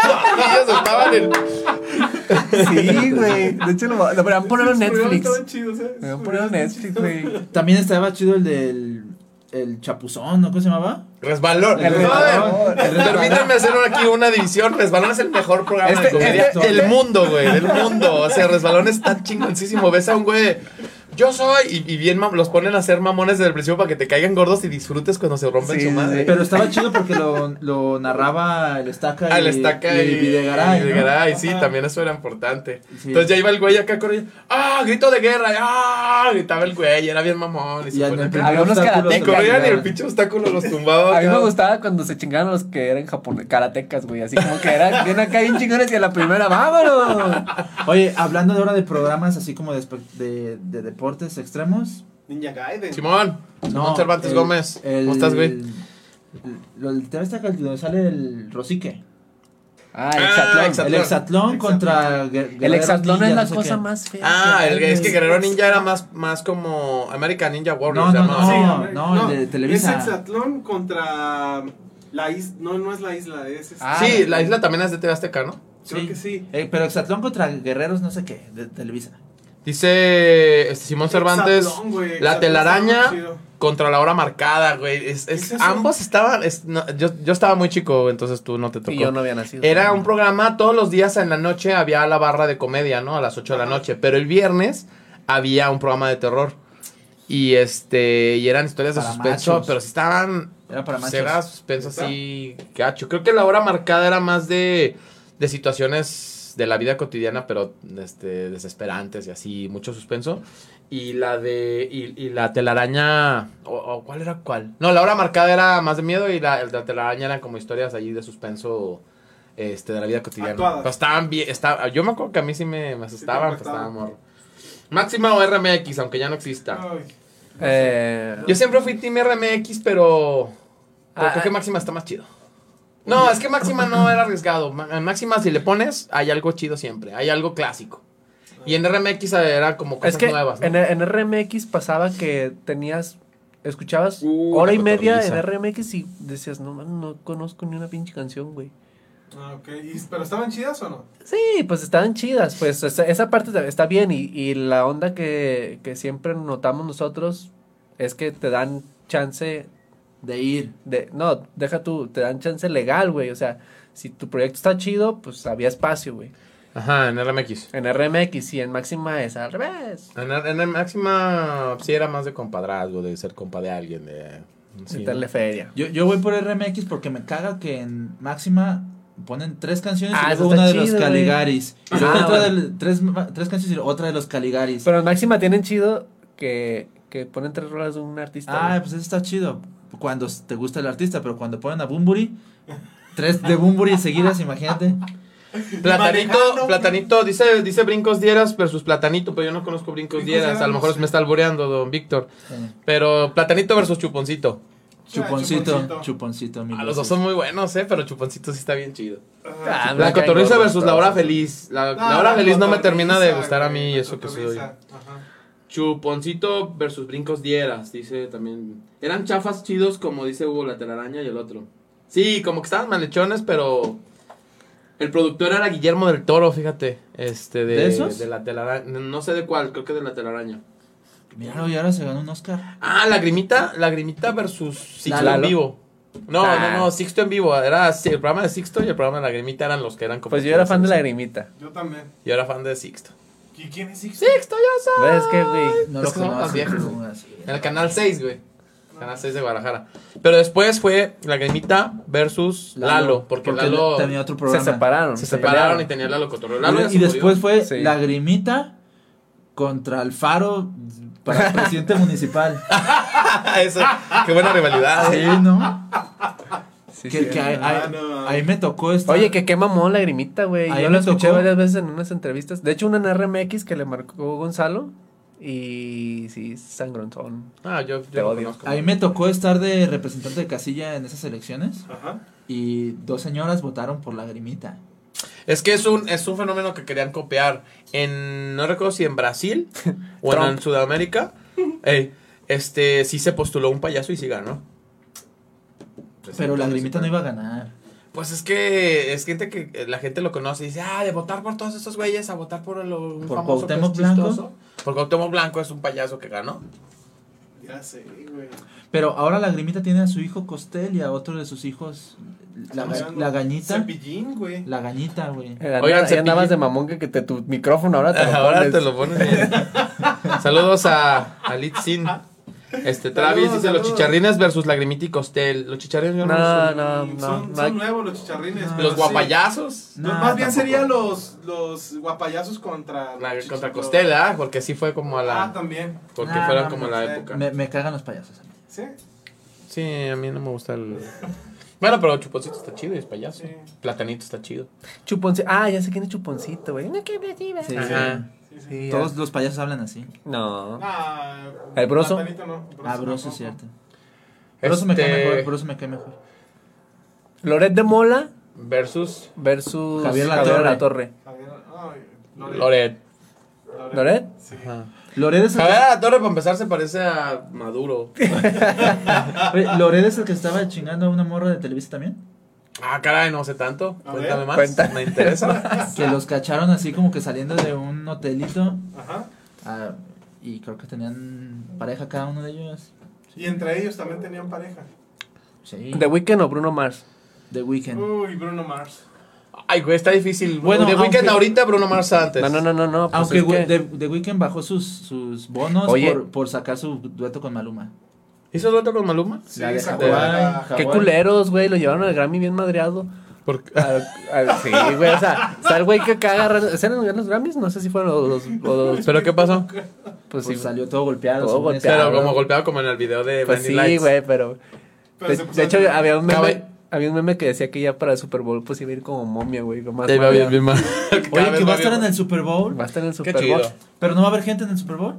Speaker 4: ah,
Speaker 1: Ellos estaban en.
Speaker 2: Sí, güey. De hecho, lo, lo podrían poner en
Speaker 5: Sus programas
Speaker 2: Netflix.
Speaker 5: estaban chidos, ¿eh?
Speaker 2: Lo podrían poner
Speaker 5: Sus
Speaker 2: en
Speaker 5: programas
Speaker 2: Netflix, güey.
Speaker 4: También estaba chido el del el chapuzón, ¿no? ¿Cómo se llamaba?
Speaker 1: Resbalón.
Speaker 2: El
Speaker 1: Joder,
Speaker 2: resbalón. El resbalón.
Speaker 1: Permítanme hacer aquí una división. Resbalón es el mejor programa de
Speaker 2: Este-
Speaker 1: comedia
Speaker 2: este-
Speaker 1: del
Speaker 2: este-
Speaker 1: mundo, güey. Del mundo. O sea, Resbalón es tan chingoncísimo. Ves a un güey. Yo soy. Y, y bien mam- los ponen a ser mamones desde el principio para que te caigan gordos y disfrutes cuando se rompen
Speaker 2: Sí,
Speaker 1: su madre.
Speaker 2: sí.
Speaker 4: Pero estaba chido porque lo, lo narraba el Estaca
Speaker 1: Al
Speaker 4: y,
Speaker 1: estaca y,
Speaker 4: y Videgaray.
Speaker 1: y
Speaker 4: ¿no?
Speaker 1: Videgaray, sí,
Speaker 3: Ajá.
Speaker 1: también eso era importante.
Speaker 4: Sí.
Speaker 1: Entonces ya iba el güey acá corriendo. ¡Ah! Grito de guerra. ¡Ah! Gritaba el güey, era bien mamón. Y, se
Speaker 4: Y en
Speaker 1: ponía
Speaker 4: el
Speaker 1: acá.
Speaker 4: primer
Speaker 2: Había unos
Speaker 4: obstáculo
Speaker 1: Y
Speaker 2: karatecas,
Speaker 4: también
Speaker 1: corrían y el
Speaker 4: eran-
Speaker 1: pinche obstáculo los tumbaba.
Speaker 2: A mí me
Speaker 1: acá.
Speaker 2: gustaba cuando se chingaban los que eran japoneses, karatecas, güey. Así como que eran bien acá bien chingones y a la primera, vámonos.
Speaker 4: Oye, hablando de ahora de programas así como de, espe- de, de deportes extremos.
Speaker 5: Ninja Gaiden.
Speaker 1: Simón, Simón Cervantes Gómez. ¿Cómo estás, güey?
Speaker 4: Lo del tema está donde sale el Rosique.
Speaker 2: Ah,
Speaker 1: Ah,
Speaker 2: exatlón.
Speaker 1: Hexatlón.
Speaker 4: El hexatlón contra. guer-
Speaker 2: El
Speaker 4: guerreros
Speaker 2: hexatlón
Speaker 4: ninja,
Speaker 2: es la
Speaker 4: no sé
Speaker 2: cosa
Speaker 4: qué.
Speaker 2: más fea.
Speaker 1: Ah,
Speaker 2: que
Speaker 1: el-
Speaker 2: hay,
Speaker 1: es que
Speaker 2: güey.
Speaker 1: Guerrero Ninja era más, más como American Ninja Warrior.
Speaker 4: No,
Speaker 1: se
Speaker 4: no,
Speaker 1: llamaba.
Speaker 4: no.
Speaker 1: Sí.
Speaker 5: hombre,
Speaker 4: no, el de Televisa.
Speaker 5: Es Hexatlón contra la isla. No, no es la isla, es este.
Speaker 2: Ah,
Speaker 1: Sí, la isla también es de TV Azteca, ¿no?
Speaker 5: Creo que sí.
Speaker 4: Eh, pero hexatlón contra guerreros no sé qué, de Televisa.
Speaker 1: Dice este, Simón Cervantes.
Speaker 5: Hexatlón, güey,
Speaker 1: la
Speaker 5: Hexatlón
Speaker 1: telaraña.
Speaker 5: está muy chido.
Speaker 1: Contra la hora marcada, güey. Es, es-
Speaker 5: ¿Qué es eso?
Speaker 1: ambos estaban. es- no, yo, yo estaba muy chico, entonces tú no te tocó.
Speaker 2: Y yo no había nacido.
Speaker 1: Era un programa, todos los días en la noche había la barra de comedia, ¿no? A las 8 de la noche. Pero el viernes había un programa de terror. Y este. Y eran historias de
Speaker 4: Para
Speaker 1: suspenso.
Speaker 4: machos.
Speaker 1: Pero si estaban.
Speaker 4: Era para machos.
Speaker 1: Pues Era suspenso así. Gacho. Creo que la hora marcada era más de. de situaciones de la vida cotidiana, pero este, desesperantes y así, mucho suspenso. Y la de. Y, y la telaraña. O, o ¿Cuál era cuál? No, la hora marcada era más de miedo y la, la telaraña eran como historias allí de suspenso este, de la vida cotidiana.
Speaker 5: Actuadas.
Speaker 1: Pero estaban bien. estaba- yo me acuerdo que a mí sí me, me asustaban, pues,
Speaker 5: impactaban.
Speaker 1: estaba morro. Máxima o RMX, aunque ya no exista.
Speaker 5: Ay,
Speaker 2: Eh,
Speaker 1: Yo siempre fui Team RMX, pero. pero
Speaker 2: Ah,
Speaker 1: creo que
Speaker 2: ah.
Speaker 1: Máxima está más chido. No, es que Máxima no era arriesgado. Ma- En Máxima, si le pones, hay algo chido siempre. Hay algo clásico. Y en RMX eh, era como cosas
Speaker 2: es que
Speaker 1: nuevas. ¿no?
Speaker 2: en, en RMX pasaba que tenías. Escuchabas
Speaker 1: Uh,
Speaker 2: hora y
Speaker 1: la
Speaker 2: media en
Speaker 1: cotorriza.
Speaker 2: RMX y decías, no mames, no conozco ni una pinche canción, güey.
Speaker 5: Ah, ok. ¿Y- ¿Pero estaban chidas o no?
Speaker 2: Sí, pues estaban chidas, pues esa, esa parte ta- está bien y, y la onda que, que siempre notamos nosotros es que te dan chance
Speaker 4: De ir.
Speaker 2: de, no, deja tú, te dan chance legal, güey, o sea, si tu proyecto está chido, pues había espacio, güey.
Speaker 1: Ajá, en RMX.
Speaker 2: En RMX y en Máxima es al revés.
Speaker 1: En, en el Máxima sí era más de compadrazgo, de ser compa de alguien. De, sí,
Speaker 2: Sí,
Speaker 1: ¿no?
Speaker 2: feria.
Speaker 4: Yo, yo voy por RMX porque me caga que en Máxima ponen tres canciones
Speaker 2: Ah,
Speaker 4: y
Speaker 2: eso está
Speaker 4: luego una de los
Speaker 2: chido, güey.
Speaker 4: Caligaris. Y luego
Speaker 2: Ah,
Speaker 4: otra
Speaker 2: bueno.
Speaker 4: de tres, ma- tres canciones y luego otra de los Caligaris.
Speaker 2: Pero en Máxima tienen chido que, que ponen tres rolas de un artista.
Speaker 4: ah,
Speaker 2: güey.
Speaker 4: pues eso está chido. Cuando s- te gusta el artista, pero cuando ponen a Bumburi, tres de Bumburi seguidas, imagínate.
Speaker 1: Platanito,
Speaker 5: Manejando.
Speaker 1: Platanito, dice, dice Brincos Dieras versus Platanito, pero yo no conozco Brincos
Speaker 5: Brincos
Speaker 1: Dieras. A lo
Speaker 5: Dieras,
Speaker 1: mejor
Speaker 5: sí.
Speaker 1: me está alboreando, don Víctor.
Speaker 4: Eh,
Speaker 1: Pero Platanito versus Chuponcito.
Speaker 4: Chuponcito,
Speaker 5: Chuponcito.
Speaker 4: chuponcito, mil
Speaker 1: A Ah, los dos
Speaker 4: veces.
Speaker 1: son muy buenos, ¿eh? Pero Chuponcito sí está bien chido.
Speaker 2: Ah, me
Speaker 1: La
Speaker 2: caen
Speaker 1: cotorriza
Speaker 2: gordos
Speaker 1: versus la
Speaker 2: todos.
Speaker 1: hora feliz. La,
Speaker 5: No,
Speaker 1: la hora
Speaker 5: la
Speaker 1: feliz no me termina de
Speaker 5: cotorriza,
Speaker 1: gustar a
Speaker 5: güey,
Speaker 1: mí,
Speaker 5: la
Speaker 1: eso que soy.
Speaker 5: cotorriza. Ajá.
Speaker 1: Chuponcito versus Brincos Dieras, dice también. Eran chafas chidos, como dice Hugo, la telaraña y el otro. Sí, como que estaban malhechones, pero. El productor era Guillermo del Toro, fíjate. Este, de,
Speaker 4: ¿De esos?
Speaker 1: de la telaraña. No sé de cuál, creo que de la telaraña.
Speaker 4: Míralo, y ahora se ganó un Oscar.
Speaker 1: Ah, Lagrimita, Lagrimita versus Sixto en
Speaker 2: Lalo.
Speaker 1: vivo. No,
Speaker 2: Ah.
Speaker 1: no, no, Sixto en vivo. Era sí, el programa de Sixto y el programa de Lagrimita eran los que eran como.
Speaker 2: Pues yo era fan de Lagrimita.
Speaker 5: Yo también.
Speaker 1: Yo era fan de Sixto.
Speaker 5: ¿Y quién es Sixto?
Speaker 1: Sixto, yo soy.
Speaker 2: ¿Ves que, güey?
Speaker 4: No
Speaker 1: Es
Speaker 4: lo
Speaker 1: que somos más
Speaker 4: conozco.
Speaker 1: viejos.
Speaker 4: como así.
Speaker 1: En el canal 6, güey. Canal 6 de Guadalajara. Pero después fue Lagrimita versus Lalo. porque, Lalo
Speaker 4: tenía otro
Speaker 2: Se
Speaker 4: programa.
Speaker 2: separaron.
Speaker 1: se separaron y tenía Lalo Cotorreo. Lalo ya
Speaker 4: Y,
Speaker 1: se
Speaker 4: después
Speaker 1: murió.
Speaker 4: fue
Speaker 2: Sí.
Speaker 4: Lagrimita contra Alfaro para presidente municipal.
Speaker 1: Eso, qué Ah, buena rivalidad.
Speaker 4: Sí,
Speaker 1: eh.
Speaker 4: ¿no?
Speaker 2: Ah, Sí,
Speaker 4: que,
Speaker 2: sí.
Speaker 4: que ahí,
Speaker 5: Ah,
Speaker 4: ahí-
Speaker 5: no.
Speaker 4: ahí me tocó esta.
Speaker 2: Oye, que qué mamón lagrimita, güey.
Speaker 4: Ahí
Speaker 2: Yo
Speaker 4: me
Speaker 2: lo escuché
Speaker 4: tocó.
Speaker 2: varias veces en unas entrevistas. De hecho, una en RMX que le marcó Gonzalo. Y sí, sangrontón.
Speaker 1: Ah, yo, yo
Speaker 2: Te
Speaker 1: lo
Speaker 2: odio.
Speaker 1: conozco.
Speaker 4: A mí me tocó estar de representante de casilla en esas elecciones
Speaker 5: Ajá.
Speaker 4: y dos señoras votaron por lagrimita.
Speaker 1: Es que es un, es un fenómeno que querían copiar en, no recuerdo si en Brasil o en,
Speaker 2: Trump.
Speaker 1: en Sudamérica. Ey, este, sí se postuló un payaso y sí ganó.
Speaker 5: Pues,
Speaker 4: Pero lagrimita no iba a ganar.
Speaker 1: Pues es que es gente que eh, la gente lo conoce y dice, ah, de votar por todos estos güeyes a votar por lo, un
Speaker 4: Por
Speaker 1: famoso que es
Speaker 4: Cuauhtémoc Blanco.
Speaker 1: chistoso". Por Cuauhtémoc Blanco es un payaso que ganó.
Speaker 5: Ya sé, güey.
Speaker 4: Pero ahora lagrimita tiene a su hijo Costel y a otro de sus hijos, la, ga- la gañita.
Speaker 5: Cepillín, güey.
Speaker 4: La gañita, güey.
Speaker 2: Era,
Speaker 1: Oigan,
Speaker 2: ya Eh, andabas
Speaker 1: Cepillín.
Speaker 2: de mamón que, que te, tu micrófono ahora
Speaker 4: Ah,
Speaker 2: te lo
Speaker 1: Ahora
Speaker 2: pones.
Speaker 1: te lo pones. bien. Saludos a, a Litzin. Este, Travis
Speaker 5: Ah.
Speaker 1: dice
Speaker 5: Saludos,
Speaker 1: los
Speaker 5: saludos.
Speaker 1: chicharrines versus lagrimita y costel. Los chicharrines yo no los
Speaker 2: No,
Speaker 1: uso.
Speaker 2: no, no.
Speaker 5: Mm, son, son
Speaker 2: no.
Speaker 5: nuevos los chicharrines.
Speaker 4: Los
Speaker 5: pero
Speaker 1: Los
Speaker 5: sí.
Speaker 1: guapayazos.
Speaker 5: No,
Speaker 4: Nah,
Speaker 5: más bien
Speaker 4: tampoco.
Speaker 5: serían los, los guapayazos contra.
Speaker 1: La-
Speaker 5: los
Speaker 1: contra
Speaker 5: chichis-
Speaker 1: Costela, porque sí fue como a
Speaker 5: Ah,
Speaker 1: la.
Speaker 5: también.
Speaker 1: Porque
Speaker 4: Ah,
Speaker 1: fueron
Speaker 4: no,
Speaker 1: como
Speaker 5: no
Speaker 1: la
Speaker 5: sé.
Speaker 1: época.
Speaker 4: Me, me cagan los payasos. a mí.
Speaker 5: Sí.
Speaker 1: Sí, a mí no me gusta el. Bueno, pero Chuponcito está chido y es payaso.
Speaker 5: Sí.
Speaker 1: Platanito está chido.
Speaker 2: Chuponcito. Ah, ya sé quién es Chuponcito, güey. No, que
Speaker 4: Sí,
Speaker 1: Ajá.
Speaker 5: sí, sí.
Speaker 2: Sí,
Speaker 4: Todos los payasos hablan así.
Speaker 2: ya. No.
Speaker 5: Ah,
Speaker 2: ¿El broso?
Speaker 5: platanito no, broso
Speaker 4: Ah,
Speaker 5: tampoco.
Speaker 4: broso, es cierto. Broso me cae
Speaker 1: Este,
Speaker 4: mejor, broso me cae mejor.
Speaker 2: Loret de Mola
Speaker 1: Versus
Speaker 2: versus
Speaker 4: Javier
Speaker 2: Latorre.
Speaker 5: A ver, ay, Loret.
Speaker 1: Loret.
Speaker 5: Loret.
Speaker 2: ¿Loret?
Speaker 5: Sí.
Speaker 1: Ajá.
Speaker 4: Loret es, el
Speaker 1: Javier a la Torre, para empezar, se parece a Maduro.
Speaker 4: que, oye, Loret es el que estaba chingando a una morra de Televisa también.
Speaker 1: Ah, caray, no sé tanto.
Speaker 5: A
Speaker 1: Cuéntame
Speaker 5: ver.
Speaker 1: más.
Speaker 2: Cuenta.
Speaker 1: Me interesa.
Speaker 4: Que los cacharon así como que saliendo de un hotelito.
Speaker 5: Ajá.
Speaker 4: ah, y creo que tenían pareja cada uno de ellos.
Speaker 5: Y entre ellos también tenían pareja.
Speaker 4: Sí.
Speaker 2: ¿The Weeknd o Bruno Mars?
Speaker 4: The
Speaker 2: Mm.
Speaker 4: Weeknd.
Speaker 5: Uy, Bruno Mars.
Speaker 1: Ay, güey, está difícil.
Speaker 4: Bueno,
Speaker 1: Bueno, de
Speaker 4: aunque-
Speaker 1: Weekend ahorita, Bruno Mars antes.
Speaker 2: No, no, no, no, no. pues
Speaker 4: Aunque
Speaker 2: es
Speaker 4: we-
Speaker 2: que-
Speaker 4: The, The Weeknd bajó sus, sus bonos
Speaker 2: Oye.
Speaker 4: por, por sacar su dueto con Maluma.
Speaker 1: ¿Hizo dueto con Maluma?
Speaker 5: Sí,
Speaker 4: La de
Speaker 5: sacó
Speaker 1: Hawái,
Speaker 5: la-
Speaker 4: Hawái.
Speaker 2: Qué
Speaker 4: Hawái.
Speaker 2: culeros, güey. Lo llevaron al Grammy bien madreado.
Speaker 1: Porque...
Speaker 2: Al- al- sí, güey. O sea, está el güey que acá agarra. ¿Serán los Grammys? No sé si fueron los. los- los-
Speaker 1: ¿Pero qué pasó?
Speaker 2: pues,
Speaker 4: Pues
Speaker 2: sí.
Speaker 4: salió todo golpeado.
Speaker 2: Todo
Speaker 4: según
Speaker 2: golpeado.
Speaker 4: esto.
Speaker 1: Pero como golpeado como en el video de
Speaker 2: Pues
Speaker 1: Blinding
Speaker 2: sí,
Speaker 1: Lights.
Speaker 2: güey, pero.
Speaker 5: Pero
Speaker 2: De,
Speaker 5: se puso
Speaker 2: de hecho,
Speaker 5: a-
Speaker 2: había un meme.
Speaker 1: Cabe-
Speaker 2: Había un meme que decía que ya para el Super Bowl pues iba a ir como momia, güey. lo más
Speaker 1: Ya iba bien,
Speaker 2: madreado.
Speaker 1: bien mal. Cada vez
Speaker 4: Oye, que va a
Speaker 1: más
Speaker 4: estar
Speaker 1: bien
Speaker 4: en
Speaker 1: mal.
Speaker 4: el Super Bowl.
Speaker 2: Va a estar en el
Speaker 1: Qué
Speaker 2: Super Bowl.
Speaker 1: chido.
Speaker 4: Pero no va a haber gente en el Super Bowl.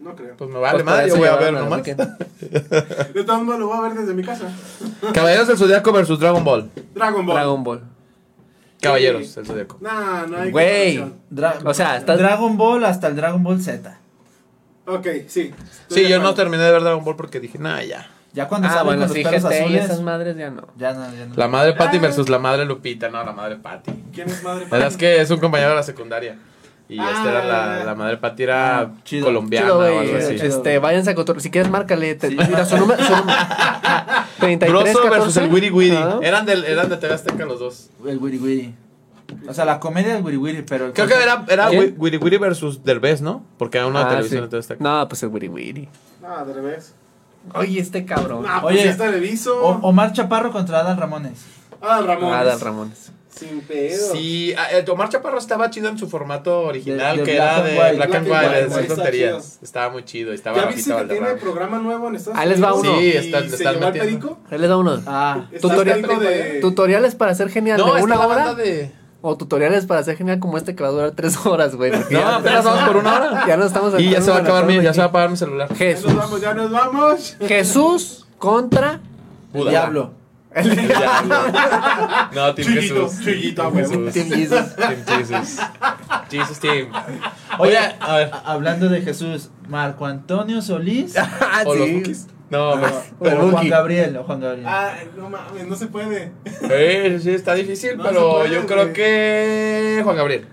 Speaker 5: No creo.
Speaker 1: Pues me
Speaker 2: Pues,
Speaker 1: vale
Speaker 2: para
Speaker 1: madre,
Speaker 2: eso
Speaker 1: yo voy a ver
Speaker 2: llevaron al
Speaker 1: nomás.
Speaker 2: Weeknd.
Speaker 5: De todos modos lo voy a ver desde mi casa.
Speaker 1: Caballeros del Zodíaco versus Dragon Ball.
Speaker 5: Dragon Ball.
Speaker 2: Dragon Ball.
Speaker 1: Caballeros del Zodíaco.
Speaker 5: Nah, no hay
Speaker 2: Güey.
Speaker 5: comparación.
Speaker 4: Dra-
Speaker 2: O sea, estás-
Speaker 4: Dragon Ball hasta el Dragon Ball Z.
Speaker 5: Ok, sí. estoy
Speaker 1: Sí,
Speaker 5: de
Speaker 1: yo no
Speaker 5: acuerdo.
Speaker 1: terminé de ver Dragon Ball porque dije, nah, ya.
Speaker 4: Ya cuando
Speaker 2: Ah,
Speaker 4: salen
Speaker 2: bueno,
Speaker 4: con los
Speaker 2: sí,
Speaker 4: perros
Speaker 2: GT y
Speaker 4: azules.
Speaker 2: esas madres ya no.
Speaker 4: Ya no, ya no.
Speaker 1: La madre Patty versus la madre Lupita. No, la madre Patty.
Speaker 5: ¿Quién es madre?
Speaker 1: La verdad es que es un compañero de la secundaria. Y
Speaker 5: Ah.
Speaker 1: esta era la, la madre Patty, era
Speaker 4: Ah, chido.
Speaker 1: colombiana
Speaker 2: Chido,
Speaker 1: o
Speaker 2: güey.
Speaker 1: algo así.
Speaker 4: chido.
Speaker 2: Este, váyanse a cotorrear. Si quieres, márcale. Te,
Speaker 4: Sí.
Speaker 2: mira, su número. Su número. 33,
Speaker 1: Broso versus
Speaker 2: 14.
Speaker 1: el Wiri Wiri.
Speaker 2: Ajá.
Speaker 1: Eran, del, eran de TV Azteca los dos.
Speaker 4: El Wiri Wiri. O sea, la comedia del Wiri Wiri, pero. el
Speaker 1: Creo que
Speaker 4: concepto-
Speaker 1: era, era
Speaker 2: ¿Quién?
Speaker 1: Wi- Wiri Wiri versus Derbez, ¿no? Porque era una
Speaker 2: Ah,
Speaker 1: televisión
Speaker 2: sí.
Speaker 1: de TV Azteca.
Speaker 2: No, pues el Wiri Wiri.
Speaker 5: Ah, de revés.
Speaker 2: Oye, este cabrón.
Speaker 5: Nah,
Speaker 4: Oye.
Speaker 5: pues es televiso.
Speaker 4: O- Omar Chaparro contra Adal Ramones.
Speaker 5: Ah, Ramón.
Speaker 2: Adal Ramones.
Speaker 5: Sin pedo.
Speaker 1: Sí, ah, eh, Omar Chaparro estaba chido en su formato original,
Speaker 4: De- de
Speaker 1: que
Speaker 4: Black
Speaker 1: era
Speaker 4: and
Speaker 1: de
Speaker 4: White.
Speaker 1: Black and
Speaker 5: Black and
Speaker 1: White, de
Speaker 5: White,
Speaker 1: esas
Speaker 5: está
Speaker 1: tonterías.
Speaker 5: chido.
Speaker 1: Estaba muy chido, estaba
Speaker 5: ¿Ya viste
Speaker 1: Rafita
Speaker 5: que tiene
Speaker 1: Valderrama.
Speaker 5: programa nuevo en Estados
Speaker 2: Ahí les va uno.
Speaker 1: Sí,
Speaker 5: y
Speaker 1: están-
Speaker 5: se
Speaker 1: están
Speaker 5: llevó al
Speaker 1: metiendo.
Speaker 5: perico?
Speaker 2: Ahí les da uno.
Speaker 4: Ah.
Speaker 5: Está
Speaker 2: Tutorial-
Speaker 5: el perico de...
Speaker 2: Tutoriales para ser genial
Speaker 1: No,
Speaker 2: de
Speaker 1: está
Speaker 2: una
Speaker 1: la
Speaker 2: hora.
Speaker 1: banda de...
Speaker 2: O tutoriales para ser genial como este que va a durar tres horas, güey. porque
Speaker 1: No,
Speaker 2: ya-
Speaker 1: apenas vamos por una hora.
Speaker 2: Ya no estamos
Speaker 1: Y ya se va a acabar mi,
Speaker 2: bien,
Speaker 1: ya se va a apagar mi celular.
Speaker 5: Ya
Speaker 2: Jesús.
Speaker 5: nos vamos, ya nos vamos.
Speaker 2: Jesús contra.
Speaker 1: Buda.
Speaker 4: Diablo.
Speaker 1: El diablo. No, Team
Speaker 5: Chuyito,
Speaker 1: Jesús.
Speaker 5: chuyito, a
Speaker 1: Team
Speaker 5: huevo.
Speaker 1: Jesús.
Speaker 2: Team Jesus. Ah,
Speaker 1: Team Jesus. Jesus Team.
Speaker 4: Oye,
Speaker 1: Oye, a ver.
Speaker 4: a- hablando de Jesús, Marco Antonio Solís.
Speaker 2: Ah,
Speaker 1: ¿O los
Speaker 2: sí.
Speaker 1: Bookies? No, pues.
Speaker 4: o
Speaker 2: el
Speaker 4: Juan
Speaker 2: Buki.
Speaker 4: Gabriel. O Juan Gabriel.
Speaker 5: Ah, no mames, no se puede.
Speaker 1: Eh, sí, está difícil,
Speaker 5: No
Speaker 1: pero
Speaker 5: se puede,
Speaker 1: yo creo
Speaker 5: güey.
Speaker 1: que. Juan Gabriel.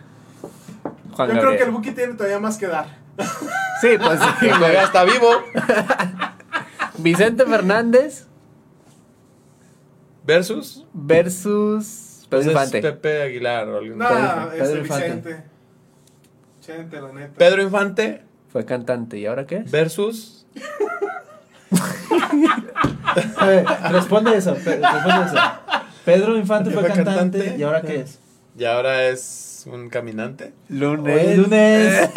Speaker 2: Juan
Speaker 5: Yo creo
Speaker 2: Gabriel.
Speaker 5: que el Buki tiene todavía más que dar.
Speaker 2: Sí, pues sí,
Speaker 1: Que
Speaker 2: güey.
Speaker 1: todavía está vivo.
Speaker 2: Vicente Fernández
Speaker 1: Versus.
Speaker 2: versus Pedro
Speaker 1: Entonces,
Speaker 2: Infante.
Speaker 1: Pepe Aguilar o alguien.
Speaker 5: No,
Speaker 4: Pedro
Speaker 5: este
Speaker 4: Infante.
Speaker 5: Vicente. Chente, la neta.
Speaker 1: Pedro Infante
Speaker 2: Fue cantante. ¿Y ahora qué es?
Speaker 1: versus.
Speaker 4: A ver, Eh, responde eso. pe- responde eso. Pedro Infante fue
Speaker 1: Fue
Speaker 4: cantante,
Speaker 1: cantante.
Speaker 4: ¿Y ahora qué es?
Speaker 1: Y ahora es un caminante.
Speaker 4: Hoy es lunes.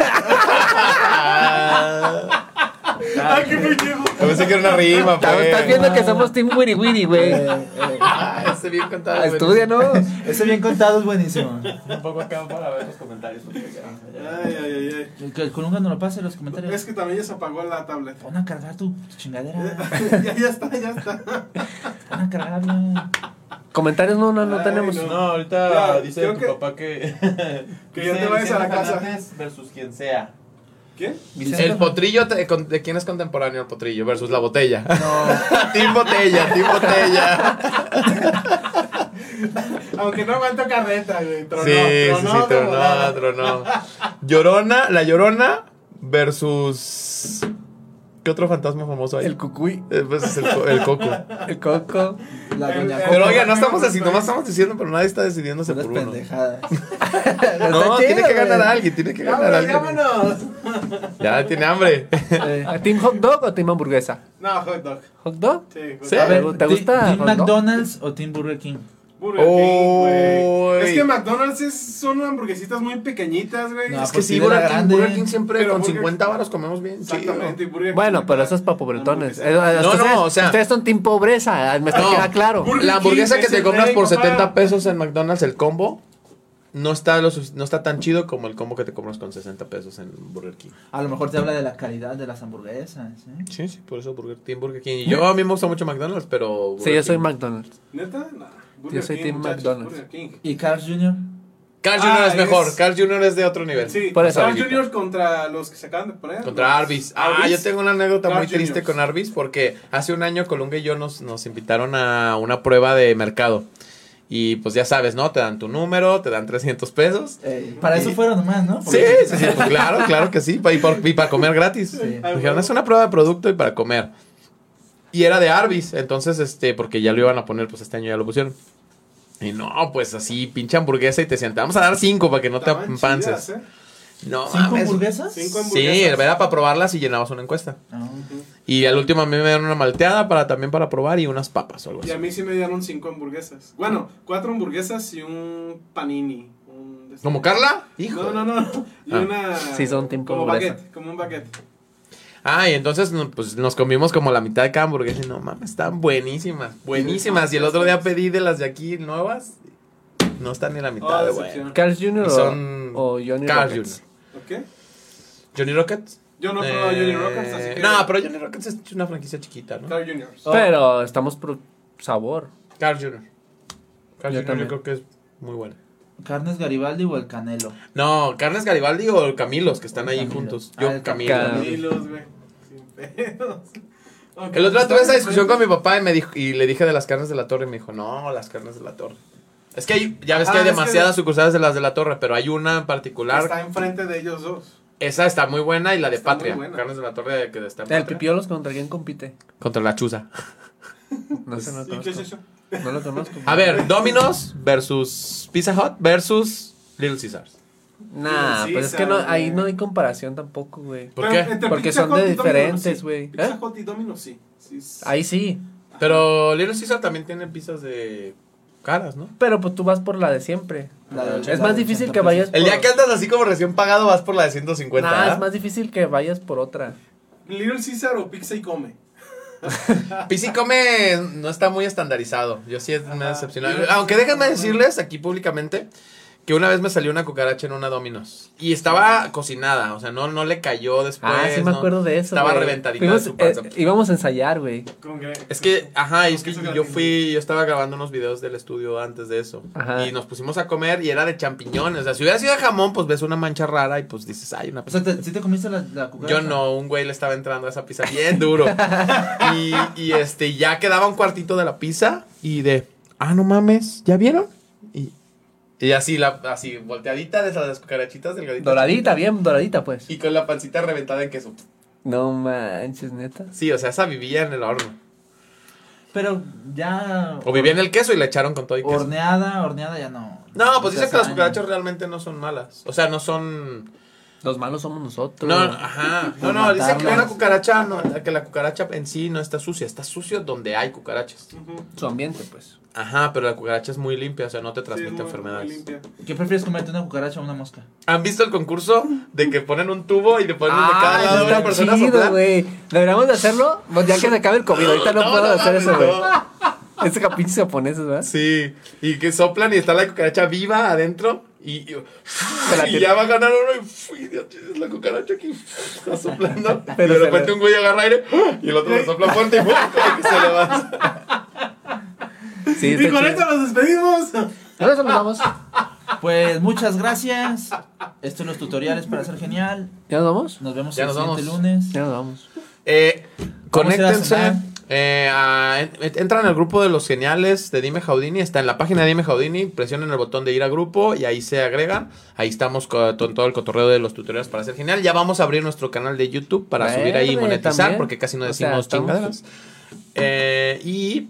Speaker 1: Ah,
Speaker 5: Ay, qué pendejo.
Speaker 1: yo pensé que era una rima,
Speaker 2: Estás
Speaker 1: pues.
Speaker 2: estás viendo que somos Team Wiri Wiri, güey.
Speaker 4: Eh, eh,
Speaker 1: Ah, Ese bien contado.
Speaker 6: Ah,
Speaker 1: güey.
Speaker 6: estudia, ¿no?
Speaker 4: Ese bien contado es buenísimo.
Speaker 1: Un poco acá para ver los comentarios. porque ya-
Speaker 5: Ay, ay, ay,
Speaker 4: Que con un no lo pase en los
Speaker 5: ay. Es
Speaker 4: comentarios.
Speaker 5: que también ya se apagó la tablet.
Speaker 4: Van a cargar tu
Speaker 1: Eh,
Speaker 4: chingadera.
Speaker 5: ya, ya está, ya está.
Speaker 4: Van a cargarla.
Speaker 2: Comentarios no, no, no
Speaker 5: Ay,
Speaker 2: tenemos.
Speaker 5: no.
Speaker 6: No, ahorita
Speaker 5: Ya,
Speaker 6: dice
Speaker 5: creo
Speaker 6: tu
Speaker 5: que-
Speaker 6: papá que.
Speaker 5: que ya te vayas a la casa.
Speaker 6: Fernández versus quien sea.
Speaker 5: ¿Qué?
Speaker 1: El potrillo, te- con- ¿de quién es contemporáneo el potrillo? Versus la botella. No. team botella, team botella.
Speaker 5: Aunque no aguanto carreta, güey. Tronó,
Speaker 1: sí, sí, sí,
Speaker 5: tronó de volada.
Speaker 1: tronó, tronó. Llorona, la llorona versus. ¿Qué otro fantasma famoso hay?
Speaker 2: El cucuy,
Speaker 1: Eh, pues es el, co- el coco.
Speaker 2: el coco.
Speaker 4: La doña
Speaker 5: Pero,
Speaker 1: Pero
Speaker 4: Coco.
Speaker 1: oiga, no estamos así, nomás estamos diciendo, pero nadie está decidiéndose
Speaker 4: Puras
Speaker 1: por uno.
Speaker 4: pendejadas.
Speaker 1: No, tiene que ganar a alguien, tiene que
Speaker 5: Ya,
Speaker 1: ganar a
Speaker 5: güey,
Speaker 1: alguien.
Speaker 5: vámonos.
Speaker 1: Ya tiene hambre.
Speaker 2: ¿A ¿Team hot dog o team hamburguesa?
Speaker 5: No, hot dog.
Speaker 2: ¿Hot dog?
Speaker 5: Sí, hot
Speaker 1: Sí.
Speaker 5: dog.
Speaker 1: A ver,
Speaker 2: ¿te
Speaker 4: Ti-
Speaker 2: gusta
Speaker 4: ¿Team
Speaker 2: o no?
Speaker 4: McDonald's o Team Burger King?
Speaker 5: Burger King, güey.
Speaker 1: Oy.
Speaker 5: Es que McDonald's es- son hamburguesitas muy pequeñitas, güey.
Speaker 4: No,
Speaker 1: Es que
Speaker 4: pues sí,
Speaker 1: sí,
Speaker 4: de la
Speaker 1: Burger King,
Speaker 4: grande.
Speaker 1: Burger King siempre
Speaker 5: Pero
Speaker 1: con
Speaker 5: Burger
Speaker 1: 50
Speaker 5: King-
Speaker 1: varos comemos bien. chido.
Speaker 5: Exactamente. y Burger King
Speaker 2: Bueno,
Speaker 5: me
Speaker 2: pero
Speaker 5: cae.
Speaker 2: eso es para pobretones.
Speaker 5: Hamburguesa.
Speaker 2: Eh,
Speaker 1: No, no,
Speaker 2: ustedes-
Speaker 1: o sea-
Speaker 2: Ustedes son team pobreza, ah, me está
Speaker 1: No.
Speaker 2: queda claro.
Speaker 5: Burger
Speaker 1: La hamburguesa
Speaker 5: King
Speaker 1: que
Speaker 5: es
Speaker 1: te
Speaker 5: el
Speaker 1: compras
Speaker 5: rey,
Speaker 1: por
Speaker 5: papá.
Speaker 1: 70 pesos en McDonald's, el combo, no está, lo sufic- no está tan chido como el combo que te compras con 60 pesos en Burger King.
Speaker 4: A lo mejor te habla de la calidad de las hamburguesas. ¿eh?
Speaker 1: Sí, sí, por eso Burger King, Burger King. Y yo a mí me gusta mucho McDonald's, pero...
Speaker 2: Sí,
Speaker 1: Burger
Speaker 2: yo soy
Speaker 1: King.
Speaker 2: McDonald's.
Speaker 5: ¿Neta? Nah. Burger
Speaker 2: soy
Speaker 5: King,
Speaker 2: team
Speaker 5: muchachos,
Speaker 2: McDonald's.
Speaker 5: Burger King.
Speaker 4: ¿Y Carl Jr.?
Speaker 1: Carl Jr.
Speaker 5: Ah,
Speaker 1: es mejor,
Speaker 5: es-
Speaker 1: Carl Jr. es de otro nivel.
Speaker 5: Sí,
Speaker 2: Por eso.
Speaker 5: Carl Jr. contra los que se acaban de poner.
Speaker 1: Contra Arby's. Ah,
Speaker 5: Arby's.
Speaker 1: yo tengo una anécdota
Speaker 5: Carl
Speaker 1: muy triste
Speaker 5: Jr..
Speaker 1: con Arby's porque hace un año Colunga y yo nos, nos invitaron a una prueba de mercado. Y pues ya sabes, ¿no? Te dan tu número, te dan 300 pesos.
Speaker 4: Eh, para eso fueron nomás, ¿no?
Speaker 1: Sí,
Speaker 4: Porque-
Speaker 1: sí, sí, pues, claro, claro que sí. pa- Y, por- y para comer gratis.
Speaker 4: Sí.
Speaker 1: Me Dijeron, es una prueba de producto y para comer. Y era de Arby's, entonces, este, porque ya lo iban a poner, pues este año ya lo pusieron. Y no, pues así, pinche hamburguesa y te decían, te vamos a dar cinco para que no te
Speaker 5: Estaban
Speaker 1: empances.
Speaker 5: chidas, ¿eh?
Speaker 1: No,
Speaker 4: ¿Cinco
Speaker 1: mames.
Speaker 4: hamburguesas?
Speaker 5: Cinco
Speaker 1: Sí,
Speaker 5: hamburguesas.
Speaker 1: era para probarlas y llenabas una encuesta.
Speaker 4: Ah.
Speaker 1: Y al último a mí me dieron una malteada para también para probar y unas papas o algo
Speaker 5: Y
Speaker 1: así.
Speaker 5: a mí sí me dieron cinco hamburguesas. Bueno, cuatro hamburguesas y un panini. un de este-
Speaker 1: ¿Como Carla? Hijo.
Speaker 5: No, no, no. Y
Speaker 1: Ah.
Speaker 5: una.
Speaker 2: Sí, son team
Speaker 5: Como
Speaker 2: hamburguesa.
Speaker 5: baguette, como un baguette.
Speaker 1: Ah, y entonces no, pues, nos comimos como la mitad de cada hamburguesa. y No mames, están buenísimas, buenísimas. Y el otro día pedí de las de aquí nuevas. No están ni la
Speaker 5: Oh,
Speaker 1: mitad de
Speaker 5: decepción.
Speaker 1: bueno.
Speaker 2: Carl Jr.
Speaker 1: Y
Speaker 2: o-
Speaker 1: son
Speaker 2: o Johnny
Speaker 1: Carl
Speaker 2: Rockets.
Speaker 5: ¿Ok?
Speaker 1: Johnny Rockets.
Speaker 5: Yo no he probado
Speaker 1: Eh,
Speaker 5: Johnny Rockets, así que.
Speaker 1: No, pero Oh, Johnny Rockets es una franquicia chiquita, ¿no?
Speaker 5: Carl Jr.
Speaker 2: Oh. Pero estamos por sabor.
Speaker 1: Carl Jr. Carl
Speaker 2: Yo
Speaker 1: Jr.
Speaker 2: también.
Speaker 1: yo creo que es muy buena.
Speaker 4: ¿Carnes Garibaldi o el Canelo?
Speaker 1: No, Carnes Garibaldi o Camilos, que están
Speaker 4: O
Speaker 1: ahí
Speaker 4: Camilo.
Speaker 1: juntos.
Speaker 4: Ah,
Speaker 1: Yo,
Speaker 4: el
Speaker 1: Camilo.
Speaker 2: Camilo.
Speaker 5: Ni los, güey. Sin pedos. Ok.
Speaker 1: El otro día tuve esa discusión con mi papá y, me dijo, y le dije de las carnes de la torre y me dijo, no, las carnes de la torre. Es que hay, ya ves que hay
Speaker 5: Ah, es que-
Speaker 1: demasiadas sucursales de las de la torre, pero hay una en particular.
Speaker 5: Está enfrente de ellos dos.
Speaker 1: Esa está muy buena y la de
Speaker 5: Está muy
Speaker 1: Patria.
Speaker 5: buena.
Speaker 1: Carnes de la torre que está en
Speaker 2: El
Speaker 1: Patria.
Speaker 2: Pipiolos contra quién compite.
Speaker 1: Contra la chuza.
Speaker 2: No sé, no lo
Speaker 5: ¿Y qué es
Speaker 2: conozco.
Speaker 5: pues, eso?
Speaker 2: No lo conozco.
Speaker 1: A ver, Domino's versus Pizza Hut versus Little Caesars.
Speaker 2: Nah,
Speaker 5: Sí,
Speaker 2: pues es que no,
Speaker 5: sabe.
Speaker 2: ahí no hay comparación tampoco, güey.
Speaker 1: ¿Por
Speaker 5: Pero
Speaker 1: qué?
Speaker 5: entre
Speaker 2: Porque
Speaker 5: Pizza
Speaker 2: son
Speaker 5: Hut
Speaker 2: de
Speaker 5: y Domino's,
Speaker 2: diferentes,
Speaker 5: sí.
Speaker 2: güey.
Speaker 5: Pizza
Speaker 2: ¿Eh?
Speaker 5: Hut y Domino's, sí. Sí, sí.
Speaker 2: Ahí sí.
Speaker 1: Pero Little Caesars también tiene pizzas de caras, ¿no?
Speaker 2: Pero pues tú vas por la de siempre.
Speaker 4: La de
Speaker 2: es
Speaker 4: 80,
Speaker 2: más difícil
Speaker 4: 80
Speaker 2: que
Speaker 4: pesos.
Speaker 2: vayas por...
Speaker 1: El día que andas así como recién pagado vas por la de 150.
Speaker 2: Nah,
Speaker 1: ¿verdad?
Speaker 2: es más difícil que vayas por otra.
Speaker 5: Little Caesar o Pizza y Come.
Speaker 1: Pizza y come no está muy estandarizado. Yo sí me
Speaker 5: Ajá.
Speaker 1: decepcionó. Aunque déjenme decirles aquí públicamente que una vez me salió una cucaracha en una Domino's. Y estaba cocinada, o sea, no, no le cayó después.
Speaker 2: ah, sí me
Speaker 1: Pues, ¿no?
Speaker 2: acuerdo de eso,
Speaker 1: Estaba
Speaker 2: güey.
Speaker 1: reventadita
Speaker 2: Fuimos,
Speaker 1: de su panza.
Speaker 2: eh, íbamos a ensayar, güey.
Speaker 5: Con que-
Speaker 1: Es que, ajá, y es
Speaker 5: Con
Speaker 1: que
Speaker 5: queso
Speaker 1: yo
Speaker 5: gratinado.
Speaker 1: fui, yo estaba grabando unos videos del estudio antes de eso.
Speaker 2: Ajá.
Speaker 1: Y nos pusimos a comer y era de champiñones. O sea, si hubiera sido de jamón, pues ves una mancha rara y pues dices, ay, una
Speaker 4: O sea, ¿te- ¿sí te comiste la, la cucaracha?
Speaker 1: Yo no, un güey le estaba entrando a esa pizza bien duro. y, y, este, ya quedaba un cuartito de la pizza y de, ah, no mames, ¿ya vieron? Y, y así, la, así, volteadita de esas las cucarachitas delgaditas.
Speaker 2: Doradita, bien doradita, pues.
Speaker 1: Y con la pancita reventada en queso.
Speaker 2: No manches, neta.
Speaker 1: Sí, o sea, esa vivía en el horno.
Speaker 4: Pero ya...
Speaker 1: O vivía en el queso y la echaron con todo y queso.
Speaker 4: Horneada, horneada ya no.
Speaker 1: No, pues dice que las
Speaker 4: Lasaña.
Speaker 1: cucarachas realmente no son malas. O sea, no son.
Speaker 2: Los malos somos nosotros.
Speaker 1: No, ajá. No,
Speaker 4: Por
Speaker 1: no, dice que
Speaker 4: matarlas.
Speaker 1: una cucaracha, no, que la cucaracha en sí no está sucia. Está sucio donde hay cucarachas.
Speaker 5: Ujú. Sí,
Speaker 2: Su ambiente, pues.
Speaker 1: Ajá, pero la cucaracha es muy limpia, o sea, no te
Speaker 5: es
Speaker 1: transmite
Speaker 5: muy- muy
Speaker 1: enfermedades.
Speaker 5: limpia.
Speaker 4: ¿Qué prefieres comerte, una cucaracha o una mosca?
Speaker 1: ¿Han visto el concurso de que ponen un tubo y le ponen de
Speaker 2: Ah,
Speaker 1: cada
Speaker 2: eso
Speaker 1: lado a una
Speaker 2: está
Speaker 1: persona a
Speaker 2: chido,
Speaker 1: soplar?
Speaker 2: güey. Deberíamos de hacerlo pues, ya que se acabe el COVID. Ahorita no, puedo hacer
Speaker 1: mames,
Speaker 2: eso, güey.
Speaker 1: no.
Speaker 2: Es pinches japoneses, ¿verdad?
Speaker 1: Sí, y que soplan y está la cucaracha viva adentro y, y-
Speaker 2: Se la
Speaker 1: y
Speaker 2: tira.
Speaker 1: ya va a ganar uno y ¡fui! Dios, es la cucaracha aquí está soplando.
Speaker 2: Pero
Speaker 1: y
Speaker 2: se
Speaker 1: de repente
Speaker 2: le-
Speaker 1: un güey agarra aire ¡ah! y el otro le sopla fuerte y ¡pum! como que se levanta.
Speaker 2: Sí,
Speaker 5: Y con esto nos despedimos.
Speaker 2: Ahora nos vamos. ¿Ya
Speaker 4: Pues muchas gracias. Estos son los tutoriales para ser genial.
Speaker 2: nos vamos?
Speaker 4: Nos vemos
Speaker 1: Ya
Speaker 4: el
Speaker 1: nos
Speaker 4: siguiente
Speaker 1: vamos.
Speaker 4: lunes.
Speaker 2: Ya nos vamos.
Speaker 1: Eh,
Speaker 4: ¿Cómo se va a
Speaker 1: conéctense.
Speaker 4: cenar?
Speaker 1: eh, a- en- entra en el grupo de los geniales de Dime Jaudini. Está en la página de Dime Jaudini. Presionen el botón de ir a grupo y ahí se agregan. Ahí estamos co- con todo el cotorreo de los tutoriales para ser genial. Ya vamos a abrir nuestro canal de YouTube para subir ahí y
Speaker 2: Verde,
Speaker 1: monetizar
Speaker 2: también.
Speaker 1: porque casi no
Speaker 2: O sea,
Speaker 1: decimos
Speaker 2: estamos-
Speaker 1: chingaderas. Eh, y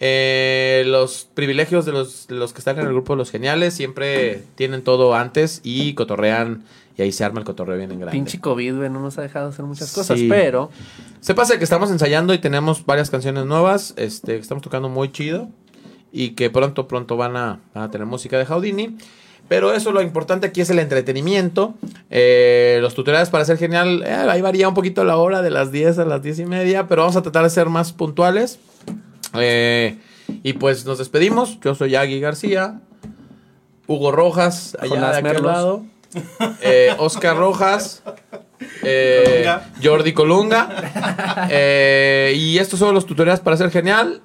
Speaker 1: eh, los privilegios de los, de los que están en el grupo de los geniales siempre tienen todo antes y cotorrean. Y ahí se arma el cotorreo bien en grande.
Speaker 2: Pinche COVID, güey, no nos ha dejado hacer muchas cosas,
Speaker 1: Sí.
Speaker 2: pero
Speaker 1: Sépase que estamos ensayando y tenemos varias canciones nuevas, este, que estamos tocando muy chido y que pronto, pronto van a, van a tener música de Houdini. Pero eso, lo importante aquí es el entretenimiento. Eh, los tutoriales para ser genial, eh, ahí varía un poquito la hora, de las 10 a las 10 y media, pero vamos a tratar de ser más puntuales. Eh, y pues nos despedimos. Yo soy Agui García, Hugo Rojas, allá
Speaker 2: Jonás
Speaker 1: de aquel
Speaker 2: Merlos.
Speaker 1: lado, eh, Oscar Rojas, eh,
Speaker 3: Colunga.
Speaker 1: Jordi Colunga. eh, y estos son los tutoriales para ser genial.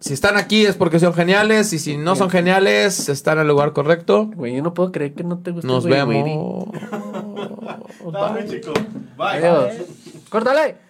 Speaker 1: Si están aquí es porque son geniales y si no son geniales están en el lugar correcto.
Speaker 2: güey, yo no puedo creer que no te guste
Speaker 1: Nos
Speaker 2: Güey Güiri.
Speaker 1: vemos.
Speaker 3: Dame, chicos. Bye.
Speaker 2: Adiós. Córtale.